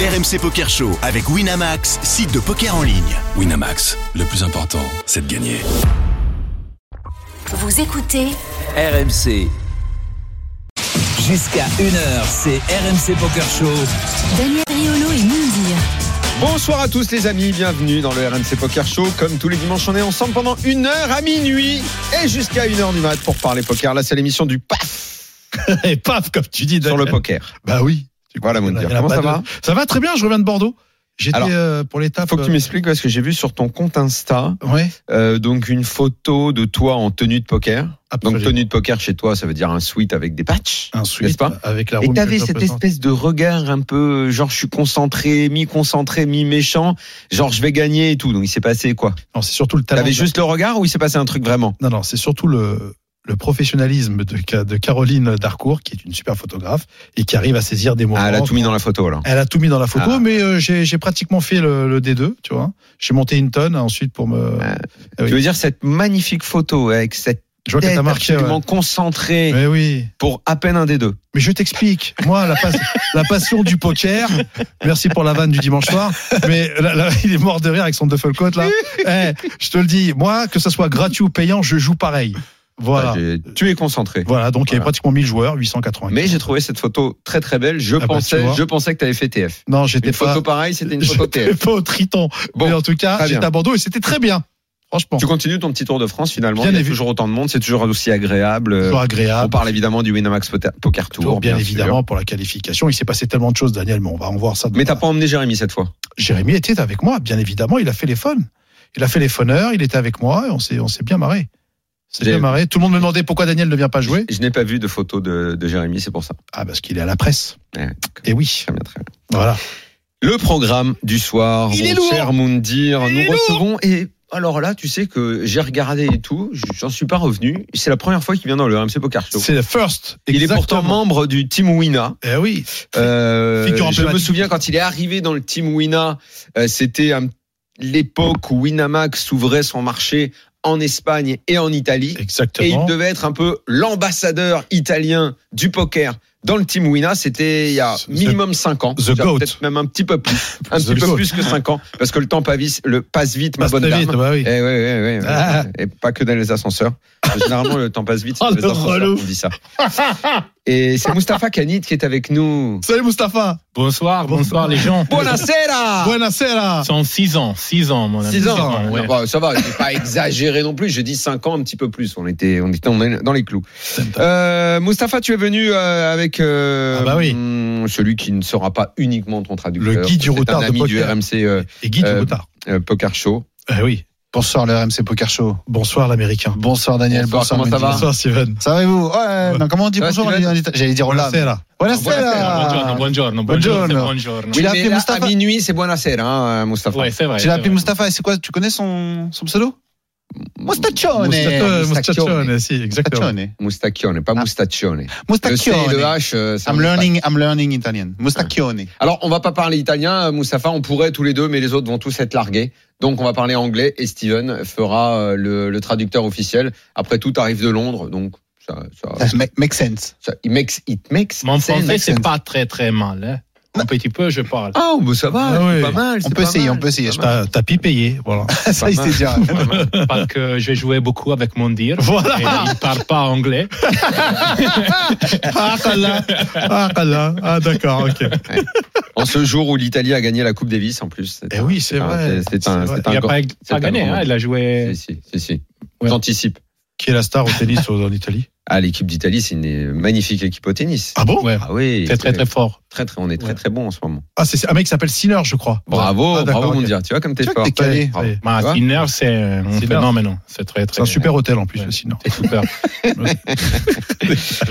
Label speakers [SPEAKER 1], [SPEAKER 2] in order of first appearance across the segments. [SPEAKER 1] RMC Poker Show avec Winamax, site de poker en ligne.
[SPEAKER 2] Winamax, le plus important, c'est de gagner.
[SPEAKER 3] Vous écoutez
[SPEAKER 4] RMC. Jusqu'à 1h, c'est RMC Poker Show.
[SPEAKER 3] Daniel Riolo et Moundir.
[SPEAKER 5] Bonsoir à tous les amis, bienvenue dans le RMC Poker Show. Comme tous les dimanches, on est ensemble pendant une heure à minuit et jusqu'à une heure du mat pour parler poker. Là, c'est l'émission du PAF
[SPEAKER 6] Et paf, comme tu dis.
[SPEAKER 5] sur
[SPEAKER 6] Daniel.
[SPEAKER 5] le poker.
[SPEAKER 6] Bah oui.
[SPEAKER 5] Voilà,
[SPEAKER 6] Il y en a-
[SPEAKER 5] Mounir.
[SPEAKER 6] il y en a
[SPEAKER 5] Comment
[SPEAKER 6] pas
[SPEAKER 5] ça
[SPEAKER 6] deux.
[SPEAKER 5] va
[SPEAKER 6] Ça va très bien, je reviens de Bordeaux. J'étais
[SPEAKER 5] Alors,
[SPEAKER 6] euh, pour l'étape.
[SPEAKER 5] Faut que tu
[SPEAKER 6] euh,
[SPEAKER 5] m'expliques parce que j'ai vu sur ton compte Insta
[SPEAKER 6] Ouais.
[SPEAKER 5] euh, donc une photo de toi en tenue de poker.
[SPEAKER 6] Absolument.
[SPEAKER 5] Donc tenue de poker chez toi, ça veut dire un suite avec des patchs.
[SPEAKER 6] Un
[SPEAKER 5] N'est-ce
[SPEAKER 6] suite
[SPEAKER 5] pas
[SPEAKER 6] avec Ah, la
[SPEAKER 5] Et
[SPEAKER 6] room que
[SPEAKER 5] t'avais
[SPEAKER 6] je
[SPEAKER 5] cette
[SPEAKER 6] représente.
[SPEAKER 5] espèce de regard un peu euh, genre je suis concentré, mi-concentré, mi-méchant, genre je vais gagner et tout. Donc il s'est passé quoi
[SPEAKER 6] Non, c'est surtout le talent.
[SPEAKER 5] T'avais
[SPEAKER 6] de-
[SPEAKER 5] juste le regard ou il s'est passé un truc vraiment
[SPEAKER 6] Non, non, c'est surtout le, le professionnalisme de, Ca- de Caroline Darcourt, qui est une super photographe et qui arrive à saisir des moments.
[SPEAKER 5] Ah, elle a tout mis dans la photo alors.
[SPEAKER 6] Elle a tout mis dans la photo,
[SPEAKER 5] Ah.
[SPEAKER 6] mais euh, j'ai j'ai pratiquement fait le, le D2, tu vois. J'ai monté une tonne ensuite pour me.
[SPEAKER 5] Ah.
[SPEAKER 6] Ah oui.
[SPEAKER 5] Tu veux dire cette magnifique photo avec cette
[SPEAKER 6] Je vois que
[SPEAKER 5] tête
[SPEAKER 6] t'as marqué.
[SPEAKER 5] absolument
[SPEAKER 6] ouais.
[SPEAKER 5] concentrée
[SPEAKER 6] Mais oui.
[SPEAKER 5] pour à peine un des deux.
[SPEAKER 6] Mais je t'explique. Moi, la, pas- la passion du poker. Merci pour la vanne du dimanche soir. Mais là, là, il est mort de rire avec son duffel coat là. Eh, je te le dis. Moi, que ça soit gratuit ou payant, je joue pareil. Voilà.
[SPEAKER 5] Ah, j'ai- tu es concentré.
[SPEAKER 6] Voilà. Donc il y avait
[SPEAKER 5] Voilà.
[SPEAKER 6] pratiquement 1000 joueurs, 880.
[SPEAKER 5] Mais j'ai trouvé cette photo très très belle. Je
[SPEAKER 6] Ah bah,
[SPEAKER 5] pensais,
[SPEAKER 6] tu vois.
[SPEAKER 5] je pensais que t'avais fait TF.
[SPEAKER 6] non, j'étais
[SPEAKER 5] Une
[SPEAKER 6] pas.
[SPEAKER 5] photo pareille, c'était une photo
[SPEAKER 6] j'étais
[SPEAKER 5] TF.
[SPEAKER 6] pas au Triton.
[SPEAKER 5] Bon,
[SPEAKER 6] mais en tout cas,
[SPEAKER 5] très bien.
[SPEAKER 6] j'étais à Bordeaux et c'était très bien. Franchement,
[SPEAKER 5] Tu continues ton petit tour de France finalement.
[SPEAKER 6] Bien
[SPEAKER 5] Il y a
[SPEAKER 6] évi-
[SPEAKER 5] toujours autant de monde, c'est toujours aussi agréable. Euh,
[SPEAKER 6] toujours
[SPEAKER 5] On
[SPEAKER 6] agréable.
[SPEAKER 5] parle évidemment du Winamax Pota- Poker Tour,
[SPEAKER 6] Toujours, bien,
[SPEAKER 5] sûr.
[SPEAKER 6] évidemment pour la qualification. Il s'est passé tellement de choses, Daniel. Mais on va en voir ça. dans
[SPEAKER 5] Mais t'as
[SPEAKER 6] la-
[SPEAKER 5] pas emmené Jérémy cette fois.
[SPEAKER 6] Jérémy était avec moi, bien évidemment. Il a fait les fun. Il a fait les funners, il était avec moi, et on s'est, on s'est bien marré. On s'est
[SPEAKER 5] J'ai-
[SPEAKER 6] bien marré. Tout le monde me demandait pourquoi Daniel ne vient pas jouer.
[SPEAKER 5] Je n'ai pas vu de photo de, de Jérémy, c'est pour ça.
[SPEAKER 6] Ah, parce qu'il est à la presse.
[SPEAKER 5] Ouais.
[SPEAKER 6] Et oui.
[SPEAKER 5] Très bien, très bien.
[SPEAKER 6] Voilà.
[SPEAKER 5] Le programme du soir,
[SPEAKER 6] Il
[SPEAKER 5] mon
[SPEAKER 6] est lourd.
[SPEAKER 5] cher Moundir,
[SPEAKER 6] Il
[SPEAKER 5] nous
[SPEAKER 6] est lourd.
[SPEAKER 5] recevons et alors là, tu sais que j'ai regardé et tout, j'en suis pas revenu. C'est la première fois qu'il vient dans le RMC Poker Show.
[SPEAKER 6] C'est le first.
[SPEAKER 5] Il est pourtant
[SPEAKER 6] Exactement.
[SPEAKER 5] membre du Team Wina.
[SPEAKER 6] Eh oui.
[SPEAKER 5] Euh,
[SPEAKER 6] Figure
[SPEAKER 5] je me
[SPEAKER 6] emblématique.
[SPEAKER 5] souviens quand il est arrivé dans le Team Wina, euh, c'était un- l'époque où Winamax ouvrait son marché en Espagne et en Italie. Et il
[SPEAKER 6] Exactement.
[SPEAKER 5] devait être un peu l'ambassadeur italien du poker dans le team Wina. C'était il y a
[SPEAKER 6] The-
[SPEAKER 5] minimum 5 ans.
[SPEAKER 6] The
[SPEAKER 5] Genre
[SPEAKER 6] goat.
[SPEAKER 5] Peut-être même un petit peu plus. Un
[SPEAKER 6] The
[SPEAKER 5] petit peu
[SPEAKER 6] goat.
[SPEAKER 5] plus que 5 ans. Parce que le temps pas vite- le passe vite, ma
[SPEAKER 6] Passe
[SPEAKER 5] bonne
[SPEAKER 6] très vite,
[SPEAKER 5] dame.
[SPEAKER 6] bah oui.
[SPEAKER 5] Eh ouais, ouais, ouais, ouais.
[SPEAKER 6] Ah.
[SPEAKER 5] Et pas que dans les ascenseurs. Généralement, le temps passe vite. c'est
[SPEAKER 6] Oh,
[SPEAKER 5] dans les
[SPEAKER 6] le
[SPEAKER 5] ascenseurs
[SPEAKER 6] relou.
[SPEAKER 5] qu'on dit ça. Et c'est Mustapha Kanit qui est avec nous.
[SPEAKER 6] Salut, Mustapha.
[SPEAKER 7] Bonsoir, bonsoir les gens.
[SPEAKER 5] Buonasera!
[SPEAKER 6] Buonasera.
[SPEAKER 7] Sont 6 ans, 6 ans mon ami.
[SPEAKER 5] 6 ans.
[SPEAKER 7] ouais.
[SPEAKER 5] Bon, Ah, bah, ça va, j'ai pas exagéré non plus. Je dis 5 ans, un petit peu plus. On était, on était, on est dans les clous. Euh, Mustapha, tu es venu euh, avec euh,
[SPEAKER 6] Ah bah oui.
[SPEAKER 5] hum, celui qui ne sera pas uniquement ton traducteur.
[SPEAKER 6] Le guide du
[SPEAKER 5] C'est
[SPEAKER 6] retard
[SPEAKER 5] un
[SPEAKER 6] de
[SPEAKER 5] ami du
[SPEAKER 6] poker.
[SPEAKER 5] RMC euh,
[SPEAKER 6] Et Guy
[SPEAKER 5] Euh,
[SPEAKER 6] Duboutard.
[SPEAKER 5] euh, Poker Show.
[SPEAKER 6] Eh oui.
[SPEAKER 8] Bonsoir le RMC Poker Show.
[SPEAKER 6] Bonsoir, l'américain.
[SPEAKER 8] Bonsoir Daniel.
[SPEAKER 5] Bonsoir, comment ça
[SPEAKER 8] Mehdi.
[SPEAKER 5] va
[SPEAKER 6] Bonsoir, Steven.
[SPEAKER 8] Ça va et vous ouais,
[SPEAKER 6] Ouais.
[SPEAKER 8] non, Comment on dit
[SPEAKER 5] Ça va,
[SPEAKER 8] bonjour en
[SPEAKER 5] Steven
[SPEAKER 8] Ita- J'allais dire hola. mais-
[SPEAKER 6] Buonasera.
[SPEAKER 8] Hola
[SPEAKER 7] Buongiorno,
[SPEAKER 8] Stella
[SPEAKER 7] buongiorno,
[SPEAKER 8] Buongiorno.
[SPEAKER 7] buongiorno, buongiorno.
[SPEAKER 8] Tu l'as
[SPEAKER 5] Oui, mais
[SPEAKER 8] appelé
[SPEAKER 5] là,
[SPEAKER 8] Mustapha
[SPEAKER 5] À minuit, c'est buonasera, hein, Mustapha.
[SPEAKER 7] Ouais, c'est vrai.
[SPEAKER 8] Tu
[SPEAKER 7] c'est
[SPEAKER 8] l'as appelé
[SPEAKER 7] vrai.
[SPEAKER 8] Mustapha et c'est quoi Tu connais son, son pseudo Mustaccione.
[SPEAKER 6] Mustapha- Mustaccione, si, exactement.
[SPEAKER 8] Mustaccione.
[SPEAKER 5] Mustacchione, pas
[SPEAKER 8] Ah.
[SPEAKER 5] Mustacchione. Le C et le
[SPEAKER 8] Mustaccione.
[SPEAKER 5] H, euh, c'est
[SPEAKER 8] I'm
[SPEAKER 5] en Italie.
[SPEAKER 8] learning, I'm learning Italian. Mustaccione.
[SPEAKER 5] Alors, on va pas parler italien, euh, Mustapha, on pourrait tous les deux, mais les autres vont tous être largués. Donc, on va parler anglais et Steven fera euh, le, le traducteur officiel. Après tout, arrive de Londres, donc ça,
[SPEAKER 9] Ah.
[SPEAKER 5] ça,
[SPEAKER 8] Ça make, make sense.
[SPEAKER 5] ça- it makes, it makes
[SPEAKER 7] Mon
[SPEAKER 5] sense.
[SPEAKER 7] français,
[SPEAKER 8] sense.
[SPEAKER 7] c'est pas très très mal. hein. Un petit peu, je parle.
[SPEAKER 5] Ah, mais ça va,
[SPEAKER 6] Ah
[SPEAKER 5] c'est
[SPEAKER 6] oui.
[SPEAKER 5] pas mal.
[SPEAKER 8] On
[SPEAKER 5] c'est
[SPEAKER 8] peut
[SPEAKER 5] pas
[SPEAKER 8] essayer, on
[SPEAKER 5] mal,
[SPEAKER 8] peut essayer.
[SPEAKER 5] c'est pas mal.
[SPEAKER 6] T'as t'as pipé, voilà.
[SPEAKER 8] Ça, il s'est dit. ah,
[SPEAKER 5] Pas mal.
[SPEAKER 7] Parce que j'ai joué beaucoup avec mon dire.
[SPEAKER 6] Voilà.
[SPEAKER 7] Et il parle pas anglais.
[SPEAKER 6] Ah, là. Ah, là. Ah, d'accord, ok.
[SPEAKER 5] En ce jour où l'Italie a gagné la Coupe Davis, en plus. c'est
[SPEAKER 6] Eh
[SPEAKER 5] un-
[SPEAKER 6] oui, c'est
[SPEAKER 5] un-
[SPEAKER 6] vrai.
[SPEAKER 5] C'est un,
[SPEAKER 6] C'est vrai.
[SPEAKER 5] c'est un
[SPEAKER 7] Il a
[SPEAKER 5] grand-
[SPEAKER 7] pas,
[SPEAKER 5] c'est un
[SPEAKER 7] pas gagné,
[SPEAKER 5] grand-
[SPEAKER 7] hein, il a joué.
[SPEAKER 5] Si, si, si, si.
[SPEAKER 7] Ouais.
[SPEAKER 5] J'anticipe.
[SPEAKER 6] Qui est la star au tennis en Italie
[SPEAKER 5] Ah, l'équipe d'Italie, c'est une magnifique équipe au tennis.
[SPEAKER 6] Ah bon
[SPEAKER 7] Ouais.
[SPEAKER 5] Ah oui.
[SPEAKER 7] C'est très très fort.
[SPEAKER 5] très, très- on est très
[SPEAKER 7] Ouais.
[SPEAKER 5] très bon en ce moment.
[SPEAKER 6] Ah, c'est c'est un mec qui s'appelle Sinner, je crois.
[SPEAKER 5] Bravo,
[SPEAKER 6] Ah, d'accord,
[SPEAKER 5] bravo,
[SPEAKER 6] ok.
[SPEAKER 5] Mondir. Tu vois comme t'es
[SPEAKER 8] Tu vois
[SPEAKER 5] fort.
[SPEAKER 8] que t'es calé.
[SPEAKER 6] Ça y est.
[SPEAKER 7] Ma
[SPEAKER 5] Tu vois
[SPEAKER 7] Sinner, c'est un
[SPEAKER 6] Sinner.
[SPEAKER 7] phénomène. C'est très très
[SPEAKER 6] C'est un super hôtel en plus,
[SPEAKER 7] Ouais.
[SPEAKER 6] le Sinner.
[SPEAKER 7] C'est super.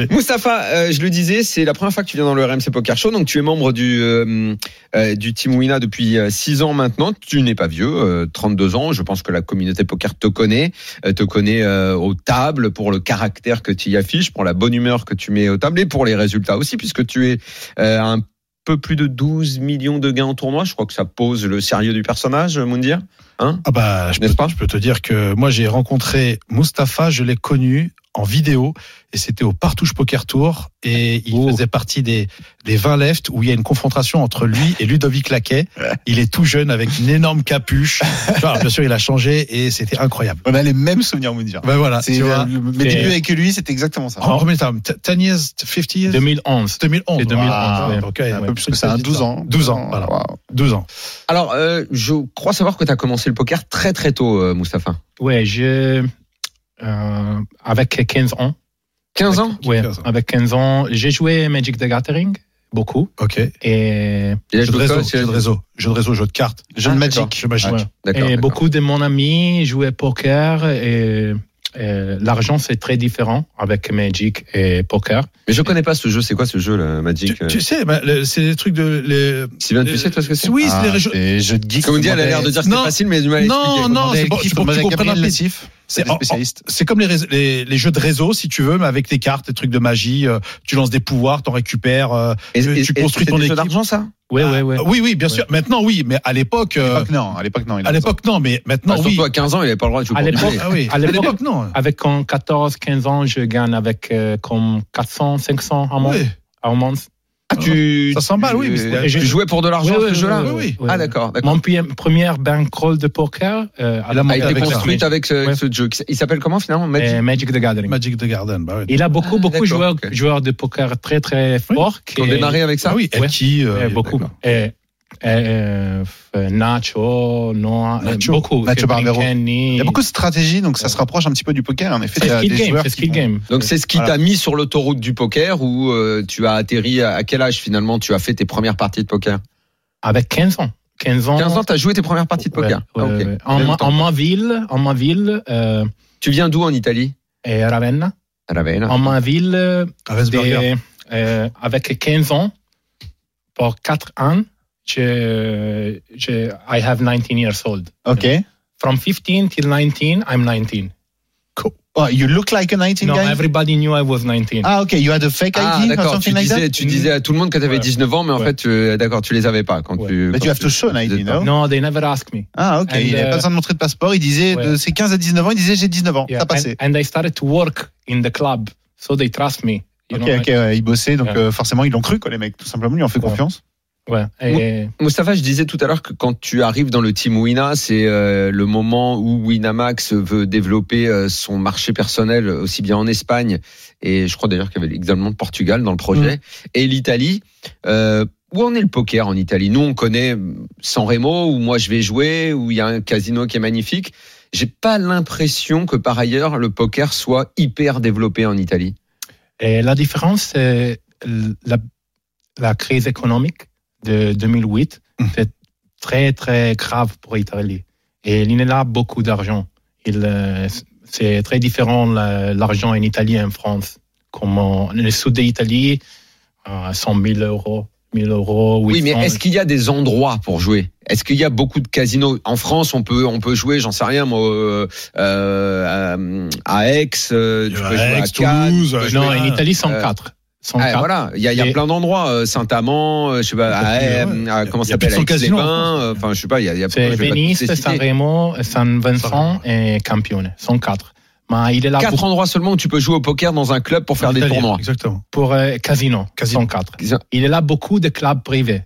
[SPEAKER 5] Moustapha, euh, je le disais, c'est la première fois que tu viens dans le RMC Poker Show. Donc, tu es membre du, euh, euh, du Team Wina depuis 6 ans maintenant. Tu n'es pas vieux, euh, 32 ans. Je pense que la communauté poker te connaît, euh, te connaît euh, aux tables pour le caractère que tu y affiches, pour la bonne humeur que tu mets aux tables et pour les résultats aussi, puisque tu es euh, un peu plus de 12 millions de gains en tournoi. Je crois que ça pose le sérieux du personnage, euh, Moundir.
[SPEAKER 6] Ah bah, je peux,
[SPEAKER 5] N'est-ce pas
[SPEAKER 6] je peux te dire que moi, j'ai rencontré Mustapha, je l'ai connu en vidéo et c'était au Partouche Poker Tour et il faisait partie des, des 20 left où il y a une confrontation entre lui et Ludovic Laquet. Il est tout jeune avec une énorme capuche. Alors, bien sûr, il a changé et c'était incroyable.
[SPEAKER 8] On a les mêmes souvenirs, vous dire.
[SPEAKER 6] Ben
[SPEAKER 5] Ah,
[SPEAKER 6] voilà,
[SPEAKER 8] C'est
[SPEAKER 6] tu vois.
[SPEAKER 8] euh, mes débuts avec lui, c'était exactement ça.
[SPEAKER 6] En combien de temps T- 10 years, 50 years
[SPEAKER 7] 2011.
[SPEAKER 6] 2011.
[SPEAKER 7] Et 2011,
[SPEAKER 6] Ah,
[SPEAKER 7] ouais.
[SPEAKER 6] ok,
[SPEAKER 8] un peu
[SPEAKER 6] ouais,
[SPEAKER 8] plus que ça, 12 ans. Ah,
[SPEAKER 6] 12 ans, voilà.
[SPEAKER 8] Waouh.
[SPEAKER 6] 12 ans.
[SPEAKER 5] Alors, euh, je crois savoir que tu as commencé le poker très très tôt, euh, Mustapha.
[SPEAKER 7] Ouais, j'ai. euh, avec 15 ans.
[SPEAKER 5] 15 ans
[SPEAKER 7] Ouais,
[SPEAKER 6] 15 ans.
[SPEAKER 7] avec 15 ans. J'ai joué Magic the Gathering, beaucoup.
[SPEAKER 6] Ok.
[SPEAKER 7] Et,
[SPEAKER 5] Il a
[SPEAKER 6] Jeu de
[SPEAKER 5] joué
[SPEAKER 6] réseau,
[SPEAKER 5] au-
[SPEAKER 6] jeu de réseau, jeu de réseau, jeu de cartes,
[SPEAKER 8] Jeu de
[SPEAKER 5] Ah,
[SPEAKER 8] Magic.
[SPEAKER 5] d'accord.
[SPEAKER 6] jeu magique.
[SPEAKER 7] ouais.
[SPEAKER 5] D'accord,
[SPEAKER 7] et
[SPEAKER 5] d'accord.
[SPEAKER 7] beaucoup de mon ami jouaient poker et. et L'argent, c'est très différent avec Magic et poker.
[SPEAKER 5] Mais je connais pas ce jeu, c'est quoi ce jeu, là, Magic euh,
[SPEAKER 6] Tu, tu sais, bah, le- c'est des trucs de. les-
[SPEAKER 5] Sylvain, tu sais, toi, ce que c'est
[SPEAKER 6] Oui, c'est
[SPEAKER 8] Ah,
[SPEAKER 6] des régions.
[SPEAKER 8] c'est jeux de geek.
[SPEAKER 5] Comme on dit, elle a l'air de dire que c'est
[SPEAKER 6] Non.
[SPEAKER 5] facile, mais du mal à
[SPEAKER 6] Non,
[SPEAKER 5] expliquer.
[SPEAKER 6] non, c'est bon, tu pour que tu comprennes un peu. C'est
[SPEAKER 8] C'est
[SPEAKER 6] en- en-
[SPEAKER 8] spécialiste.
[SPEAKER 6] C'est comme les, rés- les, les jeux de réseau, si tu veux, mais avec des cartes, des trucs de magie. euh, tu lances des pouvoirs, t'en récupères. euh,
[SPEAKER 5] Et-
[SPEAKER 6] tu-
[SPEAKER 5] et-
[SPEAKER 6] tu
[SPEAKER 5] et
[SPEAKER 6] construis
[SPEAKER 5] c'est
[SPEAKER 6] ton
[SPEAKER 5] des jeux
[SPEAKER 6] équipe.
[SPEAKER 5] d'argent, ça
[SPEAKER 7] Ouais, ouais,
[SPEAKER 5] ah,
[SPEAKER 7] ouais.
[SPEAKER 6] Oui, oui, bien sûr. Maintenant, oui, mais à l'époque,
[SPEAKER 8] À
[SPEAKER 6] euh,
[SPEAKER 8] l'époque, non. À l'époque, non. il a pas
[SPEAKER 6] à l'époque, non, mais maintenant,
[SPEAKER 5] Bah,
[SPEAKER 6] oui.
[SPEAKER 5] Surtout à 15 ans, il avait pas le droit de jouer
[SPEAKER 7] À
[SPEAKER 5] pour
[SPEAKER 7] l'époque,
[SPEAKER 5] dîner.
[SPEAKER 6] Ah oui.
[SPEAKER 7] À l'époque-
[SPEAKER 6] non.
[SPEAKER 7] Avec en 14, 15 ans, je gagne avec euh, comme 400, 500 à mon-
[SPEAKER 6] Oui.
[SPEAKER 7] à month.
[SPEAKER 5] Ah, tu,
[SPEAKER 6] Ça s'emballe, oui, mais c'était-
[SPEAKER 5] tu- tu jouais pour de l'argent,
[SPEAKER 7] Ouais,
[SPEAKER 5] ce
[SPEAKER 7] ouais,
[SPEAKER 5] jeu-là
[SPEAKER 7] ouais,
[SPEAKER 6] oui.
[SPEAKER 7] ouais.
[SPEAKER 5] Ah, d'accord. d'accord.
[SPEAKER 7] Mon pi- première bankroll de poker euh, à la
[SPEAKER 5] a
[SPEAKER 7] montagne
[SPEAKER 5] été
[SPEAKER 6] avec ça.
[SPEAKER 5] construite avec ce,
[SPEAKER 7] Ouais.
[SPEAKER 5] ce jeu. Il s'appelle comment, finalement Magic
[SPEAKER 7] euh, Magic the Gathering.
[SPEAKER 6] Magic the Garden, bah oui.
[SPEAKER 7] Il a beaucoup,
[SPEAKER 5] Ah,
[SPEAKER 7] beaucoup
[SPEAKER 5] d'accord,
[SPEAKER 7] joueurs,
[SPEAKER 5] ok.
[SPEAKER 7] joueurs de poker très, très forts.
[SPEAKER 5] Qui ont démarré avec ça
[SPEAKER 6] Ah oui,
[SPEAKER 7] Ouais.
[SPEAKER 6] Elki, euh,
[SPEAKER 7] euh, beaucoup.
[SPEAKER 6] d'accord.
[SPEAKER 7] Et, euh, euh, Nacho, Noah, euh,
[SPEAKER 6] Nacho.
[SPEAKER 7] beaucoup.
[SPEAKER 8] Nacho
[SPEAKER 7] C'est
[SPEAKER 8] Barbero.
[SPEAKER 7] Brinkany.
[SPEAKER 8] Il y a beaucoup de stratégies, donc ça se rapproche un petit peu du poker. En effet, il y
[SPEAKER 7] C'est
[SPEAKER 8] a
[SPEAKER 7] skill
[SPEAKER 8] des
[SPEAKER 7] game.
[SPEAKER 8] joueurs
[SPEAKER 7] C'est
[SPEAKER 8] qui
[SPEAKER 7] skill
[SPEAKER 8] vont-
[SPEAKER 7] game.
[SPEAKER 5] Donc c'est ce qui
[SPEAKER 8] Voilà.
[SPEAKER 5] t'a mis sur l'autoroute du poker où euh, tu as atterri à à quel âge finalement tu as fait tes premières parties de poker
[SPEAKER 7] Avec 15 ans. 15 ans.
[SPEAKER 5] 15 ans, tu as joué tes premières parties de poker. Ah,
[SPEAKER 7] Ouais,
[SPEAKER 5] ok.
[SPEAKER 7] ouais, ouais. En,
[SPEAKER 5] Même
[SPEAKER 7] ma,
[SPEAKER 5] temps.
[SPEAKER 7] en ma ville, en ma ville, euh,
[SPEAKER 5] Tu viens d'où en Italie
[SPEAKER 7] et Ravenna.
[SPEAKER 5] À la Vena.
[SPEAKER 7] En ma ville, euh,
[SPEAKER 6] Ravensburger.
[SPEAKER 7] des- euh, avec 15 ans, pour 4 ans, je, je, I have 19 years old.
[SPEAKER 8] Ok.
[SPEAKER 7] From 15 till 19, I'm 19.
[SPEAKER 8] Oh, you look like a 19
[SPEAKER 7] No,
[SPEAKER 8] guy.
[SPEAKER 7] everybody knew I was 19.
[SPEAKER 8] Ah, ok. You had a fake
[SPEAKER 5] Ah
[SPEAKER 8] ID or
[SPEAKER 5] d'accord, tu
[SPEAKER 8] something like that.
[SPEAKER 5] disais, tu disais à tout le monde que tu avais
[SPEAKER 7] Ouais. 19
[SPEAKER 5] 19 ans, mais en
[SPEAKER 7] Ouais.
[SPEAKER 5] fait, tu- euh, d'accord, tu les avais pas quand
[SPEAKER 7] Ouais.
[SPEAKER 5] tu.
[SPEAKER 8] But
[SPEAKER 5] quand
[SPEAKER 8] you have to
[SPEAKER 5] tu-
[SPEAKER 8] show an
[SPEAKER 5] tu
[SPEAKER 8] ID,
[SPEAKER 5] faisais
[SPEAKER 8] no?
[SPEAKER 5] pas.
[SPEAKER 7] No, they never asked me.
[SPEAKER 8] Ah, ok.
[SPEAKER 7] And,
[SPEAKER 8] il n'avait
[SPEAKER 7] euh,
[SPEAKER 8] pas besoin de montrer de passeport. Il disait
[SPEAKER 7] ouais.
[SPEAKER 8] de ses 15 à 19 ans, il disait j'ai 19 ans.
[SPEAKER 7] Yeah,
[SPEAKER 8] Ça passait.
[SPEAKER 7] and, and I started to work in the club, so they trust me. you
[SPEAKER 8] Ok,
[SPEAKER 7] know,
[SPEAKER 8] ok, ouais, ils bossaient, donc
[SPEAKER 7] Ouais.
[SPEAKER 8] euh, forcément ils l'ont cru, quoi, les mecs, tout simplement, ils ont fait
[SPEAKER 7] Ouais.
[SPEAKER 8] confiance.
[SPEAKER 7] Ouais, et-
[SPEAKER 5] Mustapha, je disais tout à l'heure que quand tu arrives dans le team Wina, c'est euh, le moment où Winamax veut développer euh, son marché personnel aussi bien en Espagne et je crois d'ailleurs qu'il y avait également le Portugal dans le projet et l'Italie. Euh, où en est le poker en Italie Nous, on connaît San Remo où moi je vais jouer, où il y a un casino qui est magnifique. J'ai pas l'impression que par ailleurs le poker soit hyper développé en Italie.
[SPEAKER 7] Et la différence, c'est la, la crise économique de 2008.
[SPEAKER 8] Mm.
[SPEAKER 7] C'est très, très grave pour l'Italie. Et l'INELA a beaucoup d'argent. Il, euh, C'est très différent la- l'argent en Italie et en France. Comme en- le sud de l'Italie, euh, 100 000 euros, 1000 euros.
[SPEAKER 5] Oui, mais
[SPEAKER 7] 800.
[SPEAKER 5] est-ce qu'il y a des endroits pour jouer Est-ce qu'il y a beaucoup de casinos En France, on peut on peut jouer, j'en sais rien, moi, euh, euh, à Aix, euh, tu
[SPEAKER 6] Il y a
[SPEAKER 5] peux jouer à
[SPEAKER 6] Aix,
[SPEAKER 5] Cannes.
[SPEAKER 6] Toulouse,
[SPEAKER 5] tu peux
[SPEAKER 6] je
[SPEAKER 7] Non,
[SPEAKER 5] jouer
[SPEAKER 7] en
[SPEAKER 5] à-
[SPEAKER 7] Italie, 104.
[SPEAKER 5] Ah,
[SPEAKER 7] 104.
[SPEAKER 5] voilà, il y a, il y a
[SPEAKER 7] Et-
[SPEAKER 5] plein d'endroits, euh, Saint-Amand, euh, je sais pas, à,
[SPEAKER 6] Ouais.
[SPEAKER 5] euh, à- comment
[SPEAKER 6] Il y
[SPEAKER 5] ça
[SPEAKER 6] a plus
[SPEAKER 5] s'appelle,
[SPEAKER 6] de cent casinos en
[SPEAKER 5] Aix-les-Bains, euh, enfin je sais pas, il y a, il y a je
[SPEAKER 7] C'est
[SPEAKER 5] vais pas tous
[SPEAKER 7] Venise,
[SPEAKER 5] les
[SPEAKER 7] San
[SPEAKER 5] citer.
[SPEAKER 7] Remo, San Vincent et Campione. 104. Mais il est là
[SPEAKER 5] Quatre
[SPEAKER 7] pour
[SPEAKER 5] endroits seulement où tu peux jouer au poker dans un club pour faire des
[SPEAKER 6] Italien,
[SPEAKER 5] tournois.
[SPEAKER 6] Exactement.
[SPEAKER 7] pour euh, Casino,
[SPEAKER 6] Casino.
[SPEAKER 7] 104. Il est là beaucoup de clubs privés.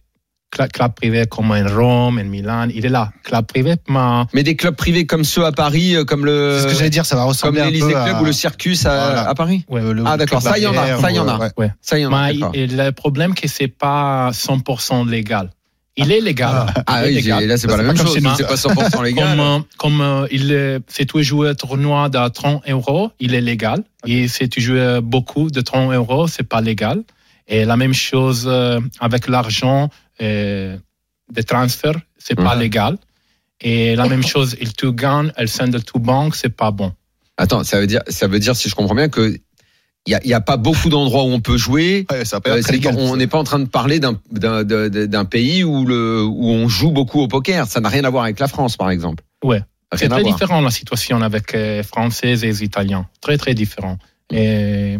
[SPEAKER 7] Cla- clubs privés comme en Rome, en Milan. Il est là, club privé, mais
[SPEAKER 5] Mais des clubs privés comme ceux à Paris, euh, comme
[SPEAKER 8] C'est
[SPEAKER 5] le
[SPEAKER 8] ce que j'allais dire, ça va
[SPEAKER 5] comme
[SPEAKER 8] ressembler un
[SPEAKER 5] l'Élysée
[SPEAKER 8] peu
[SPEAKER 5] Club
[SPEAKER 8] à...
[SPEAKER 5] ou le Circus à,
[SPEAKER 8] Voilà.
[SPEAKER 5] à Paris.
[SPEAKER 7] Ouais.
[SPEAKER 8] euh, le-
[SPEAKER 5] Ah, d'accord,
[SPEAKER 8] le club
[SPEAKER 5] ça, il y en a,
[SPEAKER 8] arrière,
[SPEAKER 5] ça, il y en a.
[SPEAKER 8] ouais.
[SPEAKER 5] Ça y est, on
[SPEAKER 7] mais
[SPEAKER 5] est d'accord.
[SPEAKER 7] Bah, il- le problème c'est que c'est pas 100% légal. Il est légal.
[SPEAKER 5] Ah
[SPEAKER 7] Il est
[SPEAKER 5] oui,
[SPEAKER 7] légal.
[SPEAKER 5] j'ai- là c'est pas la
[SPEAKER 7] c'est
[SPEAKER 5] même
[SPEAKER 7] pas comme
[SPEAKER 5] chose,
[SPEAKER 7] chez nous.
[SPEAKER 5] c'est pas 100% légal.
[SPEAKER 7] Comme, euh, comme euh, il est- si tu joues un tournoi de 30 euros, il est légal. Et si tu joues beaucoup de 30 euros, c'est pas légal. Et la même chose euh, avec l'argent euh, des transferts, c'est pas
[SPEAKER 5] Mhm.
[SPEAKER 7] légal. Et la même chose, il te gagne, elle send de tout banque, c'est pas bon.
[SPEAKER 5] Attends, ça veut dire, ça veut dire si je comprends bien que il y a, il y a pas beaucoup d'endroits où on peut jouer.
[SPEAKER 8] Ouais, ça a pas
[SPEAKER 5] Euh,
[SPEAKER 8] l'air très
[SPEAKER 5] c'est-
[SPEAKER 8] légal.
[SPEAKER 5] on n'est pas en train de parler d'un- d'un d'un- d'un pays où le où on joue beaucoup au poker. Ça n'a rien à voir avec la France, par exemple.
[SPEAKER 7] Ouais. C'est
[SPEAKER 5] Rien à
[SPEAKER 7] très
[SPEAKER 5] voir.
[SPEAKER 7] différent la situation avec les Français et les Italiens. Très, très différent. Et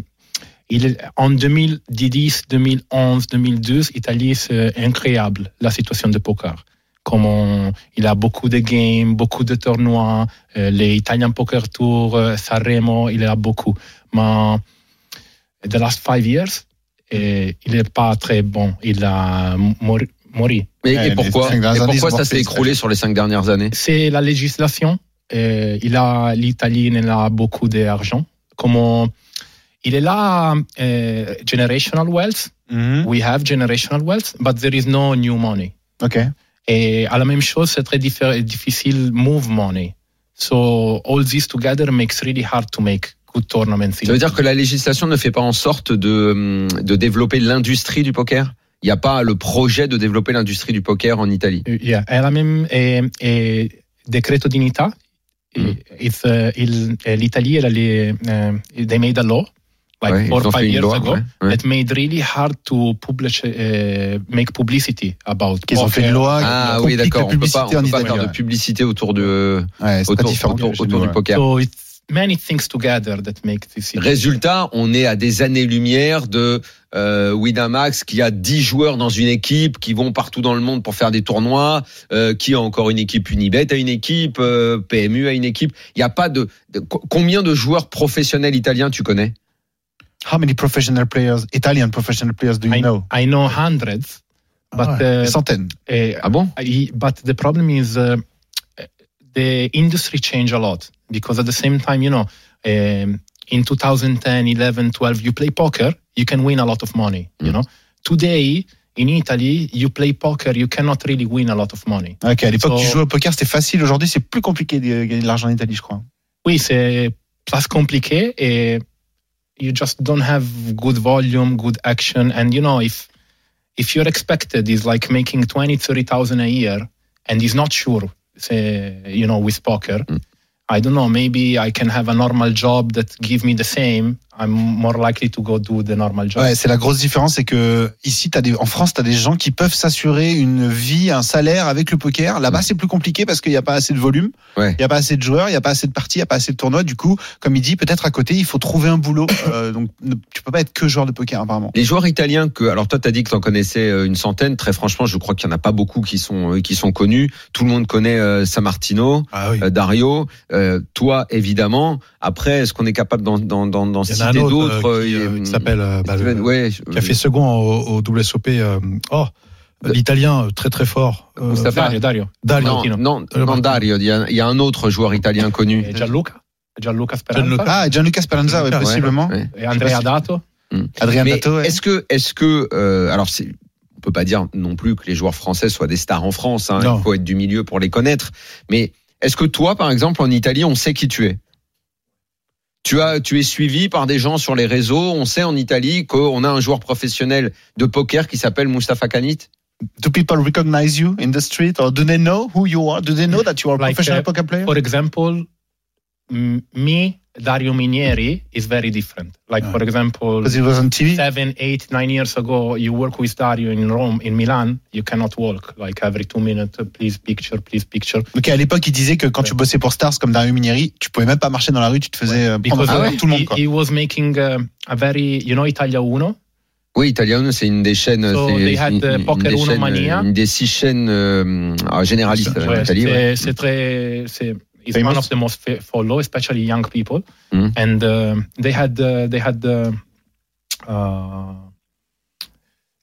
[SPEAKER 7] il est- en 2010, 2011, 2012, l'Italie, c'est incroyable, la situation de poker. comment il a beaucoup de games, beaucoup de tournois, euh, les Italian Poker Tour, euh, Sanremo, il a beaucoup. Mais the last five years, euh, il n'est pas très bon. Il a mori. mori.
[SPEAKER 5] Mais,
[SPEAKER 6] Ouais,
[SPEAKER 5] et
[SPEAKER 6] les
[SPEAKER 5] pourquoi,
[SPEAKER 6] cinq dernières
[SPEAKER 5] et pourquoi
[SPEAKER 6] années,
[SPEAKER 5] ça
[SPEAKER 6] ils
[SPEAKER 5] s'est
[SPEAKER 6] ont
[SPEAKER 5] écroulé sur les cinq dernières années
[SPEAKER 7] C'est la législation. Euh, il a l'Italie, il a beaucoup d'argent. Comment il est là, euh, generational wealth.
[SPEAKER 6] Mhm.
[SPEAKER 7] We have generational wealth, but there is no new money.
[SPEAKER 6] Ok.
[SPEAKER 7] Et à la même chose, c'est très diffé- difficile move money. So all this together makes really hard to make good tournaments.
[SPEAKER 5] Ça veut dire que la législation ne fait pas en sorte de, hum, de développer l'industrie du poker Il n'y a pas le projet de développer l'industrie du poker en Italie
[SPEAKER 7] Uh, Yeah, è la mem- è- è decreto dignità.
[SPEAKER 5] Mm.
[SPEAKER 7] It's, uh, il- eh, L'Italia era le- eh, they made a law like
[SPEAKER 5] Ouais,
[SPEAKER 7] four
[SPEAKER 5] ils
[SPEAKER 7] or
[SPEAKER 5] ont
[SPEAKER 7] five
[SPEAKER 5] fait une
[SPEAKER 7] years
[SPEAKER 5] loi,
[SPEAKER 7] ago
[SPEAKER 5] ouais, ouais.
[SPEAKER 7] that made really hard to publish, eh, make publicity about.
[SPEAKER 6] Qu'ils ont
[SPEAKER 7] poker.
[SPEAKER 6] fait une loi qui
[SPEAKER 5] Ah oui,
[SPEAKER 6] complique
[SPEAKER 5] d'accord,
[SPEAKER 6] la
[SPEAKER 5] on peut pas,
[SPEAKER 6] publicité
[SPEAKER 5] on
[SPEAKER 6] en
[SPEAKER 5] peut pas
[SPEAKER 6] Italie.
[SPEAKER 5] faire de publicité autour, de,
[SPEAKER 6] Ouais, c'est pas
[SPEAKER 5] autour,
[SPEAKER 6] différent.
[SPEAKER 5] autour-
[SPEAKER 6] chez
[SPEAKER 5] autour
[SPEAKER 6] nous,
[SPEAKER 5] du
[SPEAKER 6] ouais.
[SPEAKER 5] poker.
[SPEAKER 7] So it's many things together that make this.
[SPEAKER 5] Résultat, on est à des années-lumière de euh, Winamax qui a 10 joueurs dans une équipe qui vont partout dans le monde pour faire des tournois, euh, qui a encore une équipe Unibet, a une équipe euh, PMU, a une équipe. Il n'y a pas de, de- co- combien de joueurs professionnels italiens tu connais
[SPEAKER 6] How many professional players, Italian professional players do you
[SPEAKER 7] I,
[SPEAKER 6] know?
[SPEAKER 7] I know hundreds, but
[SPEAKER 6] Ah ouais,
[SPEAKER 7] uh,
[SPEAKER 6] des centaines.
[SPEAKER 7] eh,
[SPEAKER 5] Ah bon
[SPEAKER 7] I- but the problem is uh, the industry changed a lot because at the same time you know um, in 2010 11 12 you play poker you can win a lot of money you know today in italy you play poker you cannot really win a lot of money
[SPEAKER 6] Ah, Ok, à l'époque,
[SPEAKER 7] So-
[SPEAKER 6] tu jouais au poker, c'était facile. Aujourd'hui, c'est plus compliqué de gagner de l'argent en Italie, je crois.
[SPEAKER 7] oui c'est plus compliqué eh, you just don't have good volume good action and you know if if you're expected is like making 20 30,000 a year and is not sure say you know with poker i don't know maybe i can have a normal job that give me the same i'm more likely to go do the normal job
[SPEAKER 6] Ouais, c'est la grosse différence, c'est que ici, t'as des, en France, t'as des gens qui peuvent s'assurer une vie, un salaire avec le poker. Là-bas, c'est plus compliqué parce qu'il n'y a pas assez de volume,
[SPEAKER 5] Ouais.
[SPEAKER 6] il n'y a pas assez de joueurs, il n'y a pas assez de parties, il n'y a pas assez de tournois. Du coup, comme il dit, peut-être à côté, il faut trouver un boulot. Euh, donc, ne- tu peux pas être que joueur de poker, apparemment.
[SPEAKER 5] Les joueurs italiens que, alors toi, t'as dit que t'en connaissais euh, une centaine. Très franchement, je crois qu'il y en a pas beaucoup qui sont euh, qui sont connus. Tout le monde connaît euh, Sammartino,
[SPEAKER 6] Ah oui.
[SPEAKER 5] euh, Dario, euh, toi évidemment. Après, est-ce qu'on est capable d'en d'en d'en d'en
[SPEAKER 6] Il y en a
[SPEAKER 5] citer
[SPEAKER 6] un autre
[SPEAKER 5] d'autres
[SPEAKER 6] euh, qui,
[SPEAKER 5] euh,
[SPEAKER 6] euh, qui s'appelle euh, bah, le-
[SPEAKER 5] Steven- ouais, je-
[SPEAKER 6] qui a fait second au, au WSOP. euh, oh, l'italien euh, très très fort. euh,
[SPEAKER 5] Mustafa.
[SPEAKER 7] dario dario
[SPEAKER 6] Dario.
[SPEAKER 5] non,
[SPEAKER 7] Valentino.
[SPEAKER 5] non,
[SPEAKER 6] Euh,
[SPEAKER 5] non, Dario. Il y, a, il y a un autre joueur italien connu.
[SPEAKER 7] eh, gianluca gianluca
[SPEAKER 6] Gianluca.
[SPEAKER 7] speranza
[SPEAKER 6] Ah, Gianluca Speranza, ouais,
[SPEAKER 5] Ouais,
[SPEAKER 6] possiblement.
[SPEAKER 5] ouais.
[SPEAKER 7] eh, andrea dato
[SPEAKER 6] Adrien
[SPEAKER 5] Mais
[SPEAKER 6] Dato, ouais.
[SPEAKER 5] Est-ce que, est-ce que, euh, alors c'est, on peut pas dire non plus que les joueurs français soient des stars en France. hein.
[SPEAKER 6] Non.
[SPEAKER 5] il faut être du milieu pour les connaître. Mais est-ce que toi, par exemple, en Italie, on sait qui tu es Tu as, tu es suivi par des gens sur les réseaux. On sait en Italie qu'on a un joueur professionnel de poker qui s'appelle Mustafa Kanit.
[SPEAKER 6] Do people recognize you in the street or do they know who you are? Do they know that you are a
[SPEAKER 7] Like,
[SPEAKER 6] professional
[SPEAKER 7] uh,
[SPEAKER 6] poker player?
[SPEAKER 7] for example m- me dario minieri is very different like for example
[SPEAKER 6] Because it was on TV.
[SPEAKER 7] seven, eight, nine years ago, you work with Dario in Rome, in Milan, you cannot walk. Like every two minutes, please picture, please picture.
[SPEAKER 6] Ok, à l'époque, il disait que quand tu bossais pour Stars comme Dario Minieri, tu pouvais même pas marcher dans la rue, tu te faisais euh, prendre
[SPEAKER 7] Because
[SPEAKER 6] par
[SPEAKER 7] he-
[SPEAKER 6] tout le monde. Quoi.
[SPEAKER 7] he, was making uh, a very, you know, Italia Uno.
[SPEAKER 5] Oui, Italiano, c'est une des chaînes.
[SPEAKER 7] So
[SPEAKER 5] c'est
[SPEAKER 7] they had
[SPEAKER 5] une-
[SPEAKER 7] the
[SPEAKER 5] une
[SPEAKER 7] Poker
[SPEAKER 5] des
[SPEAKER 7] Uno
[SPEAKER 5] chaînes,
[SPEAKER 7] Mania.
[SPEAKER 5] une des six chaînes euh, ah, généralistes
[SPEAKER 7] Ouais,
[SPEAKER 5] en Italie.
[SPEAKER 7] c'est,
[SPEAKER 5] ouais.
[SPEAKER 7] c'est très, c'est it's
[SPEAKER 6] Famous.
[SPEAKER 7] one of the most fa- follow, especially young people.
[SPEAKER 5] Mm.
[SPEAKER 7] And uh, they had, uh, they had, uh, uh,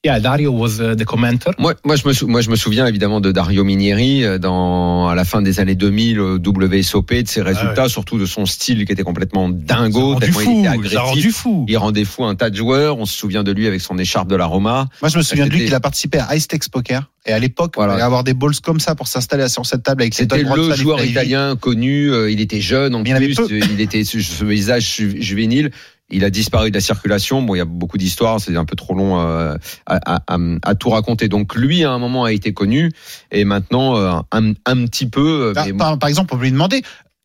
[SPEAKER 7] yeah, Dario was uh, the commenter.
[SPEAKER 5] Moi, moi, je me sou- moi, je me souviens évidemment de Dario Minieri euh, dans, à la fin des années euh, 2000, au WSOP, de ses
[SPEAKER 7] Ah
[SPEAKER 5] résultats, surtout de son style qui était complètement dingo,
[SPEAKER 6] Ça a rendu
[SPEAKER 5] tellement il était
[SPEAKER 6] fou, ça a rendu
[SPEAKER 5] agressif.
[SPEAKER 6] fou.
[SPEAKER 5] Il rendait fou un tas de joueurs. On se souvient de lui avec son écharpe de la Roma.
[SPEAKER 6] Moi, je me souviens de lui
[SPEAKER 5] Ah, C'était-
[SPEAKER 6] qu'il a participé à Ice Tex Poker. Et à l'époque,
[SPEAKER 5] Voilà.
[SPEAKER 6] il fallait avoir des balls comme ça pour s'installer sur cette table avec ses
[SPEAKER 5] C'était
[SPEAKER 6] Don Rothstein,
[SPEAKER 5] le
[SPEAKER 6] il
[SPEAKER 5] joueur
[SPEAKER 6] fallait-
[SPEAKER 5] italien connu. euh, Il était jeune en
[SPEAKER 6] Mais il y en avait
[SPEAKER 5] plus.
[SPEAKER 6] peu.
[SPEAKER 5] euh, Il était ce- ce visage ju- juvénile. Il a disparu de la circulation. Bon, il y a beaucoup d'histoires. C'est un peu trop long euh, à, à- à- à tout raconter. Donc lui, à un moment, a été connu et maintenant euh, un, un petit peu. euh,
[SPEAKER 6] Par,
[SPEAKER 5] mais
[SPEAKER 6] par- par exemple, on peut lui demander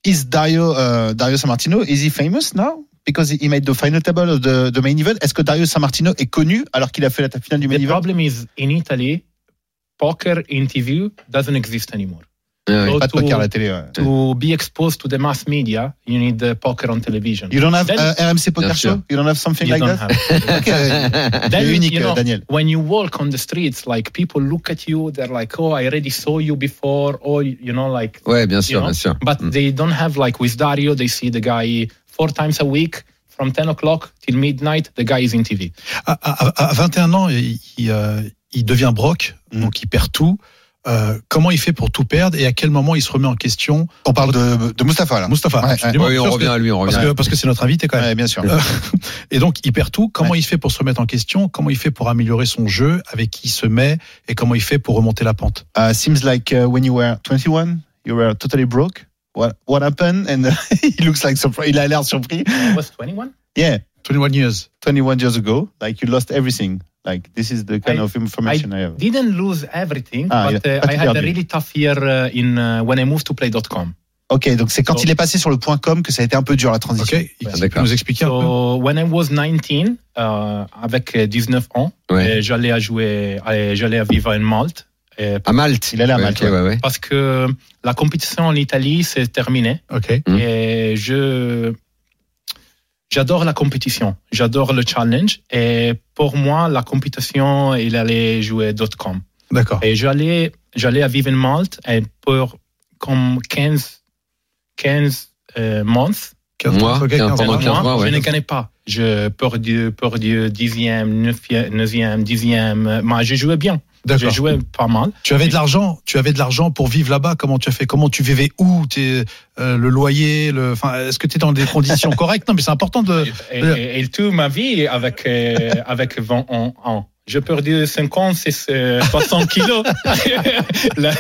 [SPEAKER 6] Is Dario, euh, Dario Sammartino, is he famous now? Because he made the final table of the, the main event. Est-ce que Dario Sammartino est connu alors qu'il a fait la finale du main
[SPEAKER 7] The
[SPEAKER 6] event?
[SPEAKER 7] problem is in Italy, poker in TV doesn't exist anymore.
[SPEAKER 5] Ouais,
[SPEAKER 7] So
[SPEAKER 9] Pas de
[SPEAKER 7] to-
[SPEAKER 9] poker à la télé. ouais.
[SPEAKER 7] To be exposed to the mass media, you need uh, poker on television.
[SPEAKER 9] You don't have
[SPEAKER 7] Then-
[SPEAKER 6] euh,
[SPEAKER 9] uh, RMC Poker
[SPEAKER 5] Bien sûr.
[SPEAKER 9] Show? You don't have something
[SPEAKER 7] You
[SPEAKER 9] like
[SPEAKER 7] don't
[SPEAKER 9] that?
[SPEAKER 7] have.
[SPEAKER 9] Ok,
[SPEAKER 7] Then,
[SPEAKER 9] C'est unique,
[SPEAKER 7] you know,
[SPEAKER 9] euh, Daniel.
[SPEAKER 7] when you walk on the streets, like people look at you, they're like, "Oh, I already saw you before," or you know, like.
[SPEAKER 5] Ouais, bien
[SPEAKER 7] you
[SPEAKER 5] sûr,
[SPEAKER 7] know,
[SPEAKER 5] bien sûr.
[SPEAKER 6] Bah,
[SPEAKER 7] But
[SPEAKER 9] Hmm.
[SPEAKER 7] they don't have like with Dario, they see the guy four times a week from 10 o'clock till midnight. The guy is in TV.
[SPEAKER 6] à, à- à 21 ans, il, il, euh, il devient broc,
[SPEAKER 9] Mm.
[SPEAKER 6] donc il perd tout. Euh, comment il fait pour tout perdre et à quel moment il se remet en question
[SPEAKER 9] On parle de, de Mustapha, là.
[SPEAKER 6] Mustapha,
[SPEAKER 9] Ouais,
[SPEAKER 6] absolument.
[SPEAKER 5] Oui, on
[SPEAKER 6] Parce
[SPEAKER 5] revient
[SPEAKER 6] que-
[SPEAKER 5] à lui, on
[SPEAKER 6] parce
[SPEAKER 5] revient.
[SPEAKER 6] que parce que c'est notre invité quand même.
[SPEAKER 9] Ouais, bien sûr.
[SPEAKER 6] Euh, Et donc il perd tout. Comment il fait pour se remettre en question Comment il fait pour améliorer son jeu Avec qui il se met Et comment il fait pour remonter la pente
[SPEAKER 9] Uh, seems like uh, when you were 21, you were totally broke. What, what happened?
[SPEAKER 6] uh,
[SPEAKER 9] And he looks like surprised. Il a l'air surpris.
[SPEAKER 7] I was 21.
[SPEAKER 9] Yeah,
[SPEAKER 6] 21 years.
[SPEAKER 9] 21 years ago, like you lost everything. Like this is the
[SPEAKER 7] I-
[SPEAKER 9] kind of information I, have.
[SPEAKER 7] Didn't lose everything,
[SPEAKER 9] Ah,
[SPEAKER 7] but
[SPEAKER 9] yeah.
[SPEAKER 7] uh,
[SPEAKER 9] But
[SPEAKER 7] I
[SPEAKER 9] you
[SPEAKER 7] had a
[SPEAKER 9] did.
[SPEAKER 7] really tough year uh, in uh, when I moved to play.com.
[SPEAKER 9] Ok, donc c'est quand
[SPEAKER 7] So-
[SPEAKER 9] il est passé sur le point .com que ça a été un peu dur la
[SPEAKER 6] Ok.
[SPEAKER 9] transition.
[SPEAKER 6] Il
[SPEAKER 5] d'accord.
[SPEAKER 6] peut nous expliquer un peu
[SPEAKER 7] So when I was 19, euh, avec euh, 19 ans,
[SPEAKER 5] Ouais.
[SPEAKER 7] euh, j'allais à jouer, euh, j'allais à vivre en Malte. euh,
[SPEAKER 5] À Malte.
[SPEAKER 9] Il allait à
[SPEAKER 5] Ouais,
[SPEAKER 9] Malte,
[SPEAKER 5] ok, ouais, ouais.
[SPEAKER 7] parce que la compétition en Italie s'est terminée
[SPEAKER 6] Ok.
[SPEAKER 5] Mhm.
[SPEAKER 7] et je j'adore la compétition, j'adore le challenge et pour moi la compétition il allait jouer .com
[SPEAKER 6] D'accord.
[SPEAKER 7] et j'allais j'allais à Vive en Malte et pour comme 15 15 euh, months
[SPEAKER 5] Moi,
[SPEAKER 6] Ok,
[SPEAKER 5] tiens, pendant
[SPEAKER 7] moi,
[SPEAKER 5] 15 mois, ouais.
[SPEAKER 7] je ne gagnais pas je perdu perdu dixième neuvième neuvième dixième mais je jouais bien je
[SPEAKER 6] D'accord.
[SPEAKER 7] jouais pas mal
[SPEAKER 6] Tu avais de l'argent. Tu avais de l'argent pour vivre là-bas. Comment tu as fait Comment tu vivais Où T'es, euh, Le loyer le... Enfin, Est-ce que tu étais dans des conditions correctes Non, mais c'est important de.
[SPEAKER 7] et, et, et tout ma vie avec, euh, avec 20 ans. ans. J'ai perdu 50, c'est, euh, 60 kilos. Là,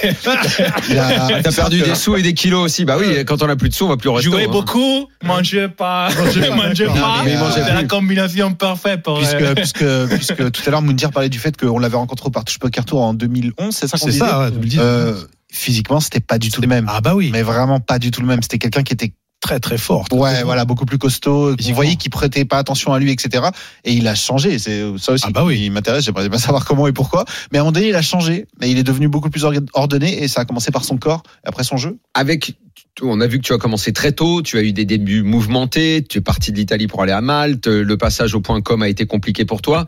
[SPEAKER 9] Il a-
[SPEAKER 5] T'as perdu des sous et des kilos aussi. Bah
[SPEAKER 6] Euh,
[SPEAKER 5] oui, quand on a plus de sous, on va plus au resto.
[SPEAKER 7] Jouer
[SPEAKER 5] hein.
[SPEAKER 7] beaucoup, manger pas.
[SPEAKER 6] Manger pas,
[SPEAKER 7] manger
[SPEAKER 6] d'accord.
[SPEAKER 7] pas.
[SPEAKER 9] Mais il mangeait
[SPEAKER 7] C'est la
[SPEAKER 5] plus.
[SPEAKER 7] combinaison parfaite pour. euh,
[SPEAKER 9] puisque, puisque, puisque tout à l'heure Moundir parlait du fait qu'on l'avait rencontré au Partouche Poker Tour en 2011, c'est ça qu'on
[SPEAKER 6] C'est
[SPEAKER 9] disait
[SPEAKER 6] ça. ouais, tu me dis.
[SPEAKER 9] Euh, Physiquement, c'était pas du tout le même.
[SPEAKER 6] Ah bah oui.
[SPEAKER 9] Mais vraiment pas du tout le même. C'était quelqu'un qui était
[SPEAKER 6] Très très fort.
[SPEAKER 9] ouais, voilà, beaucoup plus costaud. Vous
[SPEAKER 6] Physiquement.
[SPEAKER 9] voyez qu'il prêtait pas attention à lui, etc. Et il a changé. C'est ça aussi.
[SPEAKER 6] Ah bah oui.
[SPEAKER 9] qui m'intéresse. J'aimerais bien savoir comment et pourquoi. Mais à un moment donné, il a changé. Mais il est devenu beaucoup plus orga- ordonné. Et ça a commencé par son corps, après son jeu.
[SPEAKER 5] Avec, on a vu que tu as commencé très tôt, tu as eu des débuts mouvementés, tu es parti de l'Italie pour aller à Malte, le passage au point com a été compliqué pour toi.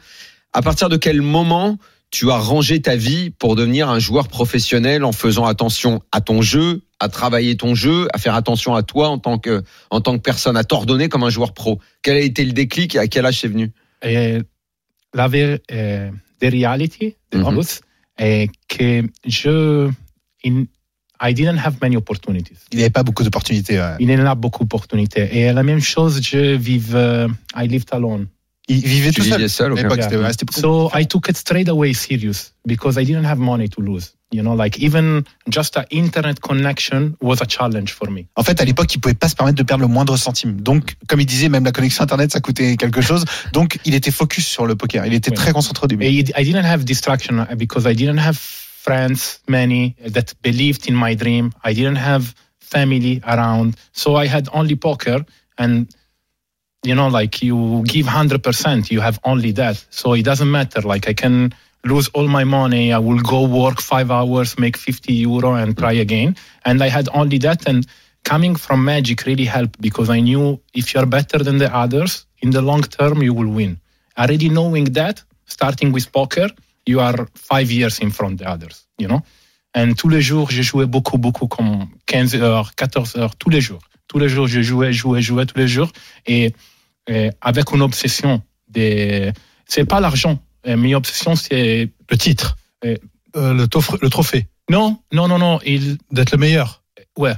[SPEAKER 5] À partir de quel moment tu as rangé ta vie pour devenir un joueur professionnel en faisant attention à ton jeu, à travailler ton jeu, à faire attention à toi en tant que, en tant que personne, à t'ordonner comme un joueur pro Quel a été le déclic et à quel âge c'est venu
[SPEAKER 7] et Eh, la ver- euh, the reality, the
[SPEAKER 5] Mhm.
[SPEAKER 7] truth, est que je. in- I didn't have many opportunities.
[SPEAKER 9] Il n'avait pas beaucoup d'opportunités. ouais.
[SPEAKER 7] Il y en a beaucoup d'opportunités. Et la même chose, je vive. euh, I lived alone.
[SPEAKER 9] Il vivait
[SPEAKER 5] Tu
[SPEAKER 9] tout seul.
[SPEAKER 5] vivais seul,
[SPEAKER 9] À
[SPEAKER 5] ok.
[SPEAKER 9] l'époque,
[SPEAKER 7] Yeah.
[SPEAKER 9] c'était- ouais, c'était beaucoup-
[SPEAKER 7] So I took it straight away serious because I didn't have money to lose. You know, like even just an internet connection was a challenge for me.
[SPEAKER 9] En fait, à l'époque, il pouvait pas se permettre de perdre le moindre centime. Donc, comme il disait, même la connexion Internet, ça coûtait quelque chose. Donc, il était focus sur le poker. Il était
[SPEAKER 7] Ouais.
[SPEAKER 9] très concentré au début.
[SPEAKER 7] I, I didn't have distraction uh, because I didn't have friends, many uh, that believed in my dream. I didn't have family around. So I had only poker and you know, like you give 100%, you have only that. So it doesn't matter. Like I can lose all my money. I will go work five hours, make 50 euro and try again. And I had only that. And coming from magic really helped because I knew if you're better than the others in the long term, you will win. Already knowing that, starting with poker, you are five years in front the others, you know? And tous les jours, j'ai joué beaucoup, beaucoup, comme 15 heures, 14 heures, tous les jours. Tous les jours, je jouais, jouais, jouais tous les jours. Et, et Euh, avec une obsession. Des... C'est pas l'argent. Euh, Mes obsessions, c'est.
[SPEAKER 6] Le titre.
[SPEAKER 7] Et-
[SPEAKER 6] Euh, le, toffre- le trophée.
[SPEAKER 7] Non, non, non, non. Il... Euh,
[SPEAKER 6] D'être le meilleur.
[SPEAKER 7] Ouais,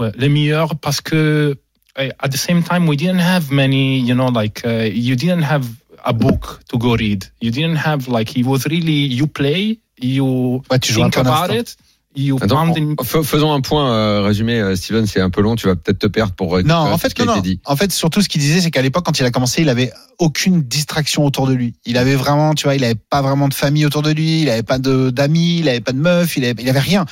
[SPEAKER 7] ouais, les meilleurs parce que. eh, At the same time, we didn't have many, you know, like uh, you didn't have a book to go read. You didn't have like it was really you play, you
[SPEAKER 9] Ouais, tu joues un
[SPEAKER 7] think
[SPEAKER 9] peu à
[SPEAKER 7] about
[SPEAKER 9] l'instant.
[SPEAKER 7] it, you
[SPEAKER 6] Ah,
[SPEAKER 5] Attends,
[SPEAKER 7] found in-
[SPEAKER 5] en- fa- faisons un point euh, résumé, euh, Steven, c'est un peu long, tu vas peut-être te perdre pour euh, récupérer
[SPEAKER 9] Non,
[SPEAKER 5] tout
[SPEAKER 9] en
[SPEAKER 5] ce
[SPEAKER 9] fait,
[SPEAKER 5] qui a
[SPEAKER 9] non,
[SPEAKER 5] été
[SPEAKER 9] non.
[SPEAKER 5] dit.
[SPEAKER 9] En fait, surtout, ce qu'il disait, c'est qu'à l'époque, quand il a commencé, il avait aucune distraction autour de lui. Il avait vraiment, tu vois, il avait pas vraiment de famille autour de lui, il avait pas de- d'amis, il avait pas de meuf, il avait, il avait rien.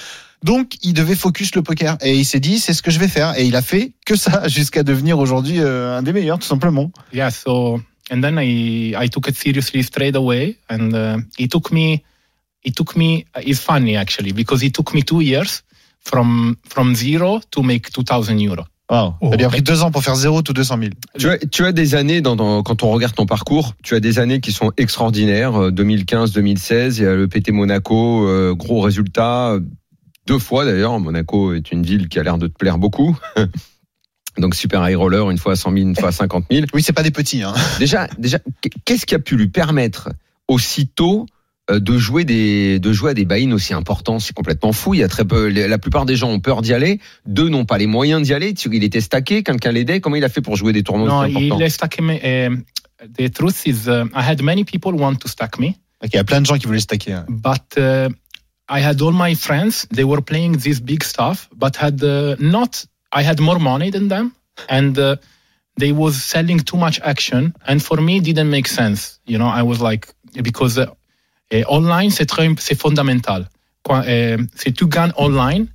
[SPEAKER 9] Donc, il devait focus le poker. Et il s'est dit, c'est ce que je vais faire. Et il a fait que ça, jusqu'à devenir aujourd'hui euh, un des meilleurs, tout simplement.
[SPEAKER 7] yeah so and then i i took it seriously straight away uh, and uh, it took me it took me it's funny actually because it took me two years from from zero to make 2000 euros.
[SPEAKER 9] Wow.
[SPEAKER 7] Oh.
[SPEAKER 6] Oh,
[SPEAKER 9] Ça lui a pris deux ans pour faire zéro ou 200 000.
[SPEAKER 5] Tu as, tu as des années, dans, dans- quand on regarde ton parcours, tu as des années qui sont extraordinaires. euh, 2015, 2016, il y a le PT Monaco, euh, gros résultat. euh, Deux fois d'ailleurs, Monaco est une ville qui a l'air de te plaire beaucoup. Donc super high roller, une fois à 100 000, une fois à 50 000.
[SPEAKER 9] Oui, c'est pas des petits. Hein.
[SPEAKER 5] Déjà, déjà qu'est-ce qui a pu lui permettre aussitôt euh, de jouer des de jouer à des buy-in aussi importants c'est complètement fou il y a très peu la plupart des gens ont peur d'y aller deux n'ont pas les moyens d'y aller Tu- il était stacké quelqu'un l'aidait comment il a fait pour jouer des tournois
[SPEAKER 7] No,
[SPEAKER 5] aussi importants
[SPEAKER 7] il stack me. um, the truth is, um, I had many people want to stack me,
[SPEAKER 9] Ok, il y a plein de gens qui voulaient se taquer. hein.
[SPEAKER 7] but uh, I had all my friends. They were playing this big stuff, but had uh, not. I had more money than them, and uh, they was selling too much action, and for me, it didn't make sense. You know, I was like because uh, uh, online c'est très c'est fondamental. Quand, euh, si tu gagnes online,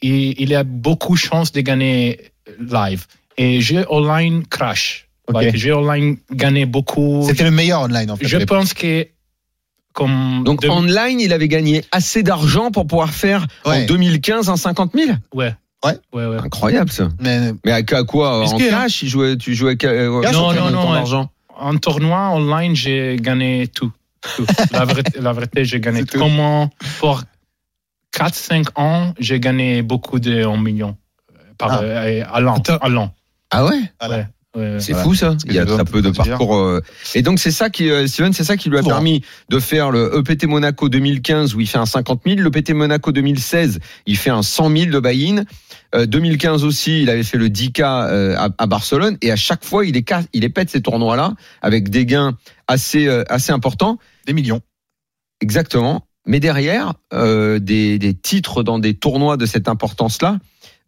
[SPEAKER 7] il, il y a beaucoup de chances de gagner live. Et j'ai online crash.
[SPEAKER 9] Ok.
[SPEAKER 7] Like, j'ai online gagné beaucoup.
[SPEAKER 9] C'était le meilleur online en fait.
[SPEAKER 7] Oh, Je pense que comme
[SPEAKER 5] donc
[SPEAKER 7] de-
[SPEAKER 5] online il avait gagné assez d'argent pour pouvoir faire en
[SPEAKER 9] Ouais.
[SPEAKER 5] 2015 un 50 000
[SPEAKER 7] ouais.
[SPEAKER 9] Ouais.
[SPEAKER 7] ouais, ouais.
[SPEAKER 5] incroyable ça
[SPEAKER 9] Mais
[SPEAKER 5] mais à, à quoi
[SPEAKER 9] Est-ce
[SPEAKER 5] en
[SPEAKER 9] que-
[SPEAKER 5] cash il jouait tu jouais à ca- euh,
[SPEAKER 9] Cash,
[SPEAKER 5] combien
[SPEAKER 7] non,
[SPEAKER 5] de
[SPEAKER 7] non,
[SPEAKER 5] temps
[SPEAKER 7] ouais.
[SPEAKER 5] d'argent
[SPEAKER 7] En tournoi online, j'ai gagné tout. tout. La, vérité, la vérité, j'ai gagné
[SPEAKER 9] C'est
[SPEAKER 7] tout.
[SPEAKER 9] tout.
[SPEAKER 7] Comment pour 4-5 ans, j'ai gagné beaucoup de 1 million par,
[SPEAKER 9] Ah.
[SPEAKER 7] euh, à l'an.
[SPEAKER 6] Attends.
[SPEAKER 7] à l'an. Euh,
[SPEAKER 5] ah ouais
[SPEAKER 9] Voilà.
[SPEAKER 7] Ouais, ouais.
[SPEAKER 5] C'est
[SPEAKER 9] Voilà.
[SPEAKER 5] fou ça.
[SPEAKER 9] que hein.
[SPEAKER 5] Il y a
[SPEAKER 9] j'ai besoin
[SPEAKER 5] très
[SPEAKER 9] de
[SPEAKER 5] peu de
[SPEAKER 9] te dire.
[SPEAKER 5] parcours. euh, Et donc c'est ça qui, euh, Steven, c'est ça qui lui a
[SPEAKER 9] Souvent.
[SPEAKER 5] permis de faire le EPT Monaco 2015 où il fait un 50 000, le PT Monaco 2016 il fait un 100 000 de buy-in. Euh, 2015 aussi, il avait fait le 10K euh, à, à Barcelone et à chaque fois il, écarte, il les pète ces tournois-là avec des gains assez euh, assez importants.
[SPEAKER 9] des millions.
[SPEAKER 5] Exactement. Mais derrière, euh, des, des titres dans des tournois de cette importance-là,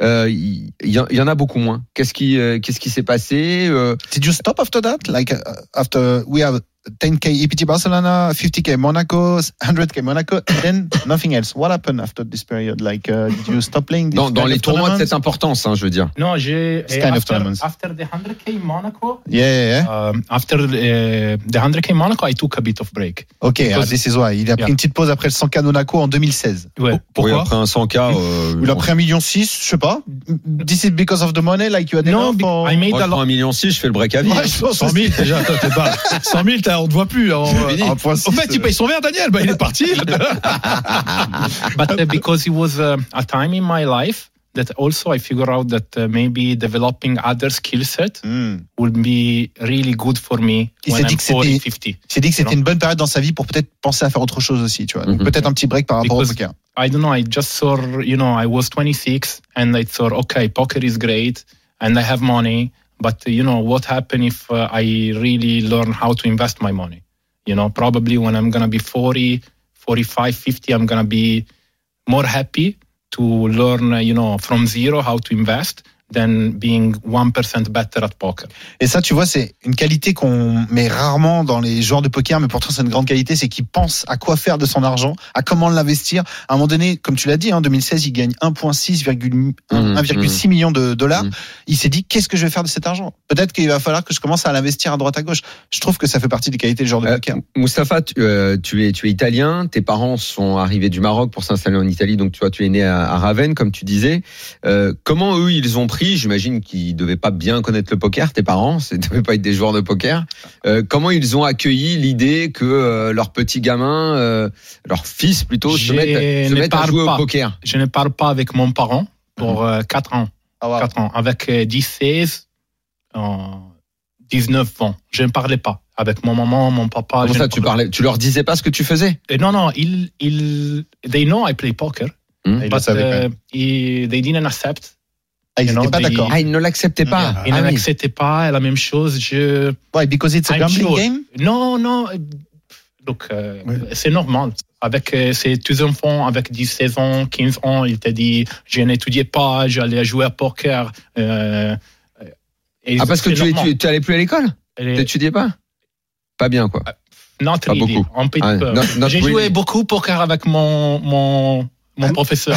[SPEAKER 5] euh, il il y, en- il y en a beaucoup moins. Qu'est-ce qui euh, qu'est-ce qui s'est passé euh,
[SPEAKER 9] Did you stop after that? Like uh, after we have 10k EPT Barcelona, 50k Monaco, 100k Monaco, and then nothing else. What happened after this period? Like uh, did you stop playing? This
[SPEAKER 5] Dans, dans
[SPEAKER 9] kind
[SPEAKER 5] les
[SPEAKER 9] of
[SPEAKER 5] tournois de
[SPEAKER 9] tournaments?
[SPEAKER 5] cette importance, hein, je veux dire.
[SPEAKER 7] Non, j'ai.
[SPEAKER 9] This kind of
[SPEAKER 7] after,
[SPEAKER 9] tournaments.
[SPEAKER 7] after the 100K Monaco,
[SPEAKER 9] Yeah, yeah, yeah.
[SPEAKER 7] um, after uh, the 100K Monaco, I took a bit of break.
[SPEAKER 9] Ok, ah,
[SPEAKER 7] Because-
[SPEAKER 9] this is why. Il a pris
[SPEAKER 7] Yeah.
[SPEAKER 9] une petite pause après le 100k Monaco en 2016.
[SPEAKER 7] Ouais.
[SPEAKER 5] Oui,
[SPEAKER 6] Pourquoi
[SPEAKER 5] après un 100K, euh,
[SPEAKER 9] Il a
[SPEAKER 5] on-
[SPEAKER 9] pris 1,6 million, je sais pas. This is because of the money, like you had
[SPEAKER 7] Non,
[SPEAKER 9] enough
[SPEAKER 7] be-
[SPEAKER 9] or-
[SPEAKER 7] I made
[SPEAKER 5] moi,
[SPEAKER 7] a
[SPEAKER 5] je prends
[SPEAKER 7] lot.
[SPEAKER 5] 1,6 million, je fais le break à vie. hein.
[SPEAKER 9] Ouais, je pense
[SPEAKER 6] 100 000 déjà, toi, t'es pas. 100 000, t'as- on te voit plus. hein.
[SPEAKER 5] fini.
[SPEAKER 6] En en fait, il paye son verre, Daniel. Bah, il est parti.
[SPEAKER 7] but uh, because it was uh, a time in my life that also I figure out that uh, maybe developing other skill set
[SPEAKER 9] Hmm.
[SPEAKER 7] would be really good for me
[SPEAKER 9] Il
[SPEAKER 7] when
[SPEAKER 9] s'est dit
[SPEAKER 7] I'm
[SPEAKER 9] que c'était-
[SPEAKER 7] 40, 50.
[SPEAKER 9] Il s'est dit que c'était
[SPEAKER 7] Non.
[SPEAKER 9] une bonne période dans sa vie pour peut-être penser à faire autre chose aussi, tu vois. Donc
[SPEAKER 5] Mhm.
[SPEAKER 9] peut-être un petit break par rapport
[SPEAKER 7] Because-
[SPEAKER 9] au poker.
[SPEAKER 7] I don't know. I just saw, you know, I was 26 and I thought, okay, poker is great and I have money. But, uh, you know, what happen if uh, I really learn how to invest my money? You know, probably when I'm going to be 40, 45, 50, I'm going to be more happy to learn, uh, you know, from zero how to invest than being 1% better at poker.
[SPEAKER 9] Et ça, tu vois, c'est une qualité qu'on met rarement dans les joueurs de poker, mais pourtant c'est une grande qualité, c'est qu'ils pensent à quoi faire de son argent, à comment l'investir. À un moment donné, comme tu l'as dit, hein, en 2016, il gagne 1,6 virgule-
[SPEAKER 5] Mhm,
[SPEAKER 9] 1,6 millions de dollars.
[SPEAKER 5] Mhm.
[SPEAKER 9] Il s'est dit, qu'est-ce que je vais faire de cet argent Peut-être qu'il va falloir que je commence à l'investir à droite à gauche. Je trouve que ça fait partie des qualités des joueurs de
[SPEAKER 5] Euh,
[SPEAKER 9] poker.
[SPEAKER 5] Moustapha, tu, euh, tu es, tu es italien, tes parents sont arrivés du Maroc pour s'installer en Italie, donc tu vois, tu es né à, à Ravenne, comme tu disais. Euh, comment eux, ils ont pris J'imagine qu'ils devaient pas bien connaître le poker, tes parents, ils devaient pas être des joueurs de poker. Euh, comment ils ont accueilli l'idée que euh, leur petit gamin, euh, leur fils plutôt, se
[SPEAKER 7] Je
[SPEAKER 5] mette, se
[SPEAKER 7] ne
[SPEAKER 5] mette à
[SPEAKER 7] parle
[SPEAKER 5] jouer au
[SPEAKER 7] pas.
[SPEAKER 5] poker
[SPEAKER 7] Je ne parle pas avec mon parent pour 4 ans.
[SPEAKER 9] Ah, wow.
[SPEAKER 7] 4 ans, avec euh, 10, 16, euh, 19 ans. Je ne parlais pas avec mon maman, mon
[SPEAKER 9] Ah,
[SPEAKER 7] papa.
[SPEAKER 5] Comment
[SPEAKER 7] je
[SPEAKER 5] ça,
[SPEAKER 7] ne
[SPEAKER 5] tu parlais, tu leur disais pas ce que tu faisais
[SPEAKER 7] Eh, Non, non, ils, ils, they know I play poker,
[SPEAKER 5] Hmm.
[SPEAKER 9] Il le
[SPEAKER 7] but
[SPEAKER 9] savait quand
[SPEAKER 7] euh,
[SPEAKER 9] même.
[SPEAKER 7] ils- they didn't accept.
[SPEAKER 9] Ah, ils
[SPEAKER 7] you
[SPEAKER 9] n'étaient
[SPEAKER 7] know,
[SPEAKER 9] pas
[SPEAKER 7] they-
[SPEAKER 9] d'accord.
[SPEAKER 5] Ah, ils ne l'acceptaient pas.
[SPEAKER 7] Ils
[SPEAKER 5] Ah oui.
[SPEAKER 7] n'acceptaient pas la même chose. Je,
[SPEAKER 9] Ouais, because it's a
[SPEAKER 7] I'm
[SPEAKER 9] gambling
[SPEAKER 7] sure.
[SPEAKER 9] game.
[SPEAKER 7] non, non. euh, Donc, euh,
[SPEAKER 6] Ouais.
[SPEAKER 7] c'est normal. Avec euh, ces deux enfants, avec 10, 16 ans, 15 ans, il t'a dit, je n'étudiais pas, j'allais jouer à poker. euh, euh, et
[SPEAKER 5] Ah, parce que
[SPEAKER 7] c'est
[SPEAKER 5] tu,
[SPEAKER 7] normal.
[SPEAKER 5] tu, tu allais plus à l'école
[SPEAKER 7] Et-
[SPEAKER 5] T'étudiais pas Pas bien, quoi.
[SPEAKER 7] Not
[SPEAKER 5] Pas
[SPEAKER 7] really,
[SPEAKER 5] beaucoup.
[SPEAKER 7] un petit
[SPEAKER 5] Ah,
[SPEAKER 7] peu.
[SPEAKER 5] not- not
[SPEAKER 7] J'ai
[SPEAKER 5] really.
[SPEAKER 7] joué beaucoup au poker avec mon mon mon professeur.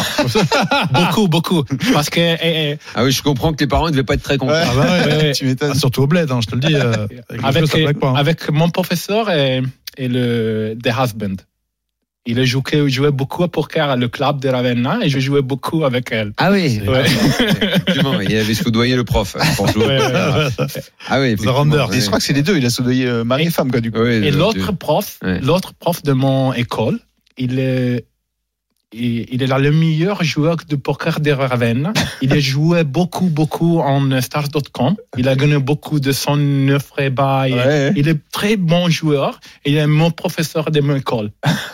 [SPEAKER 7] beaucoup, beaucoup. Parce que eh, eh,
[SPEAKER 5] Ah oui, je comprends que les parents ne devaient pas être très contents.
[SPEAKER 9] Ouais.
[SPEAKER 6] Ah bah ouais,
[SPEAKER 7] Ouais.
[SPEAKER 9] Tu m'étonnes.
[SPEAKER 6] Ah, surtout au bled, hein, je te le dis. euh, avec, les
[SPEAKER 7] avec
[SPEAKER 6] choses, ça plaque pas, hein.
[SPEAKER 7] avec mon professeur et, et le the husband. Il a joué, joué beaucoup à poker à le club de Ravenna et je jouais beaucoup avec elle.
[SPEAKER 5] Ah oui.
[SPEAKER 7] Ouais.
[SPEAKER 5] Effectivement, il avait soudoyé le prof. pour jouer.
[SPEAKER 7] Ouais, ouais, ouais.
[SPEAKER 5] Ah oui. effectivement,
[SPEAKER 6] Render.
[SPEAKER 5] ouais.
[SPEAKER 9] Et je crois que c'est les deux. Il a soudoyé euh, mari et femme, quoi, du coup.
[SPEAKER 5] Ouais,
[SPEAKER 7] Et
[SPEAKER 5] je-
[SPEAKER 7] l'autre prof,
[SPEAKER 5] Ouais.
[SPEAKER 7] l'autre prof de mon école, il est, il, il est là le meilleur joueur de poker de Ravenna. Il a joué beaucoup, beaucoup en stars.com. Il a gagné beaucoup de 109 rebats. et-
[SPEAKER 9] Ouais.
[SPEAKER 7] Il est très bon joueur. et Il est mon professeur de mon école.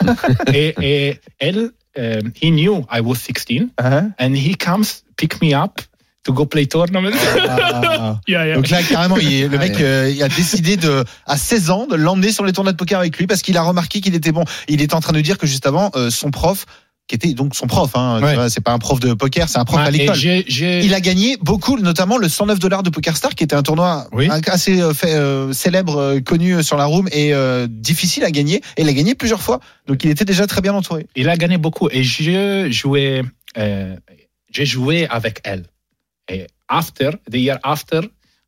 [SPEAKER 7] et, et elle, euh, he knew I was 16
[SPEAKER 9] Hein
[SPEAKER 7] and he comes pick me up to go play tournament.
[SPEAKER 9] Ah.
[SPEAKER 7] Yeah, yeah.
[SPEAKER 9] Donc là, carrément, il- le mec
[SPEAKER 5] Ouais.
[SPEAKER 9] euh, il a décidé de, à 16 ans de l'emmener sur les tournois de poker avec lui parce qu'il a remarqué qu'il était bon. Il était en train de dire que juste avant, euh, son prof, qui était donc son prof, hein, tu
[SPEAKER 6] Ouais.
[SPEAKER 9] vois, c'est pas un prof de poker, c'est un prof
[SPEAKER 7] Ah,
[SPEAKER 9] à
[SPEAKER 7] et
[SPEAKER 9] l'école.
[SPEAKER 7] j'ai- j'ai-
[SPEAKER 9] Il a gagné beaucoup, notamment le 109 dollars de Poker Star, qui était un tournoi
[SPEAKER 6] Oui.
[SPEAKER 9] assez euh, fait, euh, célèbre, euh, connu sur la room et euh, difficile à gagner. Et il a gagné plusieurs fois, donc il était déjà très bien entouré.
[SPEAKER 7] il a gagné beaucoup et je jouais, euh, j'ai joué avec elle. Et after, the year after,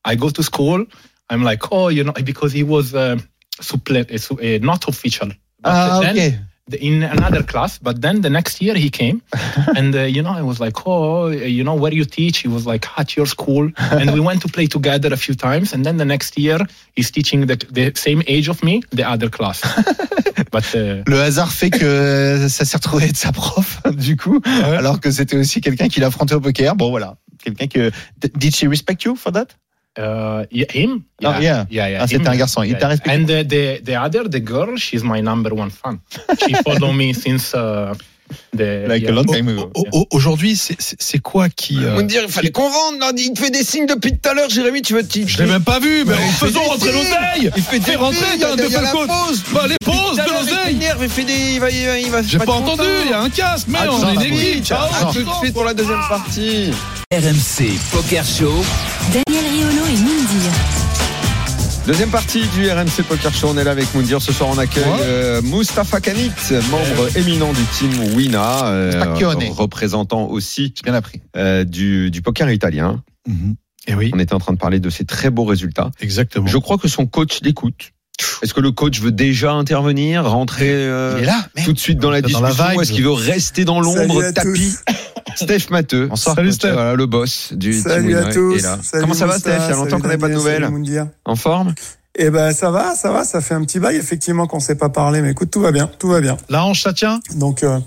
[SPEAKER 7] I go to school. I'm like, oh, you know, because he was uh, supple- uh, su- uh, not official. But
[SPEAKER 9] Ah,
[SPEAKER 7] then the- in another class, but then the next year he came, and uh, you know I was like, oh, you know where you teach? He was like at your school, and we went to play together a few times, and then the next year he's teaching the, the same age of me, the other class. but uh,
[SPEAKER 9] Le hasard fait que ça s'est retrouvé être sa prof, du coup, alors que c'était aussi quelqu'un qui l'affrontait au poker. Bon, voilà. Quelqu'un que. Did she respect you for that?
[SPEAKER 7] uh, yeah, him,
[SPEAKER 9] Oh,
[SPEAKER 7] yeah,
[SPEAKER 9] yeah.
[SPEAKER 7] yeah,
[SPEAKER 9] Ah,
[SPEAKER 7] him,
[SPEAKER 9] c'était un garçon. Il
[SPEAKER 7] yeah,
[SPEAKER 9] t'a
[SPEAKER 7] yeah.
[SPEAKER 9] respecté.
[SPEAKER 7] And the, the the other, the girl, she's my number one fan. She followed me since uh, the
[SPEAKER 9] Like a long time ago.
[SPEAKER 6] Au- au- Aujourd'hui, c'est- c'est c'est quoi qui. euh,
[SPEAKER 5] On dire, il fallait qu'on vende. là. Il te fait des signes depuis tout à l'heure, Jérémy. Tu veux. tu-
[SPEAKER 6] Je l'ai même pas vu, mais faisons rentrer l'oseille
[SPEAKER 5] Il fait
[SPEAKER 6] Fais
[SPEAKER 5] des
[SPEAKER 6] rentrer,
[SPEAKER 5] signes,
[SPEAKER 6] il y a un
[SPEAKER 5] il y a la
[SPEAKER 6] Duffelcoat.
[SPEAKER 5] pause.
[SPEAKER 6] Bah, les pauses
[SPEAKER 5] Tout à
[SPEAKER 6] de
[SPEAKER 5] l'heure, il
[SPEAKER 6] l'oseille
[SPEAKER 5] s'énerve, il fait des- il va- il va- il va-
[SPEAKER 6] J'ai
[SPEAKER 5] pas
[SPEAKER 6] pas
[SPEAKER 5] être
[SPEAKER 6] entendu,
[SPEAKER 5] content.
[SPEAKER 6] il y a un casque, mais
[SPEAKER 9] Attends,
[SPEAKER 6] on est une
[SPEAKER 9] attends,
[SPEAKER 6] équipe
[SPEAKER 5] Ah,
[SPEAKER 6] ciao.
[SPEAKER 5] tout de suite pour la deuxième partie.
[SPEAKER 4] RMC Poker Show.
[SPEAKER 3] Daniel Riolo et Moundir.
[SPEAKER 5] Deuxième partie du RMC Poker Show. On est là avec Moundir. Ce soir, on accueille
[SPEAKER 6] Ouais.
[SPEAKER 5] euh, Mustapha Kanit, membre éminent du team Wina, euh,
[SPEAKER 9] Mustapha Kanit.
[SPEAKER 5] représentant aussi
[SPEAKER 9] J'ai bien appris.
[SPEAKER 5] euh, du, du poker italien.
[SPEAKER 6] Mhm. Eh oui,
[SPEAKER 5] On était en train de parler de ses très beaux résultats.
[SPEAKER 6] exactement.
[SPEAKER 5] Je crois que son coach l'écoute. Est-ce que le coach veut déjà intervenir, rentrer euh,
[SPEAKER 9] Il est là, merde.
[SPEAKER 5] tout de suite dans la
[SPEAKER 6] Dans
[SPEAKER 5] discussion
[SPEAKER 6] la vibe.
[SPEAKER 5] ou est-ce qu'il veut rester dans l'ombre, tapis Steph Matteux,
[SPEAKER 6] Bonsoir,
[SPEAKER 5] Salut
[SPEAKER 6] coach.
[SPEAKER 5] Steph. Voilà, le boss du Team
[SPEAKER 10] Salut
[SPEAKER 5] Winner
[SPEAKER 10] à tous.
[SPEAKER 5] est là.
[SPEAKER 10] Salut
[SPEAKER 5] Comment ça va
[SPEAKER 10] Mousta,
[SPEAKER 5] Steph Il y a longtemps
[SPEAKER 10] salut
[SPEAKER 5] qu'on n'avait pas de
[SPEAKER 10] Daniel,
[SPEAKER 5] nouvelles.
[SPEAKER 10] salut Moundir.
[SPEAKER 5] En forme
[SPEAKER 10] Eh ben ça va, ça va, ça fait un petit bail effectivement qu'on s'est pas parlé, mais écoute tout va bien, tout va bien.
[SPEAKER 6] La hanche, ça tient
[SPEAKER 10] Donc euh,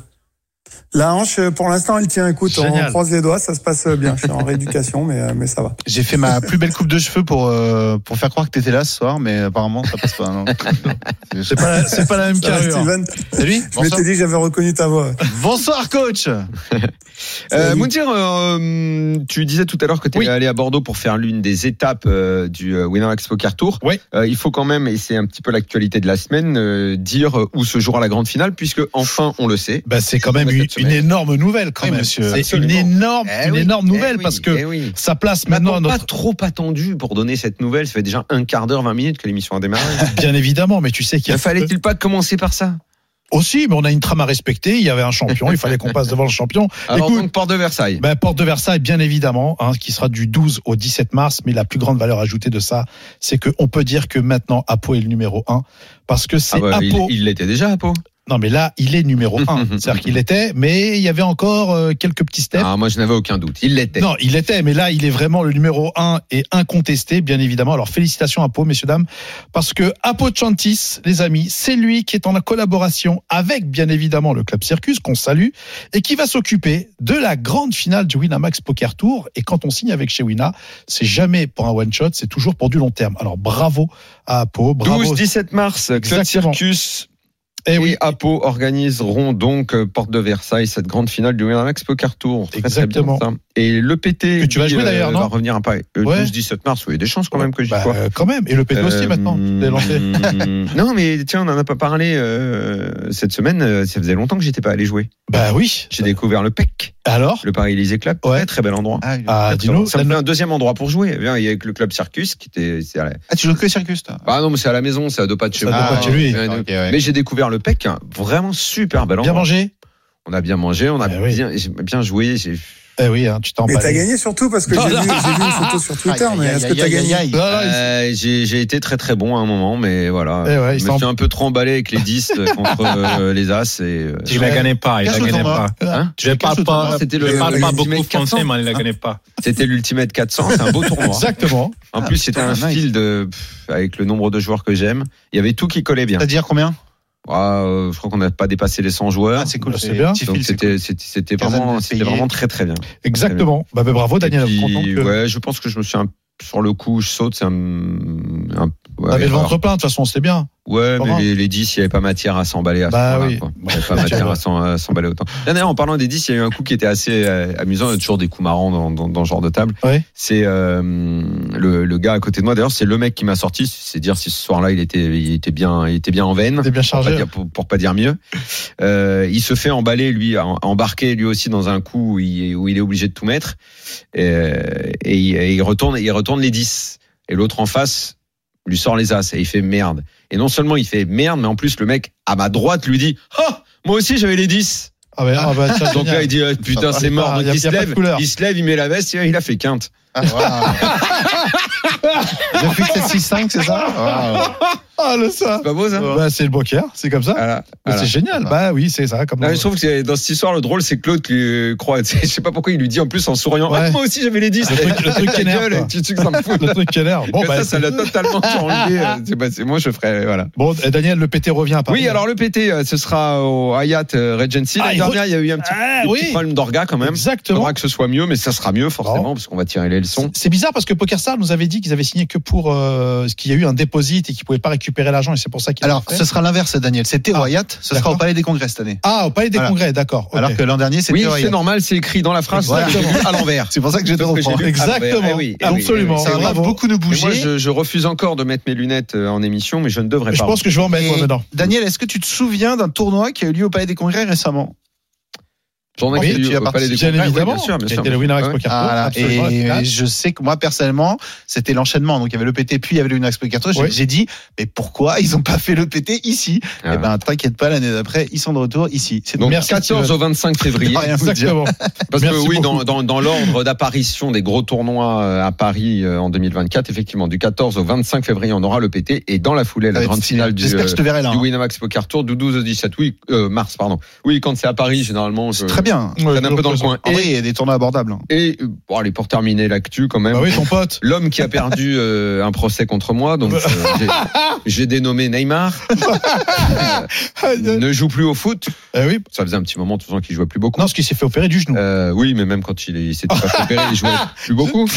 [SPEAKER 10] la hanche euh, pour l'instant elle tient, écoute,
[SPEAKER 6] Génial.
[SPEAKER 10] on croise les doigts, ça se passe euh, bien. Je suis en rééducation, mais euh, mais ça va.
[SPEAKER 9] J'ai fait ma plus belle coupe de cheveux pour, euh, pour faire croire que t'étais là ce soir, mais apparemment, ça passe pas. non.
[SPEAKER 6] C'est pas, la- c'est pas la même
[SPEAKER 10] Ça va,
[SPEAKER 6] carrure.
[SPEAKER 10] Euh, Steven,
[SPEAKER 9] Salut.
[SPEAKER 10] je m'étais
[SPEAKER 9] Bonsoir.
[SPEAKER 10] dit que j'avais reconnu ta voix.
[SPEAKER 6] Ah,
[SPEAKER 9] Bonsoir, coach.
[SPEAKER 5] euh,
[SPEAKER 10] Salut.
[SPEAKER 5] Mounir, euh, tu disais tout à l'heure que tu étais allé à Bordeaux pour faire l'une des étapes euh, du euh, Winamax Poker Tour.
[SPEAKER 6] Ouais.
[SPEAKER 5] Euh, il faut quand même, et c'est un petit peu l'actualité de la semaine, euh, dire euh, où se jouera la grande finale, puisque enfin on le sait.
[SPEAKER 6] Bah, c'est quand même
[SPEAKER 5] Cette
[SPEAKER 6] une,
[SPEAKER 5] semaine.
[SPEAKER 6] une énorme nouvelle, quand
[SPEAKER 5] Oui,
[SPEAKER 6] même.
[SPEAKER 5] monsieur,
[SPEAKER 6] Oh, C'est une
[SPEAKER 5] absolument.
[SPEAKER 6] énorme,
[SPEAKER 5] Eh
[SPEAKER 6] une
[SPEAKER 5] oui,
[SPEAKER 6] énorme
[SPEAKER 5] eh
[SPEAKER 6] nouvelle
[SPEAKER 5] oui,
[SPEAKER 6] parce que
[SPEAKER 5] eh oui.
[SPEAKER 6] ça place maintenant
[SPEAKER 5] Maintenant,
[SPEAKER 6] à
[SPEAKER 5] pas
[SPEAKER 6] notre
[SPEAKER 5] trop attendu pour donner cette nouvelle. Ça fait déjà un quart d'heure, 20 minutes que l'émission a démarré.
[SPEAKER 6] Bien évidemment, mais tu sais qu'il y
[SPEAKER 5] Ne
[SPEAKER 6] a
[SPEAKER 5] fallait-il pas commencer par ça
[SPEAKER 6] aussi, mais on a une trame à respecter. Il y avait un champion, il fallait qu'on passe devant le champion.
[SPEAKER 5] Alors,
[SPEAKER 6] Écoute,
[SPEAKER 5] donc, Porte de Versailles.
[SPEAKER 6] ben, porte de Versailles, bien évidemment, hein, qui sera du 12 au 17 mars. Mais la plus grande valeur ajoutée de ça, c'est que on peut dire que maintenant Apo est le numéro un parce que c'est
[SPEAKER 5] Ah bah, il
[SPEAKER 6] Apo.
[SPEAKER 5] il l'était déjà à Pau.
[SPEAKER 6] Non, mais là, il est numéro un. C'est-à-dire qu'il était, mais il y avait encore euh, quelques petits steps.
[SPEAKER 5] Ah, moi, je n'avais aucun doute. Il l'était.
[SPEAKER 6] Non, il était, mais là, il est vraiment le numéro un et incontesté, bien évidemment. Alors, félicitations à Apo, messieurs, dames, parce que Apo Chantis, les amis, c'est lui qui est en collaboration avec, bien évidemment, le Club Circus, qu'on salue, et qui va s'occuper de la grande finale du Winamax Poker Tour. Et quand on signe avec chez Wina, c'est jamais pour un one-shot, c'est toujours pour du long terme. Alors, bravo à Apo, bravo.
[SPEAKER 5] 12-17 mars, Club
[SPEAKER 6] Exactement.
[SPEAKER 5] Circus
[SPEAKER 6] Eh
[SPEAKER 5] et
[SPEAKER 6] oui.
[SPEAKER 5] Apo organiseront donc euh, Porte de Versailles cette grande finale du Winamax Poker Tour. Très, très bien,
[SPEAKER 6] Exactement.
[SPEAKER 5] ça. Et le PT
[SPEAKER 6] Que tu vas
[SPEAKER 5] lui,
[SPEAKER 6] jouer,
[SPEAKER 5] euh,
[SPEAKER 6] d'ailleurs, non
[SPEAKER 5] va revenir à Paris. Le
[SPEAKER 6] Ouais.
[SPEAKER 5] 12-17 mars, oui, il y a des chances quand même que j'y
[SPEAKER 6] Bah,
[SPEAKER 5] sois.
[SPEAKER 6] euh, quand même. Et le pédo aussi,
[SPEAKER 5] Euh,
[SPEAKER 6] maintenant. Tu t'es lancé.
[SPEAKER 5] non, mais tiens, on n'en a pas parlé euh, cette semaine. euh, Ça faisait longtemps que j'étais pas allé jouer.
[SPEAKER 6] Bah oui.
[SPEAKER 5] J'ai découvert le PEC,
[SPEAKER 6] Alors?
[SPEAKER 5] le Paris Élysée Club.
[SPEAKER 6] Ouais.
[SPEAKER 5] Très, très bel endroit.
[SPEAKER 9] Ah,
[SPEAKER 6] Ah, dis-nous.
[SPEAKER 5] ça me fait un deuxième endroit pour jouer. Viens, Il y a le club Circus qui était. c'est à la-
[SPEAKER 9] tu joues que Circus, toi
[SPEAKER 5] Ah non, mais c'est à la maison, c'est à deux pas de chez
[SPEAKER 6] C'est à
[SPEAKER 5] moi.
[SPEAKER 6] deux pas de chez lui. Ah,
[SPEAKER 5] Ouais,
[SPEAKER 9] Ok, ouais.
[SPEAKER 5] Mais j'ai découvert le PEC, hein, vraiment super bel
[SPEAKER 6] Bien
[SPEAKER 5] endroit.
[SPEAKER 6] mangé?
[SPEAKER 5] On a bien mangé, on a
[SPEAKER 6] Eh oui.
[SPEAKER 5] bien, j'ai bien joué. j'ai-
[SPEAKER 6] Eh oui, hein, tu t'en
[SPEAKER 10] Mais t'as gagné surtout parce que j'ai vu, j'ai vu une photo sur Twitter, mais est-ce que t'as gagné
[SPEAKER 6] Ah,
[SPEAKER 5] Euh, j'ai j'ai été très très bon à un moment, mais voilà.
[SPEAKER 6] Eh ouais, il
[SPEAKER 5] je
[SPEAKER 6] s'en-
[SPEAKER 5] me suis un peu trop emballé avec les 10 contre euh, les As. Et, euh,
[SPEAKER 7] Il la gagnait pas, il la
[SPEAKER 6] Cache le
[SPEAKER 7] gagnait
[SPEAKER 6] tournoi. Euh,
[SPEAKER 7] pas.
[SPEAKER 5] hein
[SPEAKER 7] Je ne parle pas,
[SPEAKER 5] C'était
[SPEAKER 7] je
[SPEAKER 5] le-
[SPEAKER 7] parle
[SPEAKER 10] le
[SPEAKER 7] pas
[SPEAKER 5] Ultimate
[SPEAKER 7] beaucoup
[SPEAKER 5] 400,
[SPEAKER 7] français, mais il la gagnait pas.
[SPEAKER 5] c'était l'Ultimate 400, c'est un beau tournoi.
[SPEAKER 6] Exactement.
[SPEAKER 5] En
[SPEAKER 9] Ah,
[SPEAKER 5] plus, c'était
[SPEAKER 9] putain,
[SPEAKER 5] un
[SPEAKER 9] nice.
[SPEAKER 5] field euh, pff, avec le nombre de joueurs que j'aime. Il y avait tout qui collait bien.
[SPEAKER 9] C'est-à-dire combien
[SPEAKER 5] Ah, euh, je crois qu'on n'a pas dépassé les 100 joueurs.
[SPEAKER 9] Ah, c'est cool,
[SPEAKER 6] Bah, c'est bien.
[SPEAKER 9] petit
[SPEAKER 5] donc
[SPEAKER 9] fil, c'est
[SPEAKER 5] c'était c'était- c'était
[SPEAKER 9] Quinzaine
[SPEAKER 5] vraiment
[SPEAKER 9] de
[SPEAKER 5] c'était
[SPEAKER 9] payés.
[SPEAKER 5] vraiment très très bien.
[SPEAKER 6] Exactement. Bah, bah, bravo, Daniel.
[SPEAKER 5] Et puis,
[SPEAKER 6] Content que
[SPEAKER 5] ouais, je pense que je me suis un- sur le coup, je saute, c'est un, un- ouais,
[SPEAKER 6] T'avais le
[SPEAKER 5] erreur.
[SPEAKER 6] ventre plein, de toute façon, c'est bien.
[SPEAKER 5] Ouais, mais
[SPEAKER 6] Laurent.
[SPEAKER 5] les, les 10, il n'y avait pas matière à s'emballer à ce
[SPEAKER 6] Bah
[SPEAKER 5] point-là,
[SPEAKER 6] oui.
[SPEAKER 5] quoi. Il n'y avait pas matière à s'en- à s'emballer autant. D'ailleurs, en parlant des 10, il y a eu un coup qui était assez euh, amusant. Il y a toujours des coups marrants dans, dans, dans ce genre de table.
[SPEAKER 6] Ouais.
[SPEAKER 5] C'est euh, le, le gars à côté de moi. D'ailleurs, c'est le mec qui m'a sorti. C'est dire si ce soir-là, il était, il, était bien, il était bien en veine.
[SPEAKER 6] T'es
[SPEAKER 5] Pour pas,
[SPEAKER 6] bien chargé.
[SPEAKER 5] dire, pour, pour pas dire mieux. Euh, il se fait emballer, lui, en- embarquer lui aussi dans un coup où il, est- où il est obligé de tout mettre. Euh, et, il- et il, retourne, il retourne les 10. Et l'autre en face lui sort les as et il fait merde. Et non seulement il fait merde, mais en plus le mec à ma droite lui dit Ah Moi aussi j'avais les 10
[SPEAKER 6] Ah, ouais, ah bah, tiens,
[SPEAKER 5] Donc
[SPEAKER 6] génial.
[SPEAKER 5] là il dit Ah, Putain,
[SPEAKER 6] Ça
[SPEAKER 5] c'est
[SPEAKER 6] va.
[SPEAKER 5] mort.
[SPEAKER 6] Il y
[SPEAKER 5] Donc
[SPEAKER 6] a-
[SPEAKER 5] il
[SPEAKER 6] il y a
[SPEAKER 5] se
[SPEAKER 6] pas de
[SPEAKER 5] lève,
[SPEAKER 6] couleur.
[SPEAKER 5] il se lève, il met la veste, et il a fait quinte.
[SPEAKER 9] Ah, waouh. Depuis que c'est 6-5, c'est ça Waouh.
[SPEAKER 6] Ah, le ça.
[SPEAKER 5] C'est pas beau ça
[SPEAKER 6] Bah, c'est le poker, c'est comme ça.
[SPEAKER 5] Voilà,
[SPEAKER 6] Bah,
[SPEAKER 5] Ah, voilà.
[SPEAKER 6] C'est génial. Bah oui, c'est ça. Comme
[SPEAKER 5] Non, mais je trouve que c'est- dans cette histoire, le drôle, c'est que l'autre lui euh, croit. Je sais pas pourquoi il lui dit en plus en souriant.
[SPEAKER 6] Ouais.
[SPEAKER 5] Ah, moi aussi, j'avais les 10.
[SPEAKER 6] Le truc- le truc
[SPEAKER 5] Ta
[SPEAKER 6] qui énerve,
[SPEAKER 5] gueule,
[SPEAKER 6] quoi.
[SPEAKER 5] tu sais que ça me fout.
[SPEAKER 6] le truc qui a l'air. Bon,
[SPEAKER 5] Que
[SPEAKER 6] bah,
[SPEAKER 5] ça, ça l'a totalement enlevé. euh, C'est pas- c'est- moi, je ferais. Voilà.
[SPEAKER 6] bon, eh, Daniel, le PT revient à Paris. hein.
[SPEAKER 5] Oui, alors le PT, euh, ce sera au Hayat euh, Regency.
[SPEAKER 6] Ah,
[SPEAKER 5] L'année
[SPEAKER 6] il re-
[SPEAKER 5] dernière, il y a eu un petit,
[SPEAKER 6] Ah,
[SPEAKER 5] des
[SPEAKER 6] oui.
[SPEAKER 5] petits problèmes d'orga quand même. Il
[SPEAKER 6] Exactement.
[SPEAKER 5] faudra que ce soit mieux, mais ça sera mieux forcément,
[SPEAKER 6] Bravo.
[SPEAKER 5] parce qu'on va tirer les leçons.
[SPEAKER 6] C'est bizarre parce que PokerStars nous avait dit qu'ils avaient signé que pour euh, ce qu'il y a eu un déposit et qu'ils pouvaient pas récupérer l'argent et c'est pour ça qu'ils
[SPEAKER 9] Alors,
[SPEAKER 6] l'ont fait.
[SPEAKER 9] ce sera l'inverse, Daniel. C'était
[SPEAKER 6] Ah,
[SPEAKER 9] Wyatt, ce sera
[SPEAKER 6] d'accord.
[SPEAKER 9] au Palais des Congrès cette année.
[SPEAKER 6] ah au palais des
[SPEAKER 9] Voilà.
[SPEAKER 6] congrès d'accord. ok.
[SPEAKER 9] Alors que l'an dernier, c'était
[SPEAKER 5] Oui, c'est
[SPEAKER 9] Wyatt.
[SPEAKER 5] normal, c'est écrit dans la phrase.
[SPEAKER 9] Voilà.
[SPEAKER 5] ça, j'ai lu à l'envers.
[SPEAKER 9] C'est pour ça que j'ai te
[SPEAKER 5] Sauf que j'ai
[SPEAKER 9] reprends.
[SPEAKER 5] lu à
[SPEAKER 6] Exactement.
[SPEAKER 5] l'envers. Eh oui, eh oui, eh oui.
[SPEAKER 6] Absolument.
[SPEAKER 9] Ça va
[SPEAKER 6] Bravo.
[SPEAKER 9] beaucoup nous
[SPEAKER 5] Mais Moi,
[SPEAKER 9] bouger.
[SPEAKER 5] je, je refuse encore de mettre mes lunettes euh, en émission, mais je ne devrais
[SPEAKER 6] Je
[SPEAKER 5] pas.
[SPEAKER 6] pense que je vais en mettre
[SPEAKER 9] Et
[SPEAKER 6] moi, maintenant.
[SPEAKER 9] Daniel, est-ce que tu te souviens d'un tournoi qui a eu lieu au Palais des Congrès récemment
[SPEAKER 5] J'en ai
[SPEAKER 9] Oui,
[SPEAKER 5] qu'il y a
[SPEAKER 9] tu
[SPEAKER 5] eu
[SPEAKER 9] as
[SPEAKER 5] au Palais des
[SPEAKER 9] participé,
[SPEAKER 5] Congrès,
[SPEAKER 6] Bien
[SPEAKER 5] oui,
[SPEAKER 6] évidemment.
[SPEAKER 5] bien sûr, bien sûr.
[SPEAKER 6] C'était le Winamax
[SPEAKER 5] Ouais.
[SPEAKER 6] Poker Pro,
[SPEAKER 9] Ah, Voilà.
[SPEAKER 6] absolument,
[SPEAKER 9] Et
[SPEAKER 6] final.
[SPEAKER 9] je sais que moi, personnellement, c'était l'enchaînement. Donc, il y avait le PT, puis il y avait le Unax Poker Tour. J'ai-
[SPEAKER 6] Oui.
[SPEAKER 9] J'ai dit, mais pourquoi ils n'ont pas fait le PT ici
[SPEAKER 5] Ah.
[SPEAKER 9] Eh ben, t'inquiète pas, l'année d'après, ils sont de retour ici. C'est
[SPEAKER 5] Donc
[SPEAKER 6] Merci,
[SPEAKER 5] 14 au 25 février.
[SPEAKER 9] rien vous dire.
[SPEAKER 6] Ah, Exactement.
[SPEAKER 5] Parce
[SPEAKER 6] Merci
[SPEAKER 5] que oui, dans,
[SPEAKER 6] beaucoup.
[SPEAKER 5] dans, dans l'ordre d'apparition des gros tournois euh, à Paris euh, en 2024, effectivement, du 14 au 25 février, on aura le PT et dans la foulée, la
[SPEAKER 9] Ça va
[SPEAKER 5] grande
[SPEAKER 9] être
[SPEAKER 5] finale du,
[SPEAKER 9] J'espère que je te verrai là.
[SPEAKER 5] euh,
[SPEAKER 9] hein.
[SPEAKER 5] du Winamax Poker Tour du 12 au 17 oui, euh, mars. pardon. Oui, quand c'est à Paris, généralement, je
[SPEAKER 9] C'est très bien.
[SPEAKER 5] je traîne un peu dans le coin.
[SPEAKER 9] En vrai, il y a des tournois abordables. hein.
[SPEAKER 5] Et, et, euh, bon, allez, pour terminer l'actu quand même.
[SPEAKER 6] Bah oui, ton pote.
[SPEAKER 5] L'homme qui a perdu euh, un procès contre moi, donc euh, j'ai- j'ai dénommé Neymar, ne joue plus au foot.
[SPEAKER 6] Eh oui.
[SPEAKER 5] Ça faisait un petit moment, tout ans qu'il jouait plus beaucoup.
[SPEAKER 6] Non, ce qui s'est fait opérer du genou.
[SPEAKER 5] Euh, oui, mais même quand il, est- il s'était pas repéré, il jouait plus beaucoup.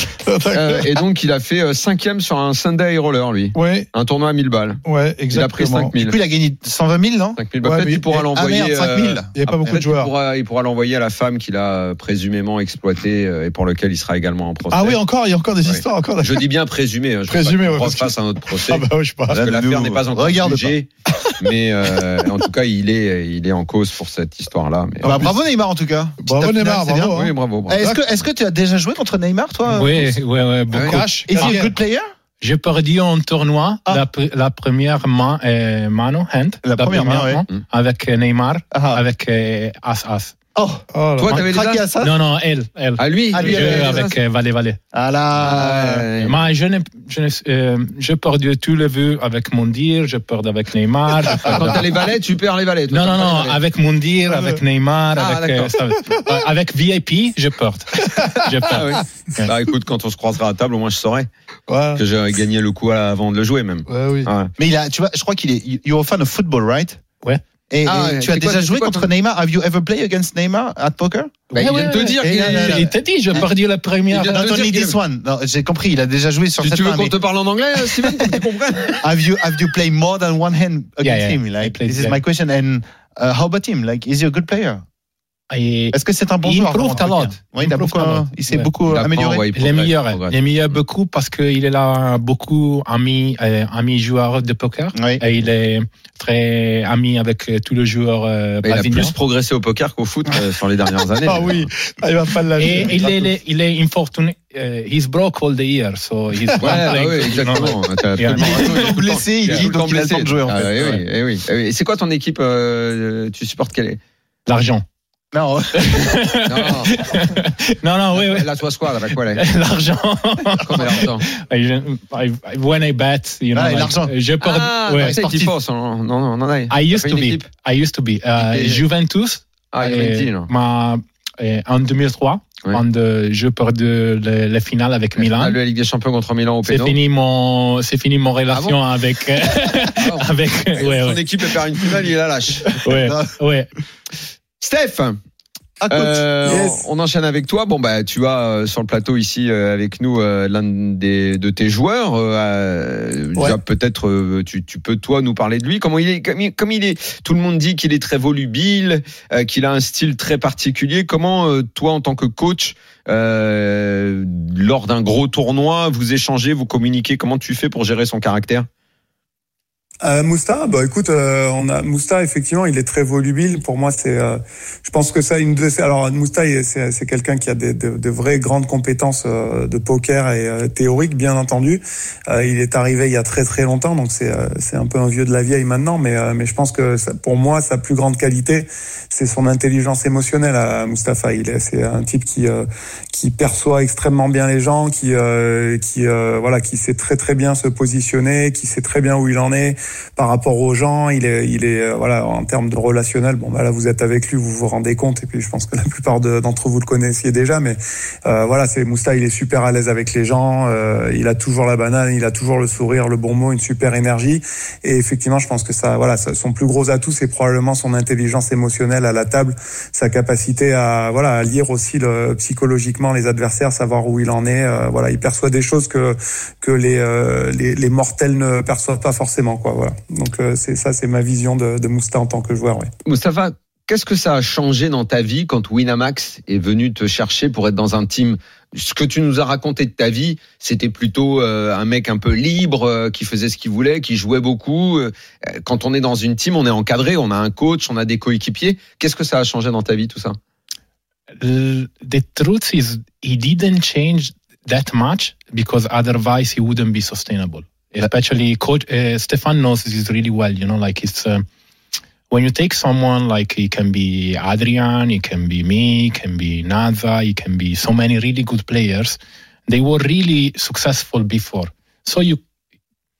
[SPEAKER 5] Euh, et donc, il a fait euh, cinquième sur un Sunday Roller, lui.
[SPEAKER 6] Ouais,
[SPEAKER 5] Un tournoi à 1000 balles.
[SPEAKER 6] ouais,
[SPEAKER 5] Il a pris
[SPEAKER 6] exactement.
[SPEAKER 5] 5000.
[SPEAKER 9] Du coup, il a gagné 120 000, non
[SPEAKER 5] 5000 balles. Bah,
[SPEAKER 6] Ouais,
[SPEAKER 5] Peut-être
[SPEAKER 6] mais-
[SPEAKER 5] qu'il pourra
[SPEAKER 6] Ah,
[SPEAKER 5] l'envoyer. euh,
[SPEAKER 9] merde, 5 000.
[SPEAKER 6] Il n'y avait pas
[SPEAKER 9] Ah,
[SPEAKER 6] beaucoup de
[SPEAKER 5] peut-être qu'il
[SPEAKER 6] joueurs.
[SPEAKER 5] pourra- il pourra l'envoyer à la femme qu'il a euh, présumément exploité euh, et pour lequel il sera également en procès.
[SPEAKER 6] Ah oui, encore, il y a encore des
[SPEAKER 5] Ouais.
[SPEAKER 6] histoires, encore.
[SPEAKER 5] Je dis bien présumé. hein, je
[SPEAKER 6] Présumé,
[SPEAKER 5] ne
[SPEAKER 6] ouais,
[SPEAKER 5] pense
[SPEAKER 6] parce
[SPEAKER 5] pas qu'on se fasse un autre procès.
[SPEAKER 6] Ah bah oui, je sais pas.
[SPEAKER 5] Parce que l'affaire
[SPEAKER 9] Regarde
[SPEAKER 5] n'est pas encore
[SPEAKER 9] pas.
[SPEAKER 5] jugée, mais euh, en tout cas, il est, il est en cause pour cette histoire-là. mais-
[SPEAKER 9] Bah, bravo Neymar en tout cas.
[SPEAKER 6] Bravo
[SPEAKER 9] Petite
[SPEAKER 6] Ah, Neymar,
[SPEAKER 9] finale, Bah, c'est
[SPEAKER 6] bravo.
[SPEAKER 5] oui,
[SPEAKER 6] hein.
[SPEAKER 5] bravo.
[SPEAKER 9] bien. Eh,
[SPEAKER 5] bravo.
[SPEAKER 9] Est-ce que, est-ce que tu as déjà joué contre Neymar, toi
[SPEAKER 7] Oui, oui, oui,
[SPEAKER 5] Ouais.
[SPEAKER 7] beaucoup.
[SPEAKER 6] Cash.
[SPEAKER 9] Et c'est
[SPEAKER 7] Ah.
[SPEAKER 9] un good player
[SPEAKER 7] J'ai perdu en tournoi
[SPEAKER 9] Ah.
[SPEAKER 7] la, pr- la première main, euh, mano, hand,
[SPEAKER 9] La première main, ouais.
[SPEAKER 5] Mm.
[SPEAKER 7] avec euh, Neymar,
[SPEAKER 9] Ah.
[SPEAKER 7] avec euh, As As.
[SPEAKER 9] Oh,
[SPEAKER 6] Oh là
[SPEAKER 5] Toi,
[SPEAKER 6] là.
[SPEAKER 5] t'avais les
[SPEAKER 9] craqué
[SPEAKER 5] as
[SPEAKER 9] à ça
[SPEAKER 7] Non, non, elle, elle.
[SPEAKER 5] Ah lui,
[SPEAKER 9] Ah, lui,
[SPEAKER 7] Je-
[SPEAKER 9] elle avait les
[SPEAKER 7] avec euh, Valet Valet.
[SPEAKER 9] Ah là
[SPEAKER 5] Ah, ouais.
[SPEAKER 7] Euh, Mais je n'ai, je n'ai, euh, j'ai perdu tous les vues avec Mondir, j'ai perdu avec Neymar. j'ai perdu-
[SPEAKER 5] Quand t'as les valets, tu perds les valets. toi,
[SPEAKER 7] Non,
[SPEAKER 5] t'as
[SPEAKER 7] non,
[SPEAKER 5] pas
[SPEAKER 7] non,
[SPEAKER 5] les valets.
[SPEAKER 7] avec Mondir, avec Neymar,
[SPEAKER 5] Ah,
[SPEAKER 7] avec, euh, ça- euh, avec VIP, je porte. Je porte.
[SPEAKER 5] Ah oui. Bah écoute, quand on se croisera à table, au moins je saurai
[SPEAKER 6] Ouais.
[SPEAKER 5] que j'ai gagné le coup à- avant de le jouer même.
[SPEAKER 6] Ouais, oui.
[SPEAKER 5] Ouais.
[SPEAKER 9] Mais il a, tu vois, je crois qu'il est. You're a fan of football, right
[SPEAKER 7] Ouais.
[SPEAKER 9] Et,
[SPEAKER 5] Ah,
[SPEAKER 9] et
[SPEAKER 5] ouais.
[SPEAKER 9] tu as
[SPEAKER 5] C'est quoi-
[SPEAKER 9] déjà
[SPEAKER 5] c'est
[SPEAKER 9] joué
[SPEAKER 5] quoi
[SPEAKER 9] contre
[SPEAKER 5] ton-
[SPEAKER 9] Neymar Have you ever played against Neymar at poker
[SPEAKER 5] Bah, il
[SPEAKER 7] Ouais,
[SPEAKER 5] vient de
[SPEAKER 7] ouais,
[SPEAKER 5] te dire
[SPEAKER 7] ouais.
[SPEAKER 5] qu'il
[SPEAKER 7] Et, euh,
[SPEAKER 5] a.
[SPEAKER 7] Il t'a dit, j'ai perdu la première.
[SPEAKER 5] Il vient de-
[SPEAKER 9] Non,
[SPEAKER 5] te
[SPEAKER 9] Anthony
[SPEAKER 5] dire
[SPEAKER 9] this one. Non, j'ai compris, il a déjà joué sur
[SPEAKER 5] Tu,
[SPEAKER 9] cette
[SPEAKER 5] tu veux
[SPEAKER 9] main.
[SPEAKER 5] qu'on
[SPEAKER 9] mais
[SPEAKER 5] te parle en anglais, euh, Steven, pour que tu comprennes
[SPEAKER 9] Have you have you played more than one hand against
[SPEAKER 7] Yeah, yeah.
[SPEAKER 9] him
[SPEAKER 7] I
[SPEAKER 9] Like,
[SPEAKER 7] played,
[SPEAKER 9] this is
[SPEAKER 7] yeah.
[SPEAKER 9] my question. And uh, how about him Like, is he a good player
[SPEAKER 7] Et
[SPEAKER 9] Est-ce que c'est un bon
[SPEAKER 7] Il
[SPEAKER 9] joueur
[SPEAKER 7] improve
[SPEAKER 9] vraiment,
[SPEAKER 7] a lot.
[SPEAKER 9] Lucas Ouais, il a
[SPEAKER 7] Il improve
[SPEAKER 9] beaucoup,
[SPEAKER 7] a lot.
[SPEAKER 9] il s'est
[SPEAKER 7] Ouais.
[SPEAKER 9] beaucoup
[SPEAKER 5] Il apprend,
[SPEAKER 9] amélioré.
[SPEAKER 5] euh, ouais, il
[SPEAKER 7] Il est
[SPEAKER 5] progresse,
[SPEAKER 7] meilleur,
[SPEAKER 5] il progresse.
[SPEAKER 7] il est meilleur beaucoup parce qu'il est là beaucoup ami, euh, ami joueur de poker
[SPEAKER 9] Oui.
[SPEAKER 7] et il est très ami avec euh, tous les joueurs euh,
[SPEAKER 5] Bah, Il a
[SPEAKER 7] pavillon.
[SPEAKER 5] plus progressé au poker qu'au foot euh, sur les dernières années.
[SPEAKER 6] Ah oui, Ah, il va pas de la
[SPEAKER 5] Eh,
[SPEAKER 7] Et Eh, il est, il est, il est infortuné. euh, he's broke all the year, so he's
[SPEAKER 5] Ouais,
[SPEAKER 7] not
[SPEAKER 5] bah
[SPEAKER 7] playing.
[SPEAKER 5] oui, exactement. T'as
[SPEAKER 7] Il est
[SPEAKER 5] absolument raison,
[SPEAKER 9] Il est
[SPEAKER 5] tout le temps-
[SPEAKER 9] blessé, il
[SPEAKER 5] est
[SPEAKER 9] dit,
[SPEAKER 5] tout le
[SPEAKER 9] donc
[SPEAKER 5] temps
[SPEAKER 9] il a le
[SPEAKER 5] blessé.
[SPEAKER 9] temps de jouer, en
[SPEAKER 5] Ah,
[SPEAKER 9] fait.
[SPEAKER 5] eh oui, eh oui, eh oui. Et c'est quoi ton équipe euh, Tu supportes quelle est
[SPEAKER 7] L'argent.
[SPEAKER 9] Non,
[SPEAKER 5] Non,
[SPEAKER 7] Non, non, oui, oui.
[SPEAKER 5] la soie squad, avec quoi là
[SPEAKER 7] L'argent.
[SPEAKER 5] Combien d'argent
[SPEAKER 7] I, I, when I bet, you know,
[SPEAKER 9] Ah,
[SPEAKER 7] like,
[SPEAKER 9] l'argent.
[SPEAKER 7] je porte.
[SPEAKER 5] Ah,
[SPEAKER 7] ouais.
[SPEAKER 5] ouais, c'est qui pense Non, non, non, non.
[SPEAKER 7] I used
[SPEAKER 5] Pas
[SPEAKER 7] to
[SPEAKER 5] une
[SPEAKER 7] be.
[SPEAKER 5] équipe.
[SPEAKER 7] I used to be. euh,
[SPEAKER 5] Et-
[SPEAKER 7] Juventus.
[SPEAKER 5] Ah, il y avait une
[SPEAKER 7] euh,
[SPEAKER 5] deal, non.
[SPEAKER 7] ma- euh, en 2003,
[SPEAKER 5] Ouais.
[SPEAKER 7] quand euh, je perds de le- la finale avec
[SPEAKER 5] Ah,
[SPEAKER 7] Milan.
[SPEAKER 5] le Ligue des Champions contre Milan au
[SPEAKER 7] C'est
[SPEAKER 5] péno.
[SPEAKER 7] fini mon, c'est fini mon relation avec, euh,
[SPEAKER 5] Ah,
[SPEAKER 7] avec, ouais,
[SPEAKER 5] bon. Son
[SPEAKER 7] ouais,
[SPEAKER 5] équipe perd une finale, il la lâche.
[SPEAKER 7] ouais, ouais.
[SPEAKER 5] Steph,
[SPEAKER 9] Ah, coach.
[SPEAKER 5] euh,
[SPEAKER 10] Yes.
[SPEAKER 5] on on enchaîne avec toi. Bon, bah, tu as euh, sur le plateau ici euh, avec nous euh, l'un des- de tes joueurs. euh, euh,
[SPEAKER 10] Ouais.
[SPEAKER 5] déjà, Peut-être euh, tu, tu peux, toi, nous parler de lui. Comment il est, comme, il, comme il est Tout le monde dit qu'il est très volubile, euh, qu'il a un style très particulier. Comment, euh, toi, en tant que coach, euh, lors d'un gros tournoi, vous échangez, vous communiquez Comment tu fais pour gérer son caractère
[SPEAKER 10] Euh, Mousta, bah écoute, euh, on a Mousta effectivement, il est très volubile. Pour moi, c'est, euh, je pense que ça, une de ses- alors Mousta, il est- c'est c'est quelqu'un qui a des- de, de vraies grandes compétences euh, de poker et euh, théoriques, bien entendu. Euh, il est arrivé il y a très très longtemps, donc c'est euh, c'est un peu un vieux de la vieille maintenant, mais euh, mais je pense que ça- pour moi, sa plus grande qualité, c'est son intelligence émotionnelle. À Mustapha, il est, c'est un type qui euh, qui perçoit extrêmement bien les gens, qui euh, qui euh, voilà, qui sait très très bien se positionner, qui sait très bien où il en est par rapport aux gens. Il est, il est, euh, voilà, en termes de relationnel. Bon, bah là, vous êtes avec lui, vous vous rendez compte. Et puis, je pense que la plupart de- d'entre vous le connaissiez déjà, mais euh, voilà, c'est Mousta. Il est super à l'aise avec les gens. euh, il a toujours la banane, il a toujours le sourire, le bon mot, une super énergie. Et effectivement, je pense que ça, voilà, ça- son plus gros atout, c'est probablement son intelligence émotionnelle à la table, sa capacité à, voilà, à lire aussi le, psychologiquement les adversaires, savoir où il en est. euh, voilà, il perçoit des choses que que les, euh, les, les mortels ne perçoivent pas forcément. Quoi, voilà. Donc euh, c'est ça, c'est ma vision de, de Mousta en tant que joueur. ouais.
[SPEAKER 5] Moustapha, qu'est-ce que ça a changé dans ta vie quand Winamax est venu te chercher pour être dans un team Ce que tu nous as raconté de ta vie, c'était plutôt euh, un mec un peu libre, euh, qui faisait ce qu'il voulait, qui jouait beaucoup. Euh, quand on est dans une team, on est encadré, on a un coach, on a des coéquipiers. Qu'est-ce que ça a changé dans ta vie tout ça
[SPEAKER 7] L- Uh, The truth is, he didn't change that much because otherwise he wouldn't be sustainable. Especially, coach uh, Stefan knows this really well. You know, like it's um, when you take someone like it can be Adrian, it can be me, it can be Naza, it can be so many really good players. They were really successful before, so you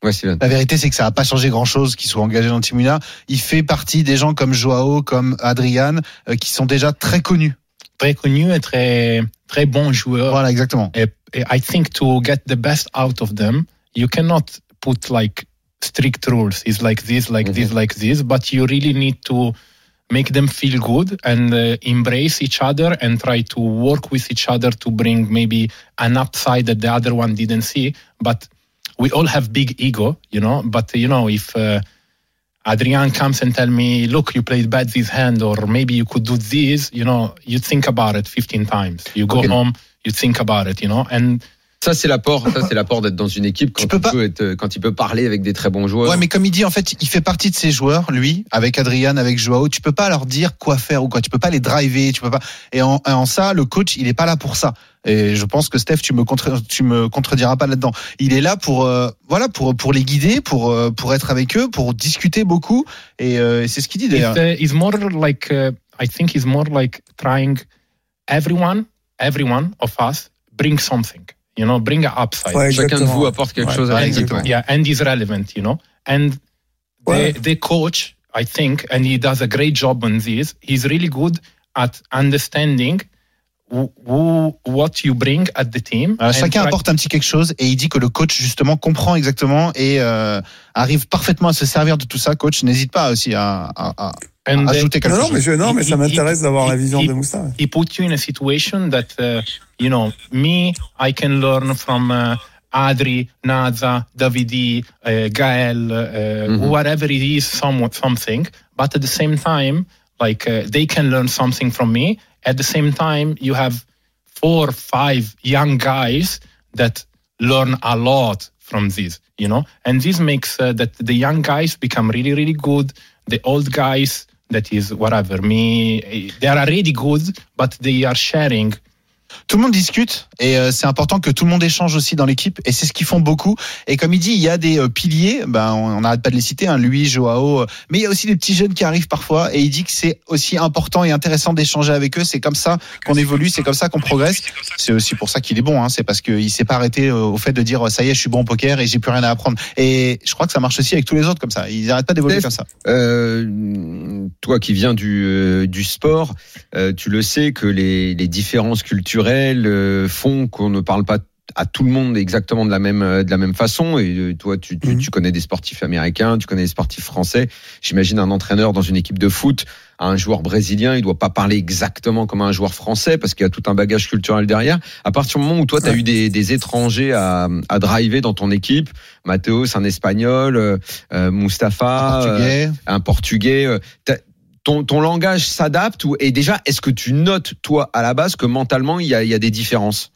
[SPEAKER 5] Ouais, Steven.
[SPEAKER 9] La vérité, c'est que ça n'a pas changé grand-chose qu'il soit engagé dans Timuna. Il fait partie des gens comme Joao, comme Adrian, euh, qui sont déjà très connus.
[SPEAKER 7] très connu et très très bon joueur.
[SPEAKER 9] Voilà, exactement.
[SPEAKER 7] Uh, I think to get the best out of them, you cannot put like strict rules. It's like this, like this, like this. But you really need to make them feel good and uh, embrace each other and try to work with each other to bring maybe an upside that the other one didn't see. But we all have big ego, you know. But you know if. Uh, Adrian comes and tell me, look, you played bad this hand, or maybe you could do this. You know, you think about it 15 times. You go
[SPEAKER 5] Okay.
[SPEAKER 7] home, you think about it. You know, and
[SPEAKER 5] Ça c'est l'apport, ça c'est l'apport d'être dans une équipe quand
[SPEAKER 9] Tu peux
[SPEAKER 5] il
[SPEAKER 9] pas-
[SPEAKER 5] peut être, quand il peut parler avec des très bons joueurs.
[SPEAKER 9] Ouais, mais comme il dit, en fait, il fait partie de ces joueurs, lui, avec Adrian, avec Joao. Tu peux pas leur dire quoi faire ou quoi. Tu peux pas les driver. Tu peux pas. Et en, en ça, le coach, il est pas là pour ça. Et je pense que Steph, tu me contre- tu me contrediras pas là-dedans. Il est là pour, euh, voilà, pour pour les guider, pour euh, pour être avec eux, pour discuter beaucoup. Et euh, c'est ce qu'il dit d'ailleurs.
[SPEAKER 7] it's, uh, it's more like uh, I think it's more like trying everyone, everyone of us bring something. You know, bring an upside.
[SPEAKER 10] Ouais,
[SPEAKER 5] Chacun de
[SPEAKER 10] exactement.
[SPEAKER 5] vous apporte quelque
[SPEAKER 10] Ouais,
[SPEAKER 5] chose à
[SPEAKER 10] ouais,
[SPEAKER 5] l'équipe.
[SPEAKER 10] exactement.
[SPEAKER 7] Yeah, and is relevant. You know, and
[SPEAKER 10] Ouais.
[SPEAKER 7] the, the coach, I think, and he does a great job on this. He's really good at understanding who, who what you bring at the team.
[SPEAKER 6] Ah,
[SPEAKER 7] and
[SPEAKER 9] Voilà, Euh, chacun
[SPEAKER 7] try-
[SPEAKER 9] apporte un petit quelque chose et il dit que le coach justement comprend exactement et euh, arrive parfaitement à se servir de tout ça. Coach, n'hésite pas aussi à, à- à- à
[SPEAKER 7] and, uh,
[SPEAKER 9] ajouter quelque
[SPEAKER 10] Non, non,
[SPEAKER 9] chose.
[SPEAKER 10] mais, je- non, mais
[SPEAKER 7] Il-
[SPEAKER 10] ça
[SPEAKER 7] il-
[SPEAKER 10] m'intéresse d'avoir
[SPEAKER 7] il-
[SPEAKER 10] la vision
[SPEAKER 7] il-
[SPEAKER 10] de Mousta. ouais.
[SPEAKER 7] he put you in a situation that uh, you know me i can learn from uh, adri naza davidi uh, gael uh, whatever it is somewhat something but at the same time like uh, they can learn something from me at the same time you have four five young guys that learn a lot from this you know and this makes uh, that the young guys become really really good the old eh, guys that is whatever me they are already good but they are sharing
[SPEAKER 9] tout le monde discute et euh, c'est important que tout le monde échange aussi dans l'équipe et c'est ce qu'ils font beaucoup. Et comme il dit, il y a des euh, piliers, ben on n'arrête pas de les citer, hein, lui, Joao, euh, mais il y a aussi des petits jeunes qui arrivent parfois et il dit que c'est aussi important et intéressant d'échanger avec eux. C'est comme ça qu'on évolue, c'est comme ça qu'on progresse. C'est aussi pour ça qu'il est bon, hein, c'est parce qu'il s'est pas arrêté euh, au fait de dire ça y est, je suis bon au poker et j'ai plus rien à apprendre. Et je crois que ça marche aussi avec tous les autres comme ça. Ils n'arrêtent pas d'évoluer
[SPEAKER 5] Steph,
[SPEAKER 9] comme ça.
[SPEAKER 5] Euh, toi qui viens du, euh, du sport, euh, tu le sais que les, les différences culturelles euh, font qu'on ne parle pas à tout le monde exactement de la même euh, de la même façon et euh, toi tu, tu,
[SPEAKER 10] Mhm.
[SPEAKER 5] tu connais des sportifs américains tu connais des sportifs français j'imagine un entraîneur dans une équipe de foot à un joueur brésilien il doit pas parler exactement comme un joueur français parce qu'il y a tout un bagage culturel derrière à partir du moment où toi tu as eu des, des étrangers à, à driver dans ton équipe Matteo c'est un espagnol euh, euh,
[SPEAKER 10] Ah,
[SPEAKER 5] Mustapha euh,
[SPEAKER 9] Portugais.
[SPEAKER 5] un portugais. euh, t'as- Ton, ton langage s'adapte ou et déjà est-ce que tu notes toi à la base que mentalement il y a, il y a des différences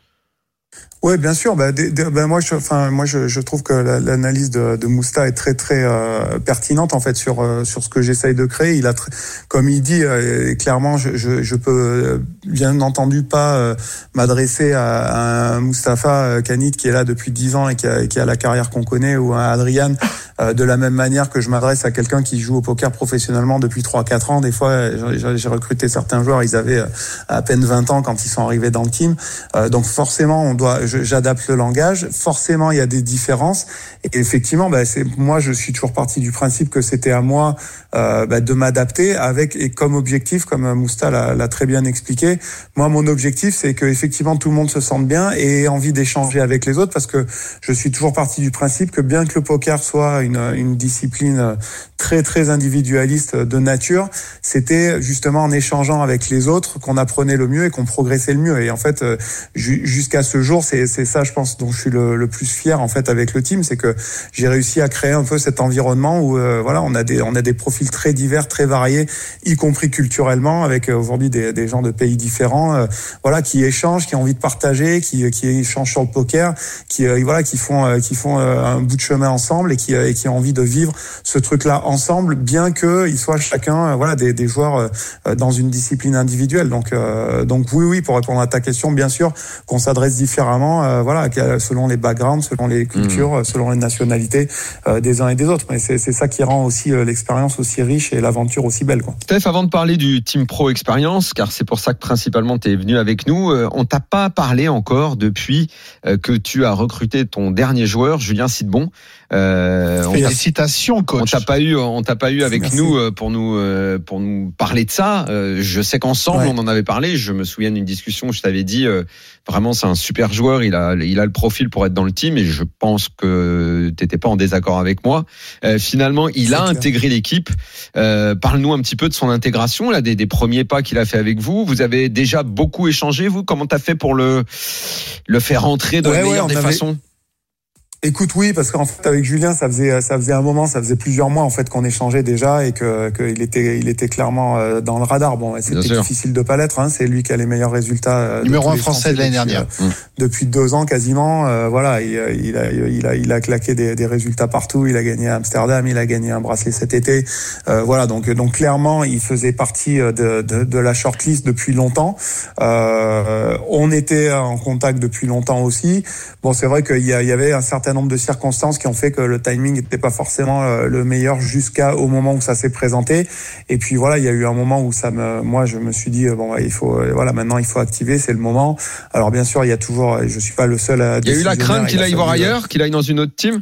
[SPEAKER 10] Oui, bien sûr. Bah, des- des- bah, moi, je, enfin, moi, je, je trouve que la- l'analyse de, de Mousta est très, très euh, pertinente en fait sur euh, sur ce que j'essaye de créer. Il a, tr- comme il dit euh, clairement, je, je, je peux euh, bien entendu pas euh, m'adresser à, à Mustapha euh, Kanit qui est là depuis 10 ans et qui a, qui a la carrière qu'on connaît ou à Adrian euh, de la même manière que je m'adresse à quelqu'un qui joue au poker professionnellement depuis 3-4 ans. Des fois, euh, j'ai- j'ai recruté certains joueurs, ils avaient euh, à peine 20 ans quand ils sont arrivés dans le team. Euh, donc forcément, on doit, je- j'adapte le langage. Forcément, il y a des différences. Et effectivement, bah, c'est moi, je suis toujours parti du principe que c'était à moi euh, bah, de m'adapter avec et comme objectif, comme euh, Mousta l'a l'a très bien expliqué. Moi, mon objectif, c'est que effectivement tout le monde se sente bien et ait envie d'échanger avec les autres, parce que je suis toujours parti du principe que bien que le poker soit une, une discipline euh, très très individualiste euh, de nature, c'était justement en échangeant avec les autres qu'on apprenait le mieux et qu'on progressait le mieux. Et en fait, euh, ju- jusqu'à ce jour, c'est c'est ça, je pense, dont je suis le, le plus fier en fait avec le team, c'est que j'ai réussi à créer un peu cet environnement où euh, voilà, on a des on a des profils très divers, très variés, y compris culturellement, avec euh, aujourd'hui des, des gens de pays différents, euh, voilà, qui échangent, qui ont envie de partager, qui euh, qui échangent sur le poker, qui euh, voilà, qui font euh, qui font euh, un bout de chemin ensemble et qui euh, et qui ont envie de vivre ce truc-là ensemble, bien que ils soient chacun euh, voilà des, des joueurs euh, euh, dans une discipline individuelle. Donc euh, donc oui oui pour répondre à ta question, bien sûr qu'on s'adresse différemment, euh, voilà qu'à- selon les backgrounds, selon les cultures, euh, selon les nationalités euh, des uns et des autres. Mais c'est c'est ça qui rend aussi euh, l'expérience aussi riche et l'aventure aussi belle quoi.
[SPEAKER 5] Steph, avant de parler du Team Pro Experience, car c'est pour ça que principalement tu es venu avec nous, euh, on t'a pas parlé encore depuis euh, que tu as recruté ton dernier joueur, Julien Sidbon. Euh, on t'a-
[SPEAKER 9] Félicitations,
[SPEAKER 5] on
[SPEAKER 9] coach.
[SPEAKER 5] t'a pas eu, on t'a pas eu avec
[SPEAKER 10] Merci.
[SPEAKER 5] nous euh, pour nous euh, pour nous parler de ça. Euh, Je sais qu'ensemble
[SPEAKER 10] Ouais.
[SPEAKER 5] on en avait parlé. Je me souviens d'une discussion où je t'avais dit euh, vraiment c'est un super joueur. Il a il a le profil pour être dans le team et je pense que t'étais pas en désaccord avec moi. Euh, finalement il
[SPEAKER 10] C'est
[SPEAKER 5] a
[SPEAKER 10] clair.
[SPEAKER 5] intégré l'équipe. Euh, Parle-nous un petit peu de son intégration là des, des premiers pas qu'il a fait avec vous. Vous avez déjà beaucoup échangé vous. Comment t'as fait pour le le faire rentrer de la
[SPEAKER 10] Ouais, ouais,
[SPEAKER 5] meilleure
[SPEAKER 10] on
[SPEAKER 5] des
[SPEAKER 10] avait-
[SPEAKER 5] façons
[SPEAKER 10] Écoute, oui, parce qu'en fait avec Julien, ça faisait ça faisait un moment, ça faisait plusieurs mois en fait qu'on échangeait déjà et que qu'il était il était clairement euh, dans le radar. Bon, et c'était
[SPEAKER 5] Bien sûr.
[SPEAKER 10] difficile de pas l'être. Hein, c'est lui qui a les meilleurs résultats. euh, de
[SPEAKER 9] Numéro
[SPEAKER 10] tous
[SPEAKER 9] un
[SPEAKER 10] les
[SPEAKER 9] français de l'année
[SPEAKER 10] depuis,
[SPEAKER 9] dernière.
[SPEAKER 5] Mm.
[SPEAKER 10] euh, Depuis deux ans quasiment, euh, voilà, il, euh, il a il a il a claqué des, des résultats partout. Il a gagné à Amsterdam, il a gagné un bracelet cet été. Euh, voilà, donc donc clairement, il faisait partie euh, de de, de la shortlist depuis longtemps. Euh, on était en contact depuis longtemps aussi. Bon, c'est vrai qu'il y, a- il y avait un certain nombre de circonstances qui ont fait que le timing n'était pas forcément euh, le meilleur jusqu'à au moment où ça s'est présenté. Et puis voilà, il y a eu un moment où ça me, moi, je me suis dit euh, bon, bah, il faut, euh, voilà, maintenant il faut activer, c'est le moment. Alors bien sûr, il y a toujours, euh, je suis pas le seul à.
[SPEAKER 5] Il y a eu la crainte qu'il aille voir
[SPEAKER 10] celui-
[SPEAKER 5] ailleurs, qu'il aille dans une autre team.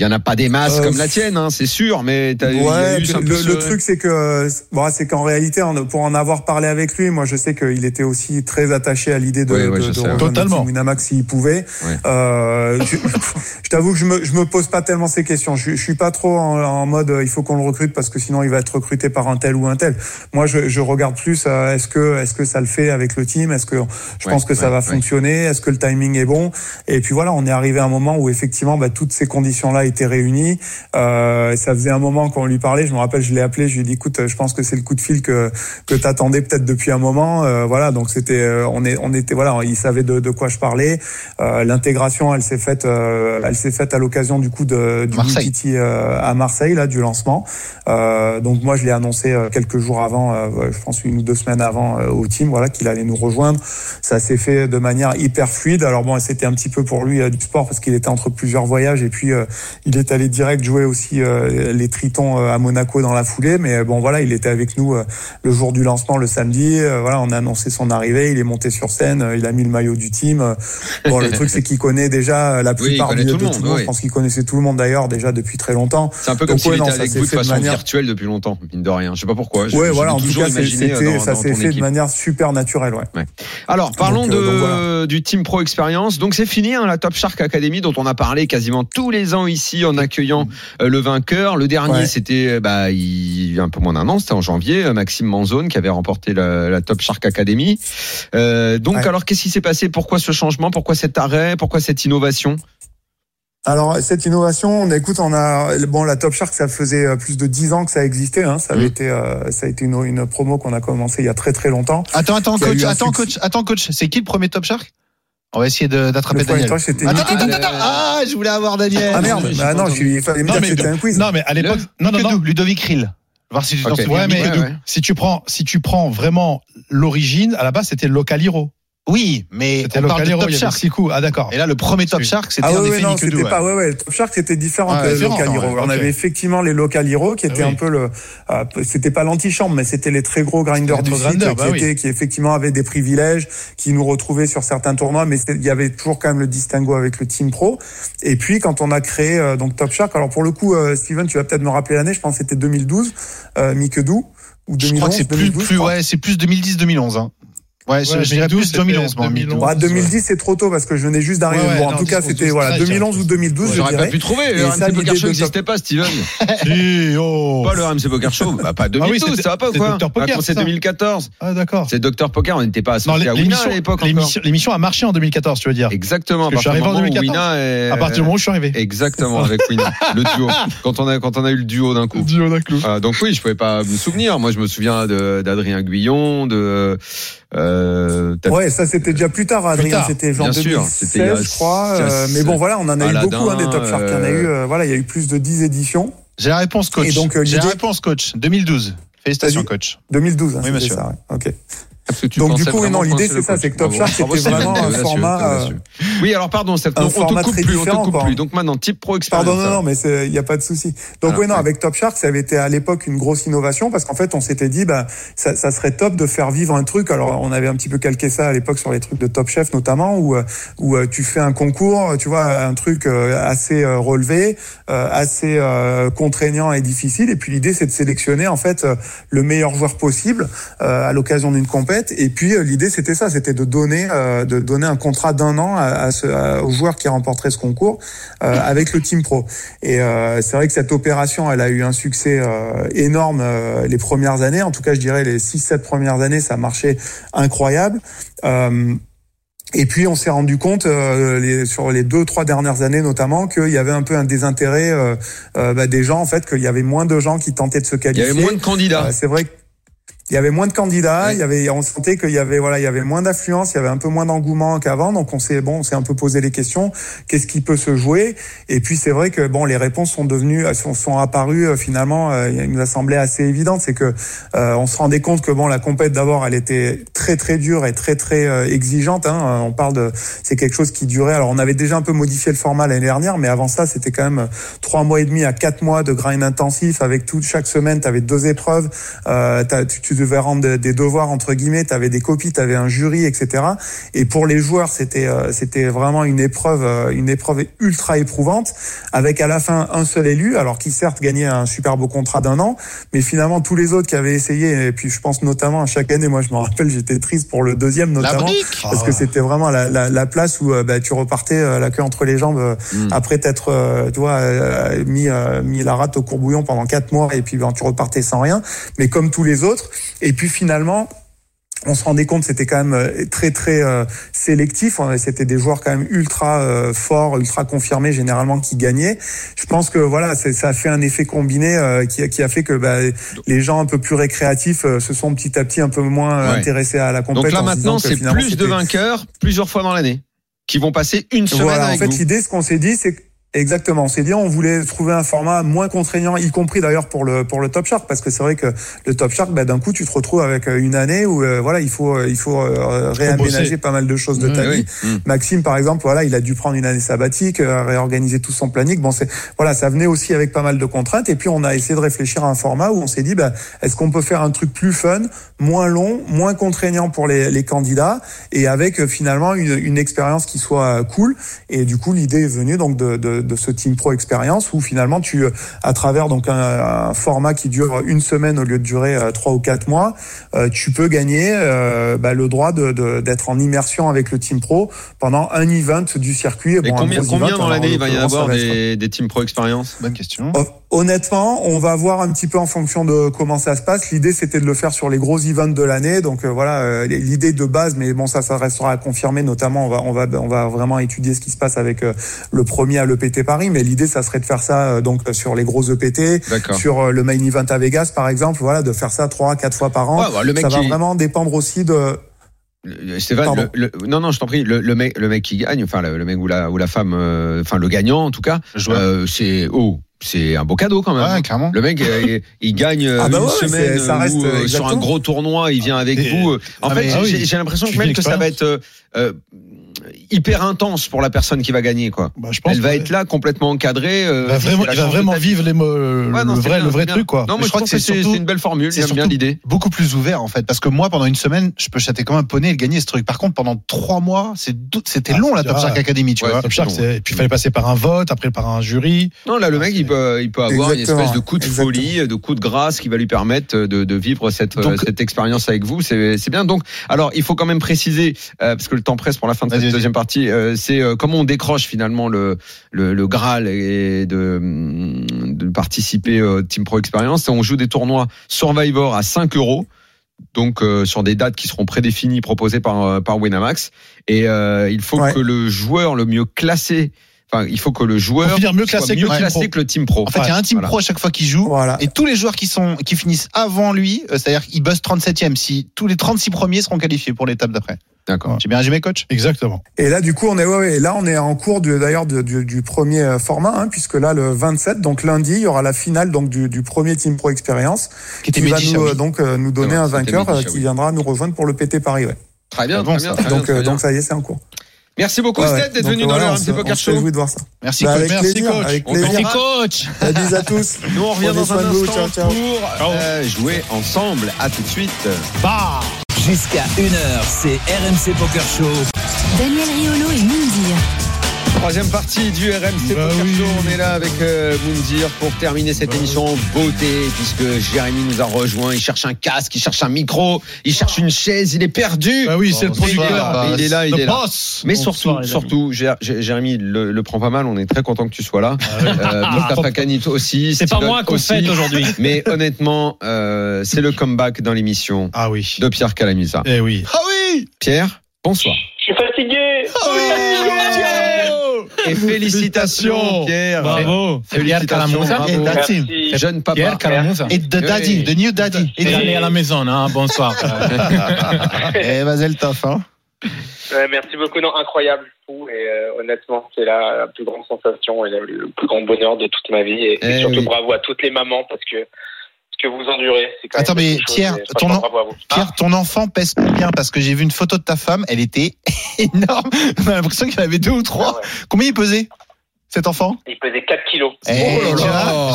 [SPEAKER 5] Il y en a pas des masses
[SPEAKER 10] Euh,
[SPEAKER 5] comme la tienne, hein, c'est sûr, mais t'as il y a
[SPEAKER 10] Ouais,
[SPEAKER 5] eu un peu
[SPEAKER 10] le,
[SPEAKER 5] ce-
[SPEAKER 10] le truc c'est que bon, c'est qu'en réalité, en- pour en avoir parlé avec lui, moi je sais qu'il était aussi très attaché à l'idée de,
[SPEAKER 5] Ouais, ouais,
[SPEAKER 10] de,
[SPEAKER 5] je
[SPEAKER 10] de
[SPEAKER 5] sais,
[SPEAKER 10] rejoindre
[SPEAKER 6] Totalement.
[SPEAKER 10] le team Winamax s'il pouvait.
[SPEAKER 5] Ouais.
[SPEAKER 10] Euh, je je t'avoue que je me, je me pose pas tellement ces questions. Je, je suis pas trop en, en mode euh, il faut qu'on le recrute parce que sinon il va être recruté par un tel ou un tel. Moi je, je regarde plus euh, est-ce que est-ce que ça le fait avec le team, est-ce que je
[SPEAKER 5] Ouais,
[SPEAKER 10] pense que ça
[SPEAKER 5] ouais,
[SPEAKER 10] va
[SPEAKER 5] ouais.
[SPEAKER 10] fonctionner, est-ce que le timing est bon. Et puis voilà, on est arrivé à un moment où effectivement bah, toutes ces conditions là été réunis. Euh, ça faisait un moment qu'on lui parlait. Je me rappelle, je l'ai appelé, je lui ai dit, écoute, je pense que c'est le coup de fil que que t'attendais peut-être depuis un moment. Euh, voilà, donc c'était, euh, on est, on était, voilà, il savait de, de quoi je parlais. Euh, L'intégration, elle s'est faite, euh, elle s'est faite à l'occasion du coup de du
[SPEAKER 9] Marseille.
[SPEAKER 10] Mikiti, euh, à Marseille là, du lancement. Euh, donc moi, je l'ai annoncé euh, quelques jours avant, euh, je pense une ou deux semaines avant euh, au team, voilà, qu'il allait nous rejoindre. Ça s'est fait de manière hyper fluide. Alors bon, c'était un petit peu pour lui euh, du sport parce qu'il était entre plusieurs voyages et puis euh, il est allé direct jouer aussi euh, les Tritons euh, à Monaco dans la foulée. Mais euh, bon, voilà, il était avec nous euh, le jour du lancement, le samedi. Euh, voilà, on a annoncé son arrivée. Il est monté sur scène. euh, il a mis le maillot du team. Euh, Bon, le truc c'est qu'il connaît déjà euh, la
[SPEAKER 5] Oui, il
[SPEAKER 10] plupart
[SPEAKER 5] connaît
[SPEAKER 10] du-
[SPEAKER 5] tout
[SPEAKER 10] de
[SPEAKER 5] le monde, oui.
[SPEAKER 10] Je pense qu'il connaissait tout le monde d'ailleurs déjà depuis très longtemps.
[SPEAKER 5] C'est un peu comme
[SPEAKER 10] Donc,
[SPEAKER 5] s'il
[SPEAKER 10] ouais, non,
[SPEAKER 5] était
[SPEAKER 10] ça
[SPEAKER 5] avec
[SPEAKER 10] s'est
[SPEAKER 5] vous de
[SPEAKER 10] fait de
[SPEAKER 5] façon
[SPEAKER 10] manière-
[SPEAKER 5] virtuelle depuis longtemps, mine de rien. Je sais pas pourquoi. Je,
[SPEAKER 10] Ouais,
[SPEAKER 5] je
[SPEAKER 10] voilà.
[SPEAKER 5] l'ai
[SPEAKER 10] En tout
[SPEAKER 5] toujours
[SPEAKER 10] cas, c'est-
[SPEAKER 5] imaginé euh,
[SPEAKER 10] c'était-
[SPEAKER 5] dans-
[SPEAKER 10] ça
[SPEAKER 5] dans
[SPEAKER 10] s'est
[SPEAKER 5] ton
[SPEAKER 10] fait de
[SPEAKER 5] équipe.
[SPEAKER 10] manière super naturelle, ouais.
[SPEAKER 5] Alors, parlons
[SPEAKER 10] Donc,
[SPEAKER 5] de,
[SPEAKER 10] euh, donc voilà.
[SPEAKER 5] du Team Pro Experience. Donc, c'est fini, hein, la Top Shark Academy, dont on a parlé quasiment tous les ans ici en accueillant euh, le vainqueur. Le dernier,
[SPEAKER 10] Ouais.
[SPEAKER 5] c'était euh, bah, il y a un peu moins d'un an, c'était en janvier, euh, Maxime Manzone qui avait remporté la, la Top Shark Academy. Euh, donc,
[SPEAKER 10] Ouais.
[SPEAKER 5] alors, qu'est-ce qui s'est passé Pourquoi ce changement Pourquoi cet arrêt Pourquoi cette innovation
[SPEAKER 10] Alors cette innovation, on écoute, on a bon la Top Shark, ça faisait euh, plus de 10 ans que ça existait. Hein, ça avait
[SPEAKER 5] Mhm.
[SPEAKER 10] été, euh, ça a été une, une promo qu'on a commencé il y a très très longtemps.
[SPEAKER 9] Attends, attends,
[SPEAKER 10] Qui a
[SPEAKER 9] coach,
[SPEAKER 10] eu un
[SPEAKER 9] attends,
[SPEAKER 10] succès.
[SPEAKER 9] coach, attends, coach. C'est qui le premier Top Shark On va essayer de- d'attraper
[SPEAKER 10] Le premier
[SPEAKER 9] Daniel.
[SPEAKER 10] temps, c'était
[SPEAKER 9] Attends,
[SPEAKER 10] Nicky.
[SPEAKER 9] attends, attends, attends. Ah, je voulais avoir Daniel.
[SPEAKER 10] Ah merde, bah non, je suis, il fallait me
[SPEAKER 6] Non,
[SPEAKER 10] dire que
[SPEAKER 6] mais-
[SPEAKER 10] c'était un quiz.
[SPEAKER 6] Non, mais à l'époque. Non, non,
[SPEAKER 9] Que
[SPEAKER 6] non.
[SPEAKER 9] nous, Ludovic Rill. Voir si tu t'en
[SPEAKER 5] Ok.
[SPEAKER 9] souviens.
[SPEAKER 6] Ouais, mais
[SPEAKER 5] Ouais, ouais.
[SPEAKER 6] si tu prends, si tu prends vraiment l'origine, à la base c'était Local Hero.
[SPEAKER 9] Oui, mais
[SPEAKER 6] C'était
[SPEAKER 9] on parle
[SPEAKER 6] Local
[SPEAKER 9] de
[SPEAKER 6] Hero,
[SPEAKER 9] Top
[SPEAKER 6] il y avait
[SPEAKER 9] Shark.
[SPEAKER 6] six coups. Ah d'accord.
[SPEAKER 9] Et là, le premier Top Shark, c'était
[SPEAKER 10] Ah
[SPEAKER 9] en
[SPEAKER 10] ouais, ouais,
[SPEAKER 9] effet
[SPEAKER 10] non,
[SPEAKER 9] Nick
[SPEAKER 10] c'était
[SPEAKER 9] Udo, ouais.
[SPEAKER 10] pas ouais ouais, le Top Shark c'était différent
[SPEAKER 9] Ah,
[SPEAKER 10] que le
[SPEAKER 9] différent,
[SPEAKER 10] Local
[SPEAKER 9] ouais,
[SPEAKER 10] Hero.
[SPEAKER 9] ok.
[SPEAKER 10] On avait effectivement les Local Hero qui étaient
[SPEAKER 6] Ah oui.
[SPEAKER 10] un peu le euh, c'était pas l'antichambre mais c'était les très gros grinders
[SPEAKER 6] Les
[SPEAKER 10] du
[SPEAKER 6] gros
[SPEAKER 10] site
[SPEAKER 6] grinders,
[SPEAKER 10] qui
[SPEAKER 6] bah oui.
[SPEAKER 10] étaient qui effectivement avaient des privilèges, qui nous retrouvaient sur certains tournois mais c'était- il y avait toujours quand même le distinguo avec le Team Pro. Et puis quand on a créé euh, donc Top Shark, alors pour le coup euh, Steven, tu vas peut-être me rappeler l'année, je pense que c'était 2012 euh Mikedou ou 2011,
[SPEAKER 9] Je crois que c'est plus,
[SPEAKER 10] 2012, je
[SPEAKER 9] plus,
[SPEAKER 10] crois. Bah,
[SPEAKER 9] ouais, c'est plus 2010-2011, hein. Ouais, je-
[SPEAKER 6] Ouais,
[SPEAKER 9] je dirais plus
[SPEAKER 6] 2012,
[SPEAKER 9] 2011, moi,
[SPEAKER 6] 2011.
[SPEAKER 9] 2011.
[SPEAKER 10] Bah, 2010 c'est trop tôt parce que je venais juste d'arriver.
[SPEAKER 6] Ouais, ouais,
[SPEAKER 10] Bon, en
[SPEAKER 6] non,
[SPEAKER 10] tout cas
[SPEAKER 6] 10,
[SPEAKER 10] c'était
[SPEAKER 6] 11,
[SPEAKER 10] voilà
[SPEAKER 6] 11,
[SPEAKER 10] 2011 ou 2012 je
[SPEAKER 5] J'aurais pas
[SPEAKER 10] dirais.
[SPEAKER 5] pu trouver.
[SPEAKER 10] Et
[SPEAKER 5] Le
[SPEAKER 10] ça,
[SPEAKER 5] RMC Poker
[SPEAKER 10] l'idée
[SPEAKER 5] Show
[SPEAKER 10] de-
[SPEAKER 5] n'existait pas, Steven.
[SPEAKER 6] Si, oh.
[SPEAKER 5] Pas le RMC Poker Show. Bah, pas
[SPEAKER 10] Ah
[SPEAKER 6] oui,
[SPEAKER 5] 2012,
[SPEAKER 6] c'était-
[SPEAKER 5] ça va pas ou
[SPEAKER 6] c'était
[SPEAKER 5] quoi
[SPEAKER 6] Dr Poker,
[SPEAKER 5] Ah, quand
[SPEAKER 6] c'est
[SPEAKER 5] C'est
[SPEAKER 6] ça.
[SPEAKER 5] 2014.
[SPEAKER 6] Ah d'accord.
[SPEAKER 5] C'est Docteur Poker, on n'était pas
[SPEAKER 6] Non,
[SPEAKER 5] associé à Wina
[SPEAKER 6] l'émission,
[SPEAKER 5] à l'époque encore.
[SPEAKER 6] l'émission, l'émission a marché en 2014, tu veux dire.
[SPEAKER 10] Ah.
[SPEAKER 5] Exactement.
[SPEAKER 6] Parce que
[SPEAKER 5] à
[SPEAKER 6] je suis
[SPEAKER 5] partir du moment
[SPEAKER 6] arrivé en
[SPEAKER 5] où
[SPEAKER 6] 2014.
[SPEAKER 5] Wina est-
[SPEAKER 6] À partir du moment où je suis arrivé.
[SPEAKER 5] Exactement, avec Wina, le duo. Quand on a, quand on a eu le duo d'un coup.
[SPEAKER 6] Dieu, la clou.
[SPEAKER 5] Euh, donc oui, je pouvais pas me souvenir. Moi, je me souviens de- d'Adrien Guyon, de. Euh, peut-être-
[SPEAKER 10] Ouais, ça c'était déjà plus tard, Adrien.
[SPEAKER 6] tard,
[SPEAKER 10] C'était genre
[SPEAKER 5] bien sûr,
[SPEAKER 10] 2016,
[SPEAKER 5] c'était il y a
[SPEAKER 10] je crois.
[SPEAKER 5] six-
[SPEAKER 10] euh, mais bon, voilà, on en a eu
[SPEAKER 5] Aladdin,
[SPEAKER 10] beaucoup hein, des Top Shark. Il y en a eu, euh, voilà, il y a eu plus de 10 éditions.
[SPEAKER 9] J'ai la réponse, coach.
[SPEAKER 10] Et donc, euh,
[SPEAKER 9] J'ai la
[SPEAKER 10] l'idée-
[SPEAKER 9] réponse, coach. 2012. Félicitations,
[SPEAKER 10] Vas-y.
[SPEAKER 9] coach.
[SPEAKER 10] 2012, hein,
[SPEAKER 9] Oui,
[SPEAKER 10] c'était
[SPEAKER 9] monsieur.
[SPEAKER 10] ça. ouais. Ok.
[SPEAKER 5] Parce que tu
[SPEAKER 10] donc,
[SPEAKER 5] pensais
[SPEAKER 10] du coup,
[SPEAKER 5] vraiment
[SPEAKER 10] non, l'idée,
[SPEAKER 5] coincer le
[SPEAKER 10] c'est ça,
[SPEAKER 5] coach. Ah
[SPEAKER 10] c'est que Top
[SPEAKER 5] Bravo.
[SPEAKER 10] Shark,
[SPEAKER 5] Bravo,
[SPEAKER 10] c'était
[SPEAKER 5] Steven,
[SPEAKER 10] vraiment un
[SPEAKER 5] t'es audacieux,
[SPEAKER 10] format, euh,
[SPEAKER 5] t'es audacieux. Oui, alors pardon, Steph,
[SPEAKER 10] un
[SPEAKER 5] non, on te
[SPEAKER 10] format
[SPEAKER 5] coupe
[SPEAKER 10] très
[SPEAKER 5] plus, on
[SPEAKER 10] différent,
[SPEAKER 5] te coupe
[SPEAKER 10] quoi.
[SPEAKER 5] plus. Donc maintenant, type pro expérience.
[SPEAKER 10] Pardon, non, non, mais c'est- il n'y a pas de souci. Donc,
[SPEAKER 5] Ah,
[SPEAKER 10] oui, non,
[SPEAKER 5] ouais.
[SPEAKER 10] avec Top Shark, ça avait été à l'époque une grosse innovation parce qu'en fait, on s'était dit, bah, ça, ça serait top de faire vivre un truc. Alors, on avait un petit peu calqué ça à l'époque sur les trucs de Top Chef, notamment, où, euh, où euh, tu fais un concours, tu vois, un truc euh, assez euh, relevé, euh, assez euh, contraignant et difficile. Et puis, l'idée, c'est de sélectionner, en fait, euh, le meilleur joueur possible euh, à l'occasion d'une compète. Et puis, euh, l'idée, c'était ça, c'était de donner, euh, de donner un contrat d'un an à, à ce, à- au joueur qui remporterait ce concours euh, avec le Team Pro. Et euh, c'est vrai que cette opération, elle a eu un succès euh, énorme euh, les premières années. En tout cas, je dirais les 6-7 premières années, ça marchait incroyable. Euh, et puis on s'est rendu compte euh, les- sur les deux trois dernières années notamment qu'il y avait un peu un désintérêt euh, euh, bah, des gens en fait qu'il y avait moins de gens qui tentaient de se
[SPEAKER 5] Il y
[SPEAKER 10] qualifier.
[SPEAKER 5] avait moins de candidats.
[SPEAKER 10] Euh, c'est vrai qu'il y avait moins de candidats,
[SPEAKER 5] Ouais.
[SPEAKER 10] il y avait, on sentait qu'il y avait, voilà, il y avait moins d'affluence, il y avait un peu moins d'engouement qu'avant. Donc on s'est, bon, on s'est un peu posé les questions. Qu'est-ce qui peut se jouer Et puis c'est vrai que bon, les réponses sont devenues, elles sont, sont apparues euh, finalement. euh, il nous a semblé assez évidente, c'est que euh, on se rendait compte que bon, la compète d'abord, elle était très très dure et très très euh, exigeante. hein. Euh, On parle de, c'est quelque chose qui durait. Alors on avait déjà un peu modifié le format l'année dernière, mais avant ça, c'était quand même trois mois et demi à quatre mois de grind intensif avec tout chaque semaine tu avais deux épreuves euh, t'as- tu, tu devais rendre des, des devoirs entre guillemets tu avais des copies tu avais un jury etc et pour les joueurs c'était euh, c'était vraiment une épreuve euh, une épreuve ultra éprouvante avec à la fin un seul élu alors qui certes gagnait un super beau contrat d'un an mais finalement tous les autres qui avaient essayé et puis je pense notamment à chaque année moi je me rappelle j'étais triste pour le deuxième notamment parce que c'était vraiment la, la, la place où euh, bah, tu repartais euh, la queue entre les jambes euh,
[SPEAKER 5] Mm.
[SPEAKER 10] après t'être euh, tu vois euh, mis euh, mis la rate au courbouillon pendant quatre mois et puis ben, tu repartais sans rien mais comme tous les autres et puis finalement on se rendait compte c'était quand même très très euh, sélectif c'était des joueurs quand même ultra euh, forts ultra confirmés généralement qui gagnaient je pense que voilà ça a fait un effet combiné euh, qui, qui, a fait que bah, les gens un peu plus récréatifs euh, se sont petit à petit un peu moins ouais. intéressés à la compétition
[SPEAKER 5] donc là maintenant c'est plus de vainqueurs plusieurs fois dans l'année qui vont passer une semaine
[SPEAKER 10] voilà,
[SPEAKER 5] avec
[SPEAKER 10] en fait l'idée ce qu'on s'est dit c'est Exactement, on s'est dit on voulait trouver un format moins contraignant, y compris d'ailleurs pour le pour le Top Shark, parce que c'est vrai que le Top Shark, bah, d'un coup tu te retrouves avec une année où euh, voilà il faut il faut euh, réaménager pas mal de choses
[SPEAKER 5] Mmh,
[SPEAKER 10] de ta oui, vie. Oui. Maxime par exemple, voilà il a dû prendre une année sabbatique, euh, réorganiser tout son planning. Bon c'est voilà ça venait aussi avec pas mal de contraintes. Et puis on a essayé de réfléchir à un format où on s'est dit bah, est-ce qu'on peut faire un truc plus fun, moins long, moins contraignant pour les, les candidats et avec euh, finalement une, une expérience qui soit euh, cool. Et du coup l'idée est venue donc de, de de ce Team Pro Experience où finalement tu, euh, à travers donc un, un, format qui dure une semaine au lieu de durer trois ou quatre mois, euh, tu peux gagner euh, bah, le droit d'être de, de, en immersion avec le Team Pro pendant un event du circuit.
[SPEAKER 5] Et bon, combien, combien event, dans l'année il va y avoir des, des, Team Pro Experience
[SPEAKER 9] Bonne question.
[SPEAKER 10] Honnêtement, on va voir un petit peu en fonction de comment ça se passe. L'idée, c'était de le faire sur les gros events de l'année. Donc euh, voilà, l'idée de base, mais bon, ça, ça restera à confirmer. Notamment, on va, on va, on va vraiment étudier ce qui se passe avec euh, le premier à l'EP Paris, mais l'idée ça serait de faire ça euh, donc sur les gros EPT, sur euh, le main event à Vegas par exemple, voilà, de faire ça trois quatre fois par an. Ouais, bah, le mec ça va qui... vraiment dépendre aussi de
[SPEAKER 5] Euh, Stéphane, le, le, non, non, je t'en prie, le, le, mec, le mec qui gagne, enfin le, mec ou la, ou la femme, euh, enfin le gagnant en tout cas, euh, c'est oh, c'est un beau cadeau quand même.
[SPEAKER 9] Ouais, clairement.
[SPEAKER 5] Le mec, il, il gagne ah bah ouais, une semaine ça reste où, euh, sur un gros tournoi, il vient avec Et, vous. En fait, ah oui, j'ai l'impression que même que ça va être euh, hyper intense pour la personne qui va gagner, quoi.
[SPEAKER 6] Bah, je pense
[SPEAKER 5] Elle va être là complètement encadrée.
[SPEAKER 6] Euh, bah, vraiment, il va vraiment vivre les, ouais, non, le vrai, bien, le vrai truc, quoi.
[SPEAKER 5] Non, moi, je, je, crois que, que c'est une belle formule. J'aime bien l'idée.
[SPEAKER 9] Beaucoup plus ouvert, en fait, parce que moi, pendant une semaine, je peux chatter comme un poney et gagner ce truc. Par contre, pendant trois mois, c'était long la Top Shark Academy, tu vois.
[SPEAKER 6] Top Shark, puis il fallait passer par un vote, après par un jury.
[SPEAKER 5] Non, là, le mec, il peut, il peut, avoir Ah, Exactement. une espèce de coup de Exactement. folie, de coup de grâce qui va lui permettre de, de vivre cette, Donc, cette expérience avec vous. C'est bien. Donc, alors, il faut quand même préciser, euh, parce que le temps presse pour la fin de cette deuxième partie, euh, c'est euh, comment on décroche finalement le, le, le Graal et de, de participer au Team Pro Experience. On joue des tournois Survivor à 5 euros donc euh, sur des dates qui seront prédéfinies proposées par euh, par Winamax et euh, il faut ouais. que le joueur le mieux classé Enfin, il faut que le joueur
[SPEAKER 6] finir mieux classé, soit
[SPEAKER 5] mieux que, classé que, le team pro.
[SPEAKER 9] En fait, il y a un team voilà. pro à chaque fois qu'il joue. Voilà. Et tous les joueurs qui sont qui finissent avant lui, euh, c'est-à-dire qu'ils bossent 37e, si tous les 36 premiers seront qualifiés pour l'étape d'après.
[SPEAKER 5] D'accord.
[SPEAKER 9] J'ai bien résumé, coach
[SPEAKER 6] Exactement.
[SPEAKER 10] Et là, du coup, on est, ouais, ouais, là, on est en cours d'ailleurs du, du, du, premier format, hein, puisque là, le 27, donc lundi, il y aura la finale donc du, du premier Team Pro Experience,
[SPEAKER 9] qui,
[SPEAKER 10] qui va nous, donc euh, nous
[SPEAKER 5] Ah
[SPEAKER 10] donner ouais, un vainqueur qui viendra nous rejoindre pour le PT Paris.
[SPEAKER 5] Très bien, très bien, Ah, très
[SPEAKER 10] donc,
[SPEAKER 5] bien.
[SPEAKER 10] Euh, donc ça y est, c'est en cours.
[SPEAKER 5] Merci beaucoup, ah ouais. Steph, d'être venu dans l'heure petit poker show.
[SPEAKER 10] de voir ça.
[SPEAKER 9] Merci, bah, coach.
[SPEAKER 10] Merci,
[SPEAKER 9] plaisir,
[SPEAKER 10] coach.
[SPEAKER 9] Merci, coach.
[SPEAKER 10] Merci, à tous.
[SPEAKER 5] Nous, on revient on dans un instant go, ciao, ciao. pour euh, jouer ensemble. À tout de suite.
[SPEAKER 4] Bah Jusqu'à 1h, c'est RMC Poker Show.
[SPEAKER 3] Daniel Riolo et Mindy.
[SPEAKER 5] Troisième partie du RMC bah Poker oui. Show. On est là avec euh, Moundir pour terminer cette bah émission oui. beauté, puisque Jérémy nous a rejoint. Il cherche un casque, il cherche un micro, il cherche une chaise. Il est perdu.
[SPEAKER 6] Bah oui, c'est oh, le producteur.
[SPEAKER 5] Bah, il est là, il est là. Mais bon surtout, soir,
[SPEAKER 9] Ah
[SPEAKER 5] surtout, Jérémy le, le, prend pas mal. On est très content que tu sois là. Ah, oui. euh, aussi.
[SPEAKER 11] C'est pas moi qu'on fête aujourd'hui.
[SPEAKER 5] Mais honnêtement, euh, c'est le comeback dans l'émission
[SPEAKER 6] ah oui.
[SPEAKER 5] de Pierre Calamisa.
[SPEAKER 6] Eh oui.
[SPEAKER 9] Ah oui.
[SPEAKER 5] Pierre, bonsoir.
[SPEAKER 12] Je suis fatigué.
[SPEAKER 9] Ah oui.
[SPEAKER 5] Et félicitations, Pierre.
[SPEAKER 11] Bravo.
[SPEAKER 5] Félicitations,
[SPEAKER 9] Pierre
[SPEAKER 5] Calamonza. Jeune papa.
[SPEAKER 11] Pierre Calamonza.
[SPEAKER 9] Et the daddy, Eh, the new daddy.
[SPEAKER 11] Et d'aller à la maison, hein. Bonsoir.
[SPEAKER 9] Eh, vas-y le taf, hein.
[SPEAKER 12] Ouais, merci beaucoup, non, incroyable tout. Et euh, honnêtement, c'est la, la, plus grande sensation et le plus grand bonheur de toute ma vie.
[SPEAKER 5] Eh
[SPEAKER 12] Et, et surtout, oui. bravo à toutes les mamans parce que que vous endurez. Quand
[SPEAKER 9] Attends, mais Pierre, chose, ton, en... Pierre ton enfant pèse combien Parce que j'ai vu une photo de ta femme, elle était énorme. On a l'impression qu'il avait deux ou trois. Ah ouais. Combien il pesait cet enfant
[SPEAKER 12] Il pesait 4 kilos.
[SPEAKER 9] Hey, oh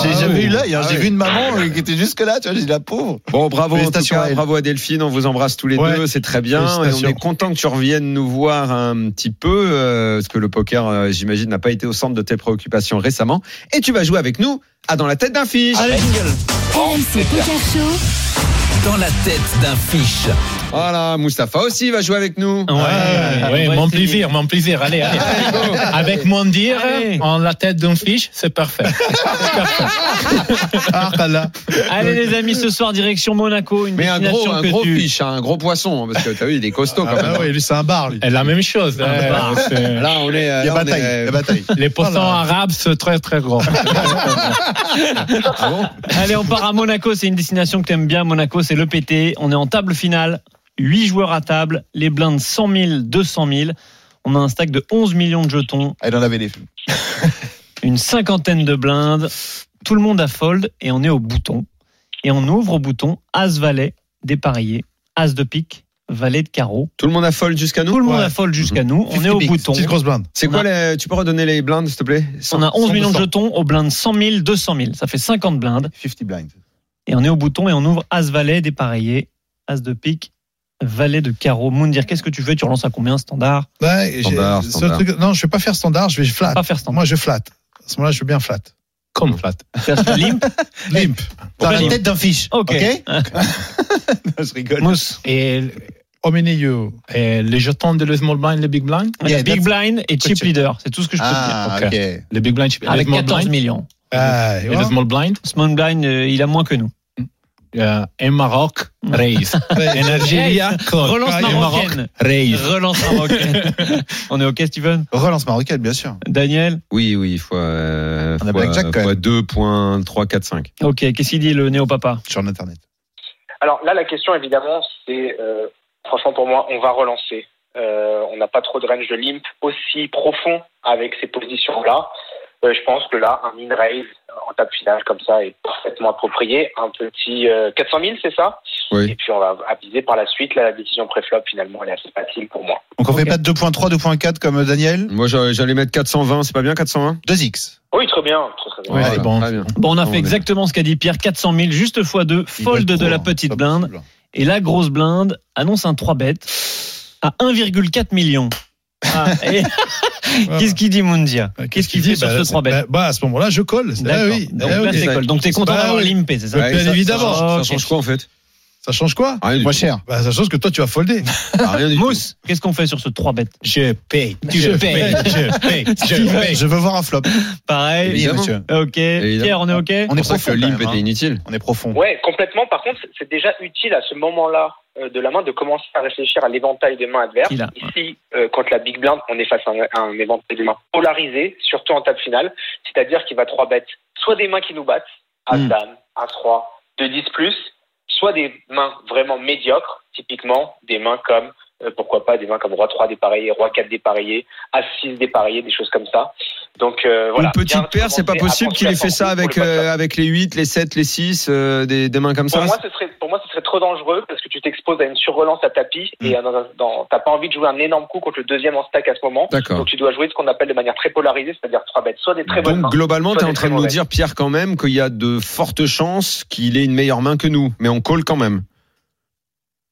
[SPEAKER 9] j'ai jamais ah eu l'œil. Hein. Ah j'ai oui. vu une maman qui était jusque là, tu vois, j'ai dit la pauvre.
[SPEAKER 5] Bon, bravo en tout cas, à bravo à Delphine, on vous embrasse tous les ouais. deux, c'est très bien. Et on est content que tu reviennes nous voir un petit peu, euh, parce que le poker, euh, j'imagine, n'a pas été au centre de tes préoccupations récemment. Et tu vas jouer avec nous à Dans la tête d'un fiche.
[SPEAKER 3] Allez, RMC Poker Show.
[SPEAKER 4] Dans la tête d'un fiche.
[SPEAKER 5] Voilà, Mustapha aussi va jouer avec nous.
[SPEAKER 13] Ouais, ouais, ouais, ouais, mon plaisir, mon plaisir. Allez, allez. avec mon dire, en la tête d'un fiche, c'est parfait.
[SPEAKER 7] Allez les amis, ce soir direction Monaco. Une
[SPEAKER 5] Mais un gros,
[SPEAKER 7] destination
[SPEAKER 5] un
[SPEAKER 7] que
[SPEAKER 5] gros
[SPEAKER 7] tu-
[SPEAKER 5] fiche, hein, un gros poisson, hein, parce que t'as vu, il est costaud quand même.
[SPEAKER 6] Ah bah lui, c'est un bar,
[SPEAKER 13] Et la même chose. hein,
[SPEAKER 5] bar.
[SPEAKER 13] c'est-
[SPEAKER 5] Là, on est.
[SPEAKER 13] Il y a bataille, il y a
[SPEAKER 6] bataille.
[SPEAKER 13] Les poissons arabes, c'est très très gros.
[SPEAKER 7] Allez, on part à Monaco. C'est une destination que t'aimes bien. Monaco, c'est le PT. On est en table finale. 8 joueurs à table. Les blindes 100 000, 200 000. On a un stack de 11 millions de jetons.
[SPEAKER 9] Elle en avait les films.
[SPEAKER 7] Une cinquantaine de blindes. Tout le monde a fold et on est au bouton. Et on ouvre au bouton As-Valet dépareillé. As de pique, Valet de carreau.
[SPEAKER 5] Tout le monde affole jusqu'à nous
[SPEAKER 7] Tout le monde
[SPEAKER 5] Ouais.
[SPEAKER 7] a fold jusqu'à nous. On est
[SPEAKER 5] 50
[SPEAKER 7] au
[SPEAKER 5] bigs,
[SPEAKER 7] bouton.
[SPEAKER 5] petite grosse blinde. C'est
[SPEAKER 7] On
[SPEAKER 5] quoi
[SPEAKER 7] a-
[SPEAKER 5] les- Tu peux redonner les blindes, s'il te plaît
[SPEAKER 7] on a 11 millions de
[SPEAKER 5] 100.
[SPEAKER 7] jetons aux blindes 100 000, 200 000. Ça fait 50 blindes.
[SPEAKER 9] 50 blind.
[SPEAKER 7] Et on est au bouton et on ouvre As-Valet dépareillé. As de pique, Valet de carreau. Moundir, qu'est-ce que tu veux Tu relances à combien standard
[SPEAKER 6] Ouais, j'ai-
[SPEAKER 7] Standard,
[SPEAKER 6] ce
[SPEAKER 7] standard.
[SPEAKER 6] truc- non, je vais pas faire standard, je vais flat.
[SPEAKER 7] Pas faire standard.
[SPEAKER 6] Moi, je flatte. À ce moment-là, je veux bien flat.
[SPEAKER 13] Comme flat.
[SPEAKER 7] Limp.
[SPEAKER 6] Limp.
[SPEAKER 13] Dans la tête
[SPEAKER 9] d'un fiche.
[SPEAKER 7] Ok.
[SPEAKER 9] je rigole.
[SPEAKER 13] Et
[SPEAKER 6] Emmenez you.
[SPEAKER 13] Et les jetons de le small blind, le big blind
[SPEAKER 7] Il y a Yeah, Big that's- Blind et Chip Leader, c'est tout ce que je peux
[SPEAKER 13] Ah,
[SPEAKER 7] te dire.
[SPEAKER 13] ok. Le Big Blind, Chip
[SPEAKER 7] Avec
[SPEAKER 13] le small
[SPEAKER 7] 14
[SPEAKER 13] blind.
[SPEAKER 7] millions.
[SPEAKER 6] Ah,
[SPEAKER 13] et le small blind
[SPEAKER 7] Small blind, euh, il a moins que nous.
[SPEAKER 13] Euh, et Maroc, Reis. Et Nigeria, Cole.
[SPEAKER 7] Relance
[SPEAKER 13] Et
[SPEAKER 7] marocaine.
[SPEAKER 13] Reis.
[SPEAKER 7] Relance marocaine. On est OK, Steven
[SPEAKER 9] Relance marocaine, bien sûr.
[SPEAKER 7] Daniel
[SPEAKER 5] Oui, oui, fois, euh,
[SPEAKER 9] On a
[SPEAKER 5] fois-
[SPEAKER 9] blackjack, quand
[SPEAKER 5] fois 2.345.
[SPEAKER 7] OK, qu'est-ce qu'il dit le néo-papa
[SPEAKER 9] Sur Internet.
[SPEAKER 10] Alors là, la question, évidemment, c'est, euh, franchement, pour moi, on va relancer. Euh, on n'a pas trop de range de limp aussi profond avec ces positions-là. Euh, je pense que là, un in-raise en table finale comme ça est parfaitement approprié. Un petit euh, 400 000, c'est ça Et puis on va aviser par la suite. Là, la décision préflop, finalement, elle est assez facile pour moi.
[SPEAKER 9] Donc, on fait pas de 2.3, 2.4 comme Daniel
[SPEAKER 5] Moi, j'a- j'allais mettre 420, c'est pas bien 420
[SPEAKER 9] 2x.
[SPEAKER 10] Oui, très bien. Très, très bien.
[SPEAKER 7] Ouais,
[SPEAKER 5] Voilà,
[SPEAKER 7] bon.
[SPEAKER 5] très bien.
[SPEAKER 7] Bon, on a fait
[SPEAKER 5] est-
[SPEAKER 7] exactement ce qu'a dit Pierre 400 000, juste x 2, fold de la petite blinde. Et la grosse blinde annonce un 3 bet à 1,4 million. Ah, et- Qu'est-ce qu'il dit, Mundia Qu'est-ce qu'il fait sur
[SPEAKER 6] Bah,
[SPEAKER 7] ce
[SPEAKER 6] c'est-
[SPEAKER 7] 3 bet
[SPEAKER 6] bah, bah, à ce moment-là, je colle. C'est-
[SPEAKER 7] D'accord.
[SPEAKER 6] Ah oui.
[SPEAKER 7] Donc
[SPEAKER 6] ah
[SPEAKER 7] là,
[SPEAKER 6] oui.
[SPEAKER 7] c'est colle. Donc, t'es content
[SPEAKER 6] Bah
[SPEAKER 7] d'avoir
[SPEAKER 6] oui.
[SPEAKER 7] limpé, c'est ça
[SPEAKER 6] Bah, Bien
[SPEAKER 5] ça-
[SPEAKER 6] évidemment.
[SPEAKER 5] Ça,
[SPEAKER 7] Ok.
[SPEAKER 5] change quoi en fait
[SPEAKER 6] Ça change quoi
[SPEAKER 5] Rien du
[SPEAKER 9] Oh, Moins
[SPEAKER 5] tout.
[SPEAKER 9] cher.
[SPEAKER 6] bah, Ça change que toi, tu vas folder.
[SPEAKER 5] Ah, rien du tout.
[SPEAKER 7] Mousse, qu'est-ce qu'on fait sur ce 3 bet
[SPEAKER 13] Je paye.
[SPEAKER 7] Tu
[SPEAKER 13] Je
[SPEAKER 7] payes.
[SPEAKER 13] paye. Je paye. Je paye.
[SPEAKER 9] Je veux voir un flop.
[SPEAKER 7] Pareil.
[SPEAKER 5] Évidemment.
[SPEAKER 9] Eh monsieur.
[SPEAKER 7] Ok. Pierre, on est ok
[SPEAKER 9] On
[SPEAKER 5] C'est
[SPEAKER 9] est
[SPEAKER 5] pour ça que
[SPEAKER 9] profond.
[SPEAKER 5] le
[SPEAKER 9] quand
[SPEAKER 5] limp
[SPEAKER 9] même,
[SPEAKER 5] était
[SPEAKER 9] hein.
[SPEAKER 5] inutile.
[SPEAKER 9] On est profond.
[SPEAKER 10] Ouais, complètement. Par contre, c'est déjà utile à ce moment-là euh, de la main de commencer à réfléchir à l'éventail des mains adverses.
[SPEAKER 7] Il a-
[SPEAKER 10] Ici, euh, quand la big blind, on est face à un, à un éventail de mains polarisé, surtout en table finale, c'est-à-dire qu'il va trois bêtes, soit des mains qui nous battent, à
[SPEAKER 5] Hmm.
[SPEAKER 7] Mm.
[SPEAKER 10] dame, à 3, de 10 plus, soit des mains vraiment médiocres, typiquement des mains comme euh, pourquoi pas des mains comme roi 3 dépareillé, roi 4 dépareillé, as 6 dépareillé, des choses comme ça. Donc euh, voilà.
[SPEAKER 5] Une petite
[SPEAKER 10] Bien
[SPEAKER 5] paire, c'est pas
[SPEAKER 10] commencer à
[SPEAKER 5] possible qu'il ait
[SPEAKER 10] construire
[SPEAKER 5] fait
[SPEAKER 10] son
[SPEAKER 5] ça
[SPEAKER 10] coup pour
[SPEAKER 5] avec,
[SPEAKER 10] le bottom.
[SPEAKER 5] euh, avec les 8, les 7, les 6, euh, des, des mains comme
[SPEAKER 10] Pour
[SPEAKER 5] ça
[SPEAKER 10] moi, ce serait, pour moi, ce serait trop dangereux parce que tu t'exposes à une surrelance à tapis
[SPEAKER 13] Mm.
[SPEAKER 10] et à- dans- dans- t'as pas envie de jouer un énorme coup contre le deuxième en stack à ce moment.
[SPEAKER 5] D'accord.
[SPEAKER 10] Donc tu dois jouer ce qu'on appelle de manière très polarisée, c'est-à-dire trois bêtes, soit des très bonnes
[SPEAKER 5] Donc
[SPEAKER 10] mains.
[SPEAKER 5] globalement,
[SPEAKER 10] soit
[SPEAKER 5] tu es
[SPEAKER 10] des
[SPEAKER 5] en train
[SPEAKER 10] très
[SPEAKER 5] de nous
[SPEAKER 10] mauvaises.
[SPEAKER 5] dire, Pierre, quand même, qu'il y a de fortes chances qu'il ait une meilleure main que nous. Mais on colle quand même.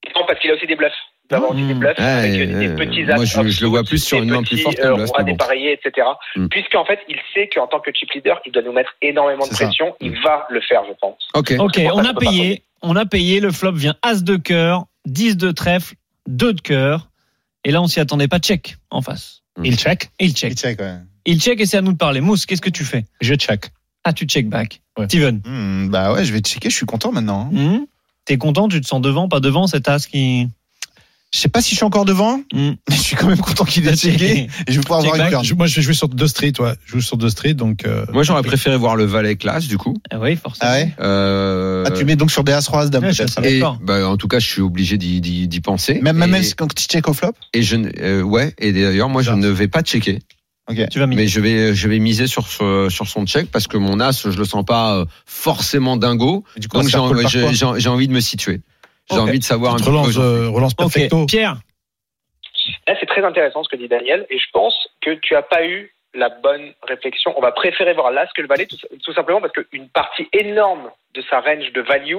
[SPEAKER 10] Et Non, parce qu'il a aussi des bluffs. Il va
[SPEAKER 7] Mm.
[SPEAKER 10] avoir aussi des bluffs
[SPEAKER 5] Ouais,
[SPEAKER 10] avec euh,
[SPEAKER 5] ouais,
[SPEAKER 10] des petits
[SPEAKER 5] moi,
[SPEAKER 10] as,
[SPEAKER 5] je- je le vois plus sur
[SPEAKER 10] des
[SPEAKER 5] une main plus
[SPEAKER 10] petits,
[SPEAKER 5] forte que
[SPEAKER 10] euh,
[SPEAKER 5] le bluff,
[SPEAKER 10] rois
[SPEAKER 5] mais bon.
[SPEAKER 10] dépareillés, etc.
[SPEAKER 5] Mm.
[SPEAKER 10] Puisqu'en fait, il sait qu'en tant que chip leader, il doit nous mettre énormément de
[SPEAKER 9] C'est ça.
[SPEAKER 10] pression. Il va le faire, je pense.
[SPEAKER 5] Ok.
[SPEAKER 7] Ok,
[SPEAKER 10] C'est pour
[SPEAKER 7] on
[SPEAKER 10] ça
[SPEAKER 7] a
[SPEAKER 10] qu'on peut pas
[SPEAKER 7] payé. On a payé. Le flop vient As de cœur, 10 de trèfle, 2 de cœur. Et là, on s'y attendait pas. Check en face.
[SPEAKER 6] Hmm.
[SPEAKER 13] Il check.
[SPEAKER 7] Il check.
[SPEAKER 9] Il check, ouais.
[SPEAKER 7] Il check et c'est à nous de parler. Mousse, qu'est-ce que tu fais
[SPEAKER 13] Je check.
[SPEAKER 7] Ah, tu check back.
[SPEAKER 13] Ouais.
[SPEAKER 7] Steven,
[SPEAKER 9] Hmm, bah ouais, je vais checker, je suis content maintenant. hein.
[SPEAKER 7] hmm t'es content Tu te sens devant, pas devant cet As qui.
[SPEAKER 9] Je sais pas si je suis encore devant,
[SPEAKER 7] Hmm.
[SPEAKER 9] mais je suis quand même content qu'il ait checké. Et je vais pouvoir
[SPEAKER 7] Check
[SPEAKER 9] avoir une
[SPEAKER 7] back.
[SPEAKER 9] turn.
[SPEAKER 6] Je- moi, je vais jouer sur deux streets, ouais. Je joue sur deux streets, donc. euh,
[SPEAKER 5] Moi, j'aurais préféré voir le valet classe, du coup.
[SPEAKER 7] Ah oui,
[SPEAKER 9] Ah
[SPEAKER 7] forcément.
[SPEAKER 9] ouais
[SPEAKER 5] Euh,
[SPEAKER 9] Ah, tu mets donc sur des as rois as dame.
[SPEAKER 7] Ouais, je suis
[SPEAKER 9] peut-être.
[SPEAKER 7] assez
[SPEAKER 5] et,
[SPEAKER 7] d'accord.
[SPEAKER 5] bah, en tout cas, je suis obligé d'y- d'y d'y penser.
[SPEAKER 9] Même, même
[SPEAKER 5] et,
[SPEAKER 9] si- quand tu check au flop.
[SPEAKER 5] et je, ne- euh, ouais. Et d'ailleurs, moi, je ne vais pas checker.
[SPEAKER 7] Tu vas
[SPEAKER 5] Mais je vais, je vais miser sur, ce- sur son check parce que mon as, je le sens pas euh, forcément dingo.
[SPEAKER 9] Et Du coup,
[SPEAKER 5] Donc
[SPEAKER 9] ça
[SPEAKER 5] j'ai
[SPEAKER 9] colle
[SPEAKER 5] en-
[SPEAKER 9] par quoi
[SPEAKER 5] j'ai j'ai- j'ai envie de me situer. J'ai
[SPEAKER 7] Ok.
[SPEAKER 5] envie de savoir un
[SPEAKER 6] tu te
[SPEAKER 5] petit peu.
[SPEAKER 6] relances, euh, relance
[SPEAKER 7] Ok,
[SPEAKER 6] perfecto.
[SPEAKER 7] Pierre,
[SPEAKER 10] Là, c'est très intéressant ce que dit Daniel, et je pense que tu n'as pas eu la bonne réflexion. On va préférer voir l'as que le valet, tout, tout simplement parce qu'une partie énorme de sa range de value,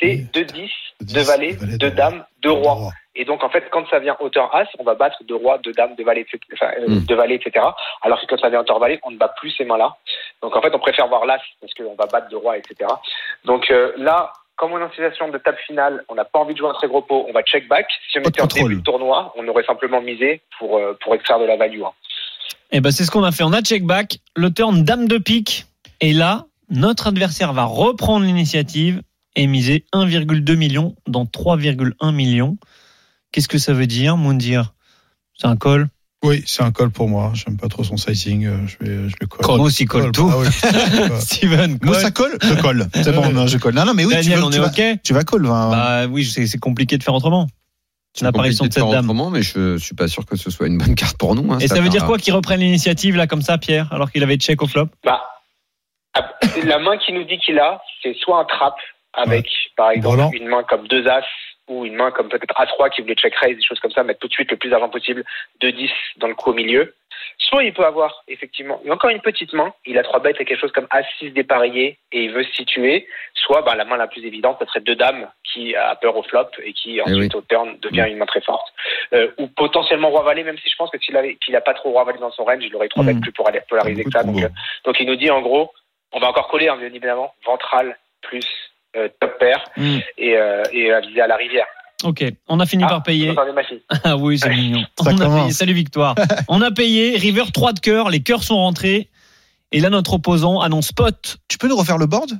[SPEAKER 10] c'est 2-10,
[SPEAKER 6] dix,
[SPEAKER 10] 2 valets,
[SPEAKER 6] valet,
[SPEAKER 10] 2
[SPEAKER 6] deux
[SPEAKER 10] dames, 2 rois. Et donc, en fait, quand ça vient hauteur as, on va battre 2 rois, 2 dames, 2 valets, etc., enfin, euh,
[SPEAKER 5] Mm.
[SPEAKER 10] deux valets, etc. Alors que quand ça vient hauteur valet, on ne bat plus ces mains-là. Donc, en fait, on préfère voir l'as parce qu'on va battre 2 rois, etc. Donc euh, là, comme on est en situation de table finale, on n'a pas envie de jouer un très gros pot, on va check back. Si on était en début de tournoi, on aurait simplement misé pour, euh, pour extraire de la value. hein.
[SPEAKER 13] Et ben c'est ce qu'on a fait. On a check back, le turn dame de pique. Et là, notre adversaire va reprendre l'initiative et miser 1,2 million dans 3,1 millions. Qu'est-ce que ça veut dire, Moundir C'est un call
[SPEAKER 6] Oui, c'est un call pour moi. J'aime pas trop son sizing. euh, Je vais, je vais call.
[SPEAKER 13] Moi aussi, call tout.
[SPEAKER 6] Ah oui, call.
[SPEAKER 13] Steven,
[SPEAKER 9] Moi,
[SPEAKER 13] call.
[SPEAKER 9] ça colle Je colle. C'est bon, non, je colle. Non, non, mais oui,
[SPEAKER 13] Daniel,
[SPEAKER 9] tu, veux-
[SPEAKER 13] on
[SPEAKER 9] tu
[SPEAKER 13] est
[SPEAKER 9] vas,
[SPEAKER 13] OK
[SPEAKER 9] tu vas colle.
[SPEAKER 6] hein.
[SPEAKER 9] vingt.
[SPEAKER 13] Bah oui, c'est c'est compliqué de faire autrement.
[SPEAKER 5] C'est
[SPEAKER 13] L'apparition
[SPEAKER 5] compliqué
[SPEAKER 13] de cette
[SPEAKER 5] faire
[SPEAKER 13] dame.
[SPEAKER 5] autrement, mais je suis pas sûr que ce soit une bonne carte pour nous. hein,
[SPEAKER 13] Et
[SPEAKER 5] cette
[SPEAKER 13] ça veut dire
[SPEAKER 5] affaire-là.
[SPEAKER 13] quoi qu'il reprenne l'initiative là comme ça, Pierre, alors qu'il avait check au flop
[SPEAKER 10] Bah, ah, la main qui nous dit qu'il a, c'est soit un trap avec, par exemple,
[SPEAKER 6] Volant.
[SPEAKER 10] une main comme deux as ou une main comme peut-être A3 qui voulait check raise, des choses comme ça, mettre tout de suite le plus d'argent possible, 2-10 dans le coup au milieu. Soit il peut avoir effectivement et encore une petite main, il a trois bêtes et quelque chose comme A6 dépareillé et il veut se situer, soit bah, la main la plus évidente, ça serait deux dames qui a peur au flop et qui ensuite
[SPEAKER 5] oui.
[SPEAKER 10] au turn devient une main très forte. Euh, ou potentiellement roi valet, même si je pense que s'il avait- qu'il a pas trop roi valet dans son range, il aurait trois
[SPEAKER 13] Mm.
[SPEAKER 10] bêtes plus pour aller polariser que ça. Donc, euh, donc il nous dit en gros, on va encore coller, hein, bien évidemment, ventral plus euh, top pair
[SPEAKER 13] Hmm,
[SPEAKER 10] et, euh, et avisé à la rivière. Ah,
[SPEAKER 13] Ok, on a fini par payer.
[SPEAKER 10] Attendez ma fille.
[SPEAKER 13] Ah oui, c'est mignon.
[SPEAKER 9] Ça
[SPEAKER 13] On a
[SPEAKER 9] commence.
[SPEAKER 13] payé. Salut Victoire. On a payé. River 3 de cœur. Les cœurs sont rentrés. Et là, notre opposant annonce pot.
[SPEAKER 9] Tu peux nous refaire le board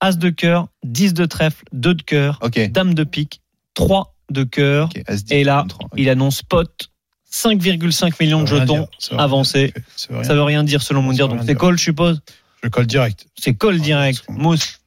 [SPEAKER 13] As de cœur, 10 de trèfle, 2 de cœur,
[SPEAKER 9] Ok.
[SPEAKER 13] dame de pique, 3 de cœur.
[SPEAKER 9] ok, As-10,
[SPEAKER 13] Et là,
[SPEAKER 9] 23, ok.
[SPEAKER 13] Il annonce pot. 5,5 millions de
[SPEAKER 6] Ça veut rien
[SPEAKER 13] jetons.
[SPEAKER 6] dire. Ça veut rien
[SPEAKER 13] avancés.
[SPEAKER 6] dire. Ça veut rien
[SPEAKER 13] Ça veut rien dire selon mon
[SPEAKER 6] Ça
[SPEAKER 13] dire.
[SPEAKER 6] veut
[SPEAKER 13] Donc
[SPEAKER 6] rien
[SPEAKER 13] c'est
[SPEAKER 6] dire.
[SPEAKER 13] call, je suppose.
[SPEAKER 6] Je colle direct.
[SPEAKER 13] C'est call direct.
[SPEAKER 6] c'est bon.
[SPEAKER 13] Mousse.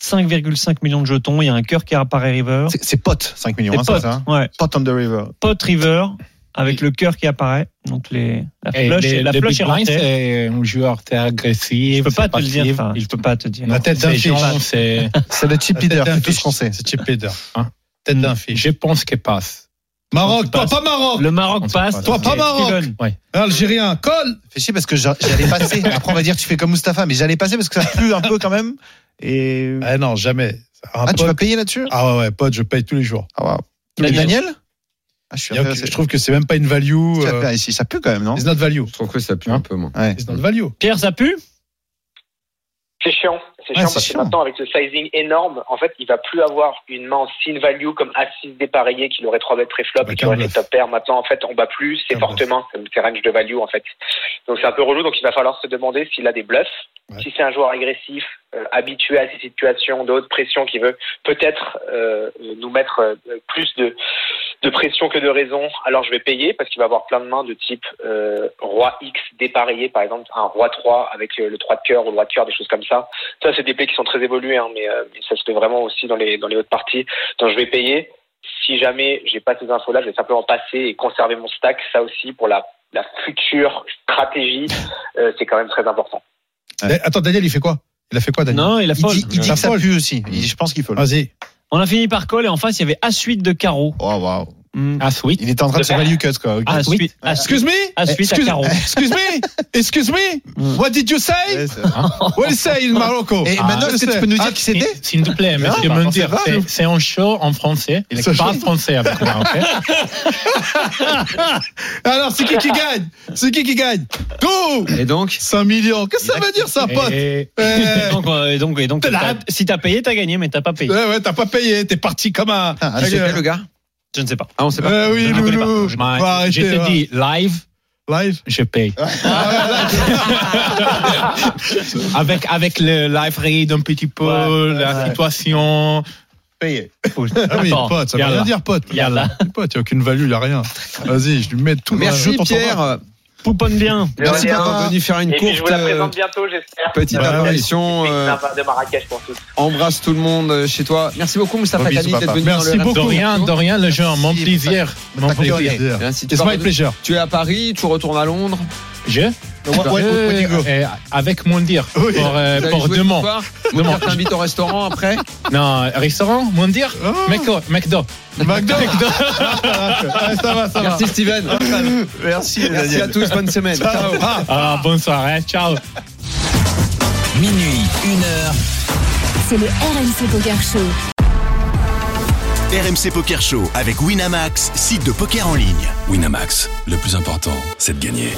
[SPEAKER 13] 5,5 millions de jetons. Il y a un cœur qui apparaît River.
[SPEAKER 9] C'est c'est pot, 5 millions,
[SPEAKER 13] C'est
[SPEAKER 9] hein,
[SPEAKER 13] pot.
[SPEAKER 9] c'est ça hein
[SPEAKER 13] Ouais.
[SPEAKER 9] Pot on the river.
[SPEAKER 13] Pot River avec le cœur qui apparaît. Donc Eh, les, la
[SPEAKER 7] Et
[SPEAKER 10] Eh,
[SPEAKER 13] flush,
[SPEAKER 7] le-
[SPEAKER 13] la
[SPEAKER 7] le
[SPEAKER 13] flush
[SPEAKER 7] big
[SPEAKER 13] est
[SPEAKER 7] blind,
[SPEAKER 13] rentrée.
[SPEAKER 7] c'est un joueur très agressif.
[SPEAKER 13] Je peux pas
[SPEAKER 7] c'est
[SPEAKER 13] te le dire.
[SPEAKER 7] passif,
[SPEAKER 13] ça.
[SPEAKER 7] il
[SPEAKER 13] Je peux pas te dire.
[SPEAKER 6] La tête d'un
[SPEAKER 7] C'est
[SPEAKER 6] fiche.
[SPEAKER 7] gens, c'est.
[SPEAKER 9] C'est le chip
[SPEAKER 6] La tête
[SPEAKER 9] leader,
[SPEAKER 6] d'un
[SPEAKER 9] c'est tout
[SPEAKER 6] fiche.
[SPEAKER 9] ce qu'on sait.
[SPEAKER 6] C'est chip leader. hein. Tête d'un fiche.
[SPEAKER 7] Je pense qu'il passe.
[SPEAKER 6] Maroc,
[SPEAKER 7] On
[SPEAKER 6] toi
[SPEAKER 7] passe.
[SPEAKER 6] pas Maroc.
[SPEAKER 13] Le
[SPEAKER 7] On
[SPEAKER 13] Maroc
[SPEAKER 7] sait
[SPEAKER 13] passe.
[SPEAKER 7] pas,
[SPEAKER 6] Toi, pas
[SPEAKER 13] Et
[SPEAKER 6] Maroc.
[SPEAKER 13] Steven.
[SPEAKER 6] Algérien, colle.
[SPEAKER 9] Fais chier parce que j'a- j'allais passer. Après, on va dire tu fais comme Mustapha, mais j'allais passer parce que ça pue un peu quand même. Et.
[SPEAKER 6] Ah non, jamais. Un
[SPEAKER 9] Ah, tu
[SPEAKER 6] pote-
[SPEAKER 9] vas payer là-dessus
[SPEAKER 6] Ah ouais, ouais, pote, je paye tous les jours.
[SPEAKER 9] Ah, waouh.
[SPEAKER 13] Daniel.
[SPEAKER 9] Daniel Ah, je suis
[SPEAKER 6] Il y a-
[SPEAKER 9] affaire,
[SPEAKER 6] Je trouve que c'est même pas une value.
[SPEAKER 9] je suis
[SPEAKER 6] euh,
[SPEAKER 9] affaire ici. Ça pue quand même, non
[SPEAKER 6] It's not value.
[SPEAKER 5] Je trouve que ça pue un peu, moi.
[SPEAKER 9] Ouais.
[SPEAKER 6] It's not value.
[SPEAKER 13] Pierre, ça pue
[SPEAKER 10] C'est chiant, c'est
[SPEAKER 9] Ouais,
[SPEAKER 10] chiant
[SPEAKER 9] c'est
[SPEAKER 10] parce que
[SPEAKER 9] chiant.
[SPEAKER 10] maintenant avec ce sizing énorme, en fait, il va plus avoir une main en sin value comme assise dépareillée qu'il aurait trois bêtes pré-flop
[SPEAKER 6] Bah,
[SPEAKER 10] et qu'il aurait
[SPEAKER 6] qu'un
[SPEAKER 10] fait top pair. Maintenant, en fait, on bat plus ses
[SPEAKER 6] Qu'un
[SPEAKER 10] fortes
[SPEAKER 6] bluff.
[SPEAKER 10] mains comme ses ranges de value en fait. Donc c'est un peu relou. Donc il va falloir se demander s'il a des bluffs,
[SPEAKER 6] Ouais.
[SPEAKER 10] si c'est un joueur agressif, euh, habitué à ces situations de haute pression qui veut peut-être euh, nous mettre euh, plus de de pression que de raison, alors je vais payer parce qu'il va avoir plein de mains de type euh, roi X dépareillé, par exemple un roi 3 avec euh, le, le 3 de cœur ou le roi de cœur, des choses comme ça. Ça, c'est des plays qui sont très évolués, hein, mais, euh, mais ça se fait vraiment aussi dans les, dans les hautes parties. Donc je vais payer. Si jamais j'ai pas ces infos-là, je vais simplement passer et conserver mon stack. Ça aussi, pour la, la future stratégie, euh, c'est quand même très important.
[SPEAKER 9] Ouais.
[SPEAKER 6] Attends, Daniel, il fait quoi Il a fait quoi, Daniel
[SPEAKER 13] Non, il a
[SPEAKER 9] Il
[SPEAKER 13] fold.
[SPEAKER 9] dit, il dit
[SPEAKER 6] La
[SPEAKER 9] que ça
[SPEAKER 6] folle.
[SPEAKER 9] pue aussi. Il- je pense qu'il faut.
[SPEAKER 6] Vas-y.
[SPEAKER 13] On a fini par call et en face, il y avait As-8 de carreau.
[SPEAKER 9] Oh, waouh.
[SPEAKER 6] Hmm.
[SPEAKER 13] Mm.
[SPEAKER 7] Ah, sweet.
[SPEAKER 9] Il était en train de se value cut, quoi. ok.
[SPEAKER 13] As-8 As-8
[SPEAKER 6] Excuse me
[SPEAKER 13] As-8 Ah, à
[SPEAKER 6] Excuse-
[SPEAKER 13] carreau.
[SPEAKER 6] Excuse me Excuse me
[SPEAKER 13] Mm.
[SPEAKER 6] What did you say
[SPEAKER 9] Ouais, c'est vrai.
[SPEAKER 6] What you say in Morocco
[SPEAKER 9] Et
[SPEAKER 7] Ah,
[SPEAKER 9] maintenant,
[SPEAKER 6] je
[SPEAKER 9] est-ce que
[SPEAKER 6] sais.
[SPEAKER 9] tu peux nous
[SPEAKER 6] Ah,
[SPEAKER 9] dire qui c'était
[SPEAKER 7] S'il te plaît, monsieur
[SPEAKER 9] bah, on
[SPEAKER 7] Mundir,
[SPEAKER 9] sait pas,
[SPEAKER 7] c'est-
[SPEAKER 9] nous.
[SPEAKER 7] c'est un show en français. Il
[SPEAKER 6] C'est
[SPEAKER 7] parle
[SPEAKER 6] chaud.
[SPEAKER 7] français avec moi, ok
[SPEAKER 6] Ah, Alors, c'est qui qui gagne C'est qui qui gagne Go
[SPEAKER 5] Et donc
[SPEAKER 6] 5 millions Qu'est-ce que ça veut dire, ça, pote
[SPEAKER 7] Et-
[SPEAKER 13] Et
[SPEAKER 6] Eh,
[SPEAKER 13] donc, euh, et donc, et donc
[SPEAKER 6] T'as la-
[SPEAKER 13] t'as- si t'as payé, t'as gagné, mais t'as pas payé.
[SPEAKER 6] Ouais, ouais, t'as pas payé, t'es parti comme un.
[SPEAKER 9] Ah,
[SPEAKER 5] Tu sais
[SPEAKER 6] Euh,
[SPEAKER 5] bien, le gars
[SPEAKER 13] Je ne sais pas.
[SPEAKER 5] Ah, on sait pas.
[SPEAKER 6] euh, oui,
[SPEAKER 13] Je connais pas,
[SPEAKER 6] Loulou.
[SPEAKER 7] Je
[SPEAKER 6] On va
[SPEAKER 7] bah, je
[SPEAKER 6] arrêter, hein. Ah, là.
[SPEAKER 7] te dis live,
[SPEAKER 6] Live
[SPEAKER 7] je paye. avec avec le live read un petit peu,
[SPEAKER 13] Ouais.
[SPEAKER 7] la situation.
[SPEAKER 9] Payé.
[SPEAKER 6] Ah oui,
[SPEAKER 13] Attends,
[SPEAKER 6] pote, ça veut
[SPEAKER 13] yalla.
[SPEAKER 6] rien dire, pote.
[SPEAKER 13] Yalla.
[SPEAKER 6] Pote, y a aucune value, y a rien. Vas-y, je lui mets tout dans la-
[SPEAKER 5] Merci,
[SPEAKER 6] je t'entends pas.
[SPEAKER 5] Pierre.
[SPEAKER 13] Pouponne bien.
[SPEAKER 5] Merci
[SPEAKER 9] rien.
[SPEAKER 5] d'être venu faire une
[SPEAKER 10] Et puis je vous
[SPEAKER 5] courte
[SPEAKER 10] la
[SPEAKER 5] euh,
[SPEAKER 10] présente bientôt, j'espère.
[SPEAKER 5] petite
[SPEAKER 6] Bah,
[SPEAKER 5] apparition. euh,
[SPEAKER 10] de Marrakech pour tous.
[SPEAKER 5] Embrasse tout le monde euh, chez toi. Merci beaucoup, Moustapha
[SPEAKER 6] Oh, Bisous,
[SPEAKER 5] Kani,
[SPEAKER 6] papa.
[SPEAKER 5] d'être venu
[SPEAKER 6] Merci
[SPEAKER 5] dans le
[SPEAKER 6] beaucoup.
[SPEAKER 7] Dorian, Dorian, le jeu, mon plaisir. Mon
[SPEAKER 9] D'accord.
[SPEAKER 7] plaisir.
[SPEAKER 5] Et ainsi, tu,
[SPEAKER 6] It's
[SPEAKER 5] vas
[SPEAKER 6] my
[SPEAKER 5] revenir-
[SPEAKER 6] pleasure.
[SPEAKER 5] tu es à Paris, tu retournes à Londres.
[SPEAKER 7] Je
[SPEAKER 6] ouais,
[SPEAKER 7] Je- euh, Avec Mondir. Pour, euh,
[SPEAKER 5] Vous allez
[SPEAKER 7] pour
[SPEAKER 5] jouer ce
[SPEAKER 7] demain.
[SPEAKER 5] soir. Mon père t'invite au restaurant après.
[SPEAKER 7] Non, restaurant, Mondir
[SPEAKER 6] Oh.
[SPEAKER 7] McDo. McDo.
[SPEAKER 6] McDo. Ouais, ça va, ça va.
[SPEAKER 5] Merci Steven.
[SPEAKER 9] Merci,
[SPEAKER 5] Merci à tous, bonne semaine. Ciao.
[SPEAKER 7] Ah, bonsoir, hein. ciao.
[SPEAKER 14] Minuit, 1 heure.
[SPEAKER 3] C'est le RMC Poker Show.
[SPEAKER 1] RMC Poker Show avec Winamax, site de poker en ligne.
[SPEAKER 15] Winamax, le plus important, c'est de gagner.